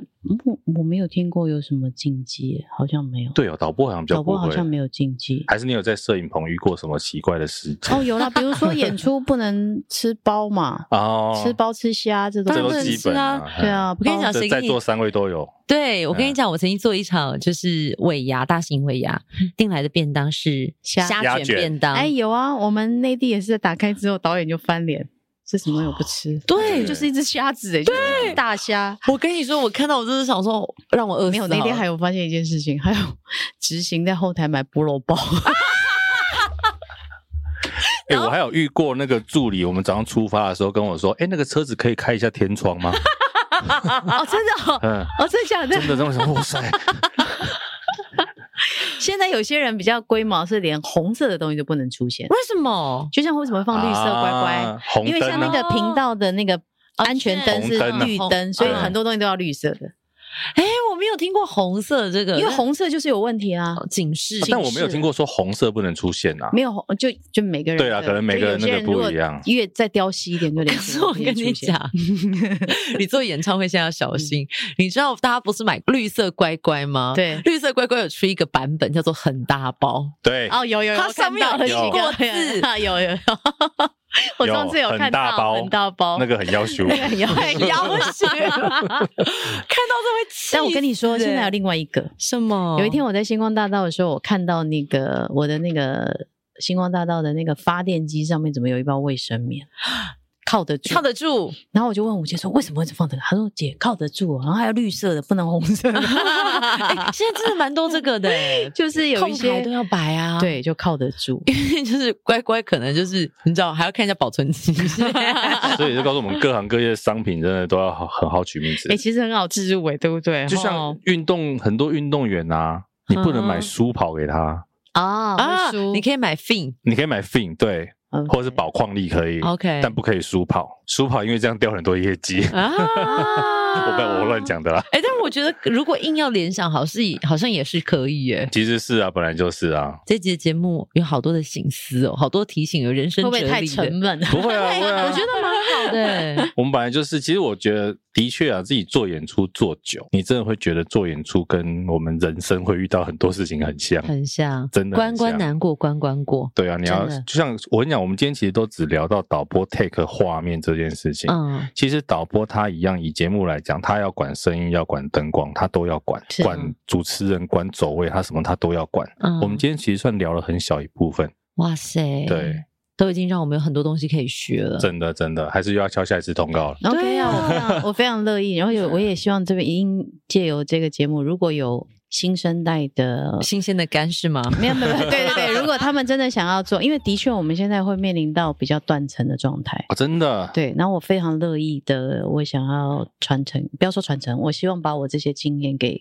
[SPEAKER 2] 我我没有听过有什么禁忌，好像没有。，
[SPEAKER 1] 对哦，导播好像比较
[SPEAKER 2] 导
[SPEAKER 1] 不
[SPEAKER 2] 播
[SPEAKER 1] 会
[SPEAKER 2] 好，像没有禁忌。
[SPEAKER 1] 还是你有在摄影棚遇过什么奇怪的事情？
[SPEAKER 2] 哦，有啦，比如说演出不能吃包嘛，
[SPEAKER 1] 哦，
[SPEAKER 2] 吃包吃虾这种
[SPEAKER 1] 这
[SPEAKER 4] 当然不
[SPEAKER 1] 都
[SPEAKER 4] 能
[SPEAKER 1] 基本
[SPEAKER 4] 吃
[SPEAKER 2] 对，啊，
[SPEAKER 4] 我跟你讲
[SPEAKER 1] 这
[SPEAKER 4] 谁
[SPEAKER 1] 在
[SPEAKER 4] 跟你
[SPEAKER 1] 座三位都有，
[SPEAKER 4] 对，我跟你
[SPEAKER 1] 嗯
[SPEAKER 4] 讲，我曾经做一场就是尾牙大型尾牙订来的便当是
[SPEAKER 1] 鸭
[SPEAKER 2] 虾
[SPEAKER 4] 虾
[SPEAKER 1] 嗯
[SPEAKER 4] 卷
[SPEAKER 1] 卷
[SPEAKER 4] 便当，
[SPEAKER 2] 哎，有啊，我们内地也是打开之后，导演就翻脸，这什么东西我不吃，
[SPEAKER 4] 对，
[SPEAKER 2] 就
[SPEAKER 4] 就是
[SPEAKER 2] 是一只虾子哎，对，大虾。
[SPEAKER 4] 我跟你说，我看到我真的想说，让我饿死好了。啊
[SPEAKER 2] 没有，那天还有发现一件事情，还有执行在后台买菠萝 包，
[SPEAKER 1] 哎、我还有遇过那个助理，我们早上出发的时候跟我说，哎、那个车子可以开一下天窗吗？
[SPEAKER 4] 哦，真的哦，
[SPEAKER 1] 嗯，
[SPEAKER 2] 哦，真的假的
[SPEAKER 1] 真？的这么想，哇塞，
[SPEAKER 2] 现在有些人比较龟毛，是连红色的东西都不能出现，
[SPEAKER 4] 为什么？
[SPEAKER 2] 就像为什么放绿色乖乖？
[SPEAKER 1] 啊、红
[SPEAKER 2] 因为像
[SPEAKER 1] 灯
[SPEAKER 2] 那
[SPEAKER 1] 啊，
[SPEAKER 2] 个频道的那个安全灯
[SPEAKER 1] 红
[SPEAKER 2] 是
[SPEAKER 1] 灯啊
[SPEAKER 2] 绿灯，所以很多东西都要绿色的，
[SPEAKER 4] 哎，我没有听过红色这个，
[SPEAKER 2] 因为红色就是有问题啊。
[SPEAKER 4] 哦警示
[SPEAKER 1] 啊，但我没有听过说红色不能出现啊。
[SPEAKER 2] 没有红就就每个人
[SPEAKER 1] 对啊
[SPEAKER 2] 的
[SPEAKER 1] 可能每个人
[SPEAKER 2] 就有些
[SPEAKER 1] 那个不
[SPEAKER 2] 如果
[SPEAKER 1] 一样
[SPEAKER 2] 越再雕细一点就 连
[SPEAKER 4] 可是我跟你 讲，你做演唱会现在要小心。你知道大家不是买绿色乖乖吗？
[SPEAKER 2] 嗯对
[SPEAKER 4] 绿色乖乖有出一个版本叫做很大包，
[SPEAKER 1] 对，
[SPEAKER 2] 哦，有有有，
[SPEAKER 4] 它上面有
[SPEAKER 2] 我看
[SPEAKER 1] 印
[SPEAKER 2] 到
[SPEAKER 4] 过
[SPEAKER 2] 了几个
[SPEAKER 4] 字
[SPEAKER 2] 啊有有有，我上次有
[SPEAKER 1] 很
[SPEAKER 2] 看到
[SPEAKER 1] 大包
[SPEAKER 2] 很大包
[SPEAKER 1] 那个很要 求，
[SPEAKER 2] 那个很有
[SPEAKER 4] 很要学， 看到这会气死。
[SPEAKER 2] 但我跟你说，现在有另外一个，
[SPEAKER 4] 什么？
[SPEAKER 2] 有一天我在星光大道的时候，我看到那个我的那个星光大道的那个发电机上面怎么有一包卫生棉，靠得住，
[SPEAKER 4] 靠得住，
[SPEAKER 2] 然后我就问我姐说为什么会放这个？她说姐靠得住哦，然后还有绿色的，不能红色的。
[SPEAKER 4] 哎现在真的蛮多这 个的，
[SPEAKER 2] 就是有一
[SPEAKER 4] 控台
[SPEAKER 2] 些
[SPEAKER 4] 都要摆啊。。
[SPEAKER 2] 对就靠得住。
[SPEAKER 4] 因为就是乖乖，可能就是你知道，还要看一下保存 期。啊
[SPEAKER 1] 所以就告诉我们各行各业的商品真的都要好很好取名字
[SPEAKER 2] 哎、。其实很好置入哎，对不对？
[SPEAKER 1] 就像运动很多运动员啊，你不能买
[SPEAKER 4] 嗯
[SPEAKER 1] 书跑给他，
[SPEAKER 2] 啊
[SPEAKER 4] 啊，你可
[SPEAKER 2] 以
[SPEAKER 4] 以买 fin，
[SPEAKER 1] 你可以买 fin 对，
[SPEAKER 2] 哦
[SPEAKER 1] 或者是宝矿力可以
[SPEAKER 4] OK
[SPEAKER 1] 但不可以书跑，书跑因为这样掉很多业绩。
[SPEAKER 4] 啊，
[SPEAKER 1] 我不我乱。讲的啊啦，
[SPEAKER 4] 哎、但是我觉得如果硬要联想，好是好像也是可以耶。
[SPEAKER 1] 其实是啊，本来就是啊，
[SPEAKER 4] 这集的节目有好多的醒思哦，好多提醒，有人生
[SPEAKER 2] 会
[SPEAKER 4] 哲
[SPEAKER 2] 不
[SPEAKER 4] 理
[SPEAKER 2] 会
[SPEAKER 4] 的
[SPEAKER 2] 太沉闷？
[SPEAKER 1] 不会啊，不会 啊
[SPEAKER 4] 我觉得蛮好的。
[SPEAKER 1] 我们本来就是，其实我觉得的确啊，自己做演出做久，你真的会觉得做演出跟我们人生会遇到很多事情很像。
[SPEAKER 4] 很像，
[SPEAKER 1] 真的很
[SPEAKER 4] 关关
[SPEAKER 1] 像
[SPEAKER 4] 难过关关过。
[SPEAKER 1] 对啊，你要
[SPEAKER 4] 真的
[SPEAKER 1] 就像我跟你讲，我们今天其实都只聊到导播 take 画面这件事情。
[SPEAKER 4] 嗯，
[SPEAKER 1] 其实导播他一样，以节目来讲，他要管声音，要管灯光，他都要管，
[SPEAKER 2] 是啊
[SPEAKER 1] 管主持人，管走位，他什么他都要管。
[SPEAKER 4] 嗯
[SPEAKER 1] 我们今天其实算聊了很小一部分，
[SPEAKER 4] 哇塞，
[SPEAKER 1] 对，
[SPEAKER 4] 都已经让我们有很多东西可以学
[SPEAKER 2] 嗯
[SPEAKER 4] 了。
[SPEAKER 1] 真的真的，还是又要敲下一次通告了。
[SPEAKER 2] OK
[SPEAKER 4] 对啊
[SPEAKER 2] 啊，我非常我非常乐意。然后有我也希望这边应借由这个节目，如果有新生代的。
[SPEAKER 4] 新鲜的干 是吗？
[SPEAKER 2] 没有没有，没有对对对，如果他们真的想要做，因为的确我们现在会面临到比较断层的状态，
[SPEAKER 1] 哦，真的，
[SPEAKER 2] 对，然后我非常乐意的，我想要传承，不要说传承，我希望把我这些经验给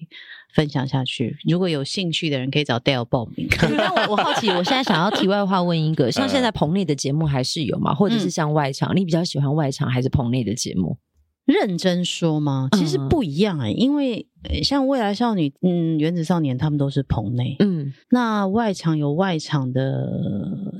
[SPEAKER 2] 分享下去。如果有兴趣的人，可以找 Dale 报 名。
[SPEAKER 4] 那我我好奇，我现在想要题外话问一个，像
[SPEAKER 2] 嗯
[SPEAKER 4] 现在棚内的节目还是有吗？或者是像外场，你比较喜欢外场还是棚内的节目？
[SPEAKER 2] 认真说吗？其实
[SPEAKER 4] 嗯
[SPEAKER 2] 不一样哎、因为呃像未来少女，嗯，原子少年他们都是棚内，
[SPEAKER 4] 嗯
[SPEAKER 2] 那外场有外场的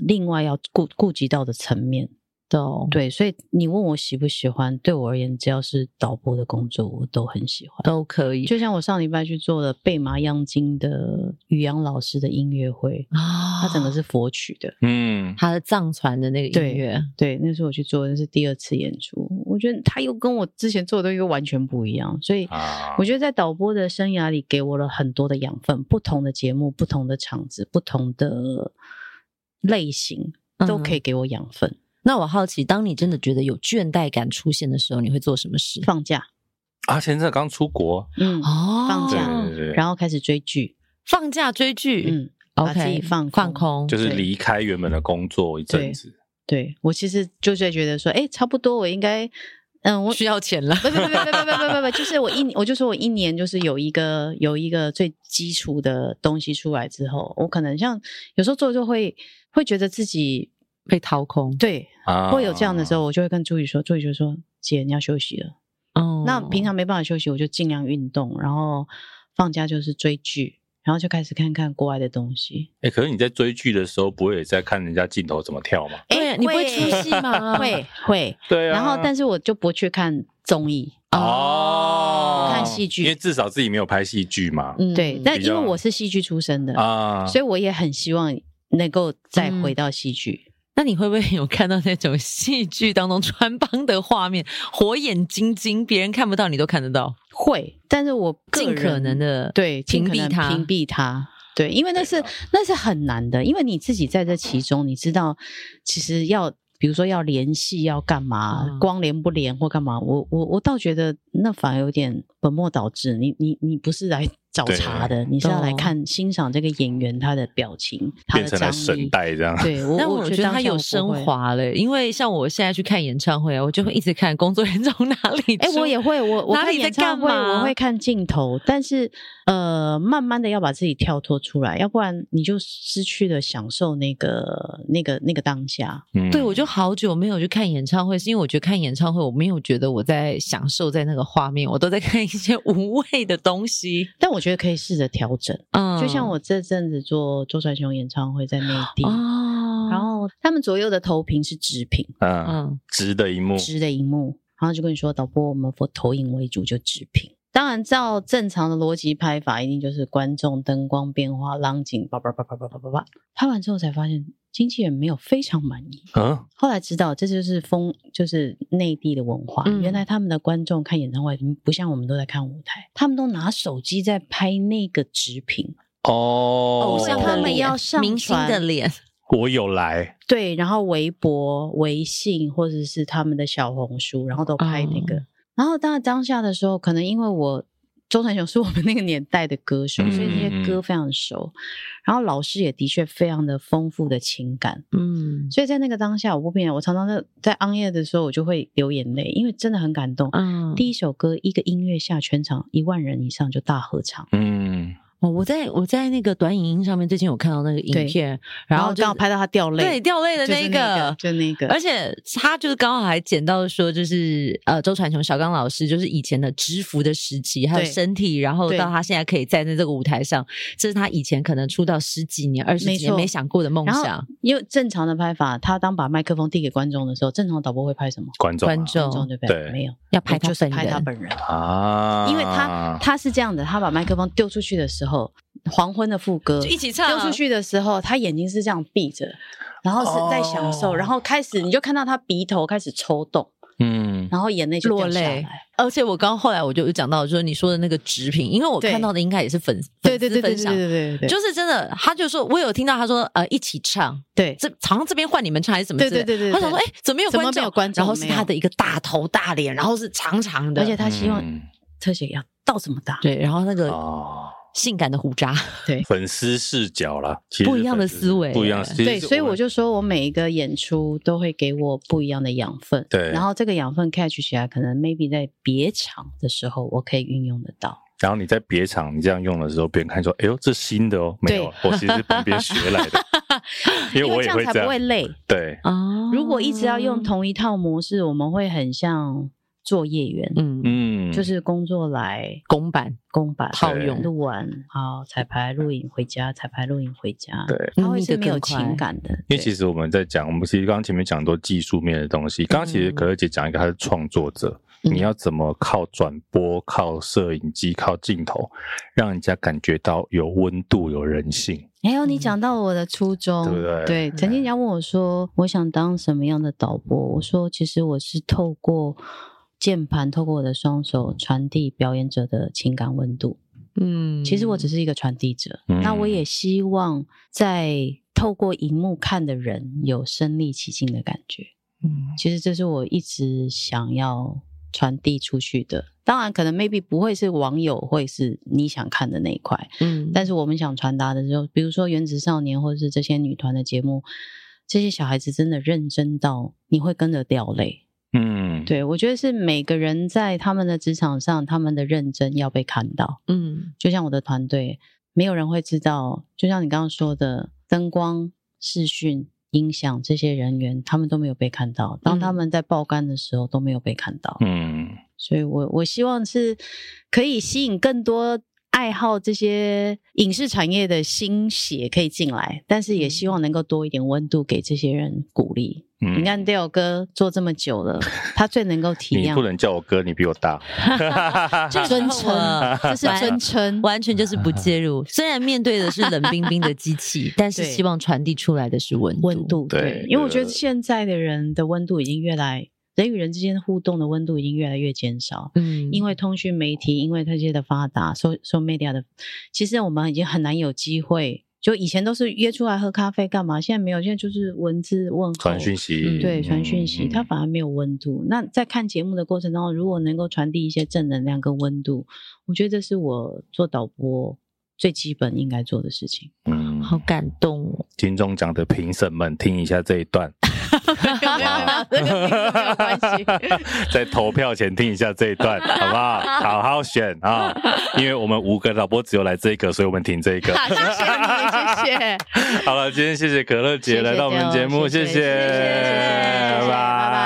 [SPEAKER 2] 另外要顾顾及到的层面。
[SPEAKER 4] 懂
[SPEAKER 2] 对，所以你问我喜不喜欢，对我而言，只要是导播的工作，我都很喜欢。
[SPEAKER 4] 都可以
[SPEAKER 2] 就像我上礼拜去做了被麻央金的宇阳老师的音乐会，
[SPEAKER 4] 啊
[SPEAKER 2] 他整个是佛曲的。
[SPEAKER 1] 嗯，
[SPEAKER 4] 他的藏传的那个音乐，
[SPEAKER 2] 对，那时候我去做，那是第二次演出。我觉得他又跟我之前做的又完全不一样，所以
[SPEAKER 1] 啊
[SPEAKER 2] 我觉得在导播的生涯里，给我了很多的养分，不同的节目、不同的场子、不同的类型，都可以给我养分。
[SPEAKER 4] 那我好奇，当你真的觉得有倦怠感出现的时候，你会做什么事？
[SPEAKER 2] 放假，
[SPEAKER 1] 啊，前阵刚出国，
[SPEAKER 2] 嗯，
[SPEAKER 4] 哦
[SPEAKER 2] 放
[SPEAKER 1] 对
[SPEAKER 2] 假
[SPEAKER 1] 对对，
[SPEAKER 2] 然后开始追剧，
[SPEAKER 4] 放假追剧，
[SPEAKER 2] 嗯，把自己
[SPEAKER 4] OK，
[SPEAKER 2] 放
[SPEAKER 4] 放
[SPEAKER 2] 空
[SPEAKER 4] 空，
[SPEAKER 1] 就是
[SPEAKER 2] 对
[SPEAKER 1] 离开原本的工作一阵子，
[SPEAKER 2] 对我其实就是觉得说，哎，差不多，我应该，嗯，我
[SPEAKER 4] 需要钱了。
[SPEAKER 2] 不不不不不不不不不，就是我一我就说我一年就是有一个有一个最基础的东西出来之后，我可能像有时候做就会会觉得自己
[SPEAKER 4] 被掏空，
[SPEAKER 2] 对
[SPEAKER 1] 啊，
[SPEAKER 2] 会有这样的时候，我就会跟朱宇说，朱宇就说姐你要休息了。
[SPEAKER 4] 哦
[SPEAKER 2] 那平常没办法休息，我就尽量运动，然后放假就是追剧。然后就开始看看国外的东西。
[SPEAKER 1] 哎、可是你在追剧的时候，不会也在看人家镜头怎么跳吗？
[SPEAKER 4] 对啊，你不会出戏吗？
[SPEAKER 2] 会会，
[SPEAKER 1] 对啊。
[SPEAKER 2] 然后但是我就不去看综艺，
[SPEAKER 1] 哦，
[SPEAKER 2] 看戏剧
[SPEAKER 1] 因为至少自己没有拍戏剧嘛。
[SPEAKER 4] 嗯
[SPEAKER 2] 对，但
[SPEAKER 1] 比
[SPEAKER 2] 因
[SPEAKER 1] 较
[SPEAKER 2] 为我是戏剧出身的，
[SPEAKER 1] 啊，
[SPEAKER 2] 所以我也很希望能够再
[SPEAKER 4] 嗯
[SPEAKER 2] 回到戏剧。
[SPEAKER 4] 那你会 不会有看到那种戏剧当中穿帮的画面，火眼金睛，别人看不到你都看得到，
[SPEAKER 2] 会，但是我个
[SPEAKER 4] 尽
[SPEAKER 2] 人
[SPEAKER 4] 可能的
[SPEAKER 2] 对尽
[SPEAKER 4] 屏
[SPEAKER 2] 可
[SPEAKER 4] 蔽
[SPEAKER 2] 能
[SPEAKER 4] 它
[SPEAKER 2] 屏蔽它。对，因为那是那是很难的，因为你自己在这其中，你知道其实要比如说要联系要干嘛，
[SPEAKER 4] 嗯
[SPEAKER 2] 光连不连或干嘛，我我我倒觉得那反而有点本末倒置。你你你不是来找
[SPEAKER 1] 对
[SPEAKER 2] 茬的，你是要来
[SPEAKER 4] 懂
[SPEAKER 2] 看欣赏这个演员他的表情，他
[SPEAKER 1] 变
[SPEAKER 2] 的
[SPEAKER 1] 成了
[SPEAKER 2] 张
[SPEAKER 1] 神
[SPEAKER 2] 力。
[SPEAKER 1] 带这样。
[SPEAKER 2] 对，我
[SPEAKER 4] 但
[SPEAKER 2] 我
[SPEAKER 4] 我
[SPEAKER 2] 觉
[SPEAKER 4] 觉得
[SPEAKER 2] 当
[SPEAKER 4] 它
[SPEAKER 2] 下
[SPEAKER 4] 有
[SPEAKER 2] 我不会
[SPEAKER 4] 升。华了，欸因为像我现在去看演唱会啊，我就会一直看工作人员从哪里出。
[SPEAKER 2] 哎、我也会，我我
[SPEAKER 4] 哪
[SPEAKER 2] 看
[SPEAKER 4] 里
[SPEAKER 2] 演
[SPEAKER 4] 在干
[SPEAKER 2] 唱会
[SPEAKER 4] 嘛
[SPEAKER 2] 我会看镜头，但是呃，慢慢的要把自己跳脱出来，要不然你就失去了享受那个那个那个当下。
[SPEAKER 1] 嗯
[SPEAKER 4] 对，我就好久没有去看演唱会，是因为我觉得看演唱会，我没有觉得我在享受在那个画面，我都在看一些无谓的东西。
[SPEAKER 2] 但我觉得可以试着调整，
[SPEAKER 4] 嗯
[SPEAKER 2] 就像我这阵子做周传雄演唱会在内地，
[SPEAKER 4] 哦，
[SPEAKER 2] 然后他们左右的投屏是直屏，
[SPEAKER 1] 嗯，
[SPEAKER 4] 嗯，
[SPEAKER 1] 直的一幕，
[SPEAKER 2] 直的荧幕，然后就跟你说，导播，我们佛投影为主，就直屏。当然，照正常的逻辑拍法，一定就是观众、灯光变化、浪景，叭叭叭叭叭叭叭叭。拍完之后才发现，经纪人没有非常满意。
[SPEAKER 1] 嗯，
[SPEAKER 2] 后来知道，这就是风，就是内地的文化。
[SPEAKER 4] 嗯
[SPEAKER 2] 原来他们的观众看演唱会，不像我们都在看舞台，他们都拿手机在拍那个直屏。
[SPEAKER 1] 哦，
[SPEAKER 2] 偶像
[SPEAKER 4] 的
[SPEAKER 2] 他们
[SPEAKER 4] 脸
[SPEAKER 2] 要上
[SPEAKER 4] 明星的
[SPEAKER 2] 传
[SPEAKER 4] 脸，
[SPEAKER 1] 我有来，
[SPEAKER 2] 对，然后微博、微信或者是他们的小红书，然后都拍那
[SPEAKER 4] 哦
[SPEAKER 2] 个。然后当当下的时候，可能因为我周传雄 是我们那个年代的歌手，所以这
[SPEAKER 1] 嗯嗯嗯
[SPEAKER 2] 些歌非常熟。然后老师也的确非常的丰富的情感，
[SPEAKER 4] 嗯
[SPEAKER 2] 所以在那个当下，我不骗，我常常在在 on air 的时候，我就会流眼泪，因为真的很感动。
[SPEAKER 4] 嗯，
[SPEAKER 2] 第一首歌，一个音乐下，全场一万人以上就大合唱，
[SPEAKER 1] 嗯，
[SPEAKER 4] 哦，我在我在那个短影音上面最近有看到那个影
[SPEAKER 2] 对
[SPEAKER 4] 片，
[SPEAKER 2] 然
[SPEAKER 4] 后
[SPEAKER 2] 后
[SPEAKER 4] 就
[SPEAKER 2] 刚好拍到他掉泪，
[SPEAKER 4] 对掉泪的
[SPEAKER 2] 就
[SPEAKER 4] 那
[SPEAKER 2] 是
[SPEAKER 4] 一
[SPEAKER 2] 个
[SPEAKER 4] 个，，
[SPEAKER 2] 就那个，
[SPEAKER 4] 而且他就是刚好还捡到说，就是呃，周传雄小刚老师就是以前的知服的时期，还有
[SPEAKER 2] 对
[SPEAKER 4] 身体，然后
[SPEAKER 2] 对
[SPEAKER 4] 到他现在可以站在这个舞台上，这是他以前可能出道十几年、二十几
[SPEAKER 2] 没
[SPEAKER 4] 年
[SPEAKER 2] 错
[SPEAKER 4] 没想过的梦
[SPEAKER 2] 然后
[SPEAKER 4] 想。，
[SPEAKER 2] 因为正常的拍法，他当把麦克风递给观众的时候，正常导播会拍什么？
[SPEAKER 1] 观众啊
[SPEAKER 4] 观
[SPEAKER 2] 观众
[SPEAKER 4] 众
[SPEAKER 2] 对不
[SPEAKER 1] 对
[SPEAKER 2] 没有，
[SPEAKER 4] 要哦拍他
[SPEAKER 2] 就是
[SPEAKER 4] 本
[SPEAKER 2] 拍他
[SPEAKER 4] 人
[SPEAKER 2] 本人，
[SPEAKER 1] 啊，
[SPEAKER 2] 因为他他是这样的，他把麦克风丢出去的时候，黄昏的副歌
[SPEAKER 4] 就一起唱啊
[SPEAKER 2] 丢出去的时候，他眼睛是这样闭着，然后是在享受，
[SPEAKER 1] 哦
[SPEAKER 2] 然后开始你就看到他鼻头开始抽动，
[SPEAKER 1] 嗯，
[SPEAKER 2] 然后眼泪就
[SPEAKER 4] 落
[SPEAKER 2] 掉下
[SPEAKER 4] 泪
[SPEAKER 2] 来。。
[SPEAKER 4] 而且我刚后来我就讲到，就是你说的那个直品，因为我
[SPEAKER 2] 对
[SPEAKER 4] 看到的应该也是粉粉
[SPEAKER 2] 对对
[SPEAKER 4] 丝
[SPEAKER 2] 对对
[SPEAKER 4] 分
[SPEAKER 2] 对
[SPEAKER 4] 享。
[SPEAKER 2] 对对对，
[SPEAKER 4] 就是真的，他就说，我有听到他说，呃，一起唱，
[SPEAKER 2] 对
[SPEAKER 4] 这好像这边换你们唱还是什么之类的
[SPEAKER 2] 对对对对
[SPEAKER 4] 他想说，哎
[SPEAKER 2] 对、
[SPEAKER 4] 怎么没有
[SPEAKER 2] 怎
[SPEAKER 4] 观
[SPEAKER 2] 么
[SPEAKER 4] 众？
[SPEAKER 2] 没有观众
[SPEAKER 4] 然后是
[SPEAKER 2] 没有
[SPEAKER 4] 他的一个大头大脸，然后是长长的，
[SPEAKER 2] 而且他希望
[SPEAKER 1] 嗯
[SPEAKER 2] 特写要到这么大，
[SPEAKER 4] 对，然后那个
[SPEAKER 1] 哦，
[SPEAKER 4] 性感的胡渣，
[SPEAKER 1] 粉丝视角啦，其实
[SPEAKER 4] 不一样的
[SPEAKER 1] 粉丝
[SPEAKER 4] 思维
[SPEAKER 1] 不一样的思维，
[SPEAKER 2] 对，
[SPEAKER 1] 其实
[SPEAKER 2] 所以我就说我每一个演出都会给我不一样的养分，
[SPEAKER 1] 对
[SPEAKER 2] 然后这个养分 catch 起来，可能 maybe 在别场的时候我可以运用得到。
[SPEAKER 1] 然后你在别场你这样用的时候，别人看说，哎呦，这新的哦，没有，我其实是旁边学来 的，因为我
[SPEAKER 2] 这
[SPEAKER 1] 也
[SPEAKER 2] 样
[SPEAKER 1] 会
[SPEAKER 2] 才
[SPEAKER 1] 这
[SPEAKER 2] 不会
[SPEAKER 1] 样，
[SPEAKER 2] 累。
[SPEAKER 1] 对，
[SPEAKER 4] 哦
[SPEAKER 2] 如果一直要用，同一套模式，我们会很像作业员，
[SPEAKER 4] 嗯，
[SPEAKER 1] 嗯，
[SPEAKER 2] 就是工作来
[SPEAKER 4] 公版
[SPEAKER 2] 公版
[SPEAKER 4] 套用
[SPEAKER 2] 录完好彩排录影回家，彩排录影回家，
[SPEAKER 1] 对，
[SPEAKER 2] 它会
[SPEAKER 4] 嗯腻
[SPEAKER 2] 是
[SPEAKER 4] 得
[SPEAKER 2] 没有
[SPEAKER 4] 更快
[SPEAKER 2] 情感的。
[SPEAKER 1] 因为
[SPEAKER 2] 对
[SPEAKER 1] 其实我们在讲，我们其实刚刚前面讲很多技术面的东
[SPEAKER 2] 嗯
[SPEAKER 1] 西。刚刚其实可乐姐讲一个，她是创作者，
[SPEAKER 4] 嗯
[SPEAKER 1] 你要怎么靠转播、靠摄影机、靠镜头，让人家感觉到有温度、有人性。
[SPEAKER 2] 哎呦，你
[SPEAKER 4] 嗯
[SPEAKER 2] 讲到我的初衷，
[SPEAKER 1] 对不对嗯
[SPEAKER 2] 曾经人家问我说，我想当什么样的导播？我说，其实我是透过键盘，透过我的双手传递表演者的情感温度。
[SPEAKER 4] 嗯
[SPEAKER 2] 其实我只是一个传递者，
[SPEAKER 1] 嗯
[SPEAKER 2] 那我也希望在透过荧幕看的人有身临其境的感觉。
[SPEAKER 4] 嗯
[SPEAKER 2] 其实这是我一直想要传递出去的。当然，可能 maybe 不会是网友会是你想看的那一块，
[SPEAKER 4] 嗯
[SPEAKER 2] 但是我们想传达的时候，比如说《原子少年》或者是这些女团的节目，这些小孩子真的认真到你会跟着掉泪。
[SPEAKER 1] 嗯，
[SPEAKER 2] 对我觉得是每个人在他们的职场上，他们的认真要被看到。
[SPEAKER 4] 嗯
[SPEAKER 2] 就像我的团队，没有人会知道，就像你刚刚说的，灯光、视讯、音响这些人员，他们都没有被看到。当他们在爆肝的时候，都没有被看到。
[SPEAKER 1] 嗯，
[SPEAKER 2] 所以我我希望是可以吸引更多。爱爱好这些影视产业的新血可以进来，但是也希望能够多一点温度给这些人鼓励。
[SPEAKER 1] 嗯
[SPEAKER 2] 你看 Dale 哥做这么久了，他最能够体
[SPEAKER 1] 你不
[SPEAKER 2] 谅。
[SPEAKER 1] 能叫我哥，你比我 大。
[SPEAKER 4] 这
[SPEAKER 6] 尊
[SPEAKER 4] 时候
[SPEAKER 6] 称这
[SPEAKER 4] 我，
[SPEAKER 6] 是尊称。
[SPEAKER 4] 完全就是不介 入。虽然面对的是冷冰冰的机器，但是
[SPEAKER 2] 对
[SPEAKER 4] 希望传递出来的是温度。
[SPEAKER 2] 温度
[SPEAKER 1] 对
[SPEAKER 2] 对
[SPEAKER 1] 对，
[SPEAKER 2] 因为我觉得现在的人的温度已经越来，人与人之间互动的温度已经越来越减少。
[SPEAKER 4] 嗯，
[SPEAKER 2] 因为通讯媒体，因为这些的发达，so so media 的，其实我们已经很难有机会。就以前都是约出来喝咖啡干嘛，现在没有，现在就是文字问候、
[SPEAKER 1] 传讯息，
[SPEAKER 4] 嗯
[SPEAKER 2] 对，传讯
[SPEAKER 1] 嗯
[SPEAKER 2] 息，
[SPEAKER 1] 嗯
[SPEAKER 2] 它反而没有温度。那在看节目的过程当中，如果能够传递一些正能量跟温度，我觉得这是我做导播最基本应该做的事 情。
[SPEAKER 1] 嗯
[SPEAKER 4] 好感动哦。
[SPEAKER 1] 金钟奖的评审们听一下这一段，
[SPEAKER 2] 没有没有没有这个没有关 系。
[SPEAKER 1] 在投票前听一下这一 段，好不好？好好选啊、因为我们五个导播只有来这个，所以我们听这 个。
[SPEAKER 6] 好，谢谢你，谢谢。
[SPEAKER 1] 好了，今天谢谢可乐姐
[SPEAKER 2] 谢谢
[SPEAKER 1] 来到我们节目，
[SPEAKER 2] Dale，谢谢
[SPEAKER 1] 谢
[SPEAKER 2] 谢谢谢谢谢谢
[SPEAKER 1] 拜
[SPEAKER 2] 拜拜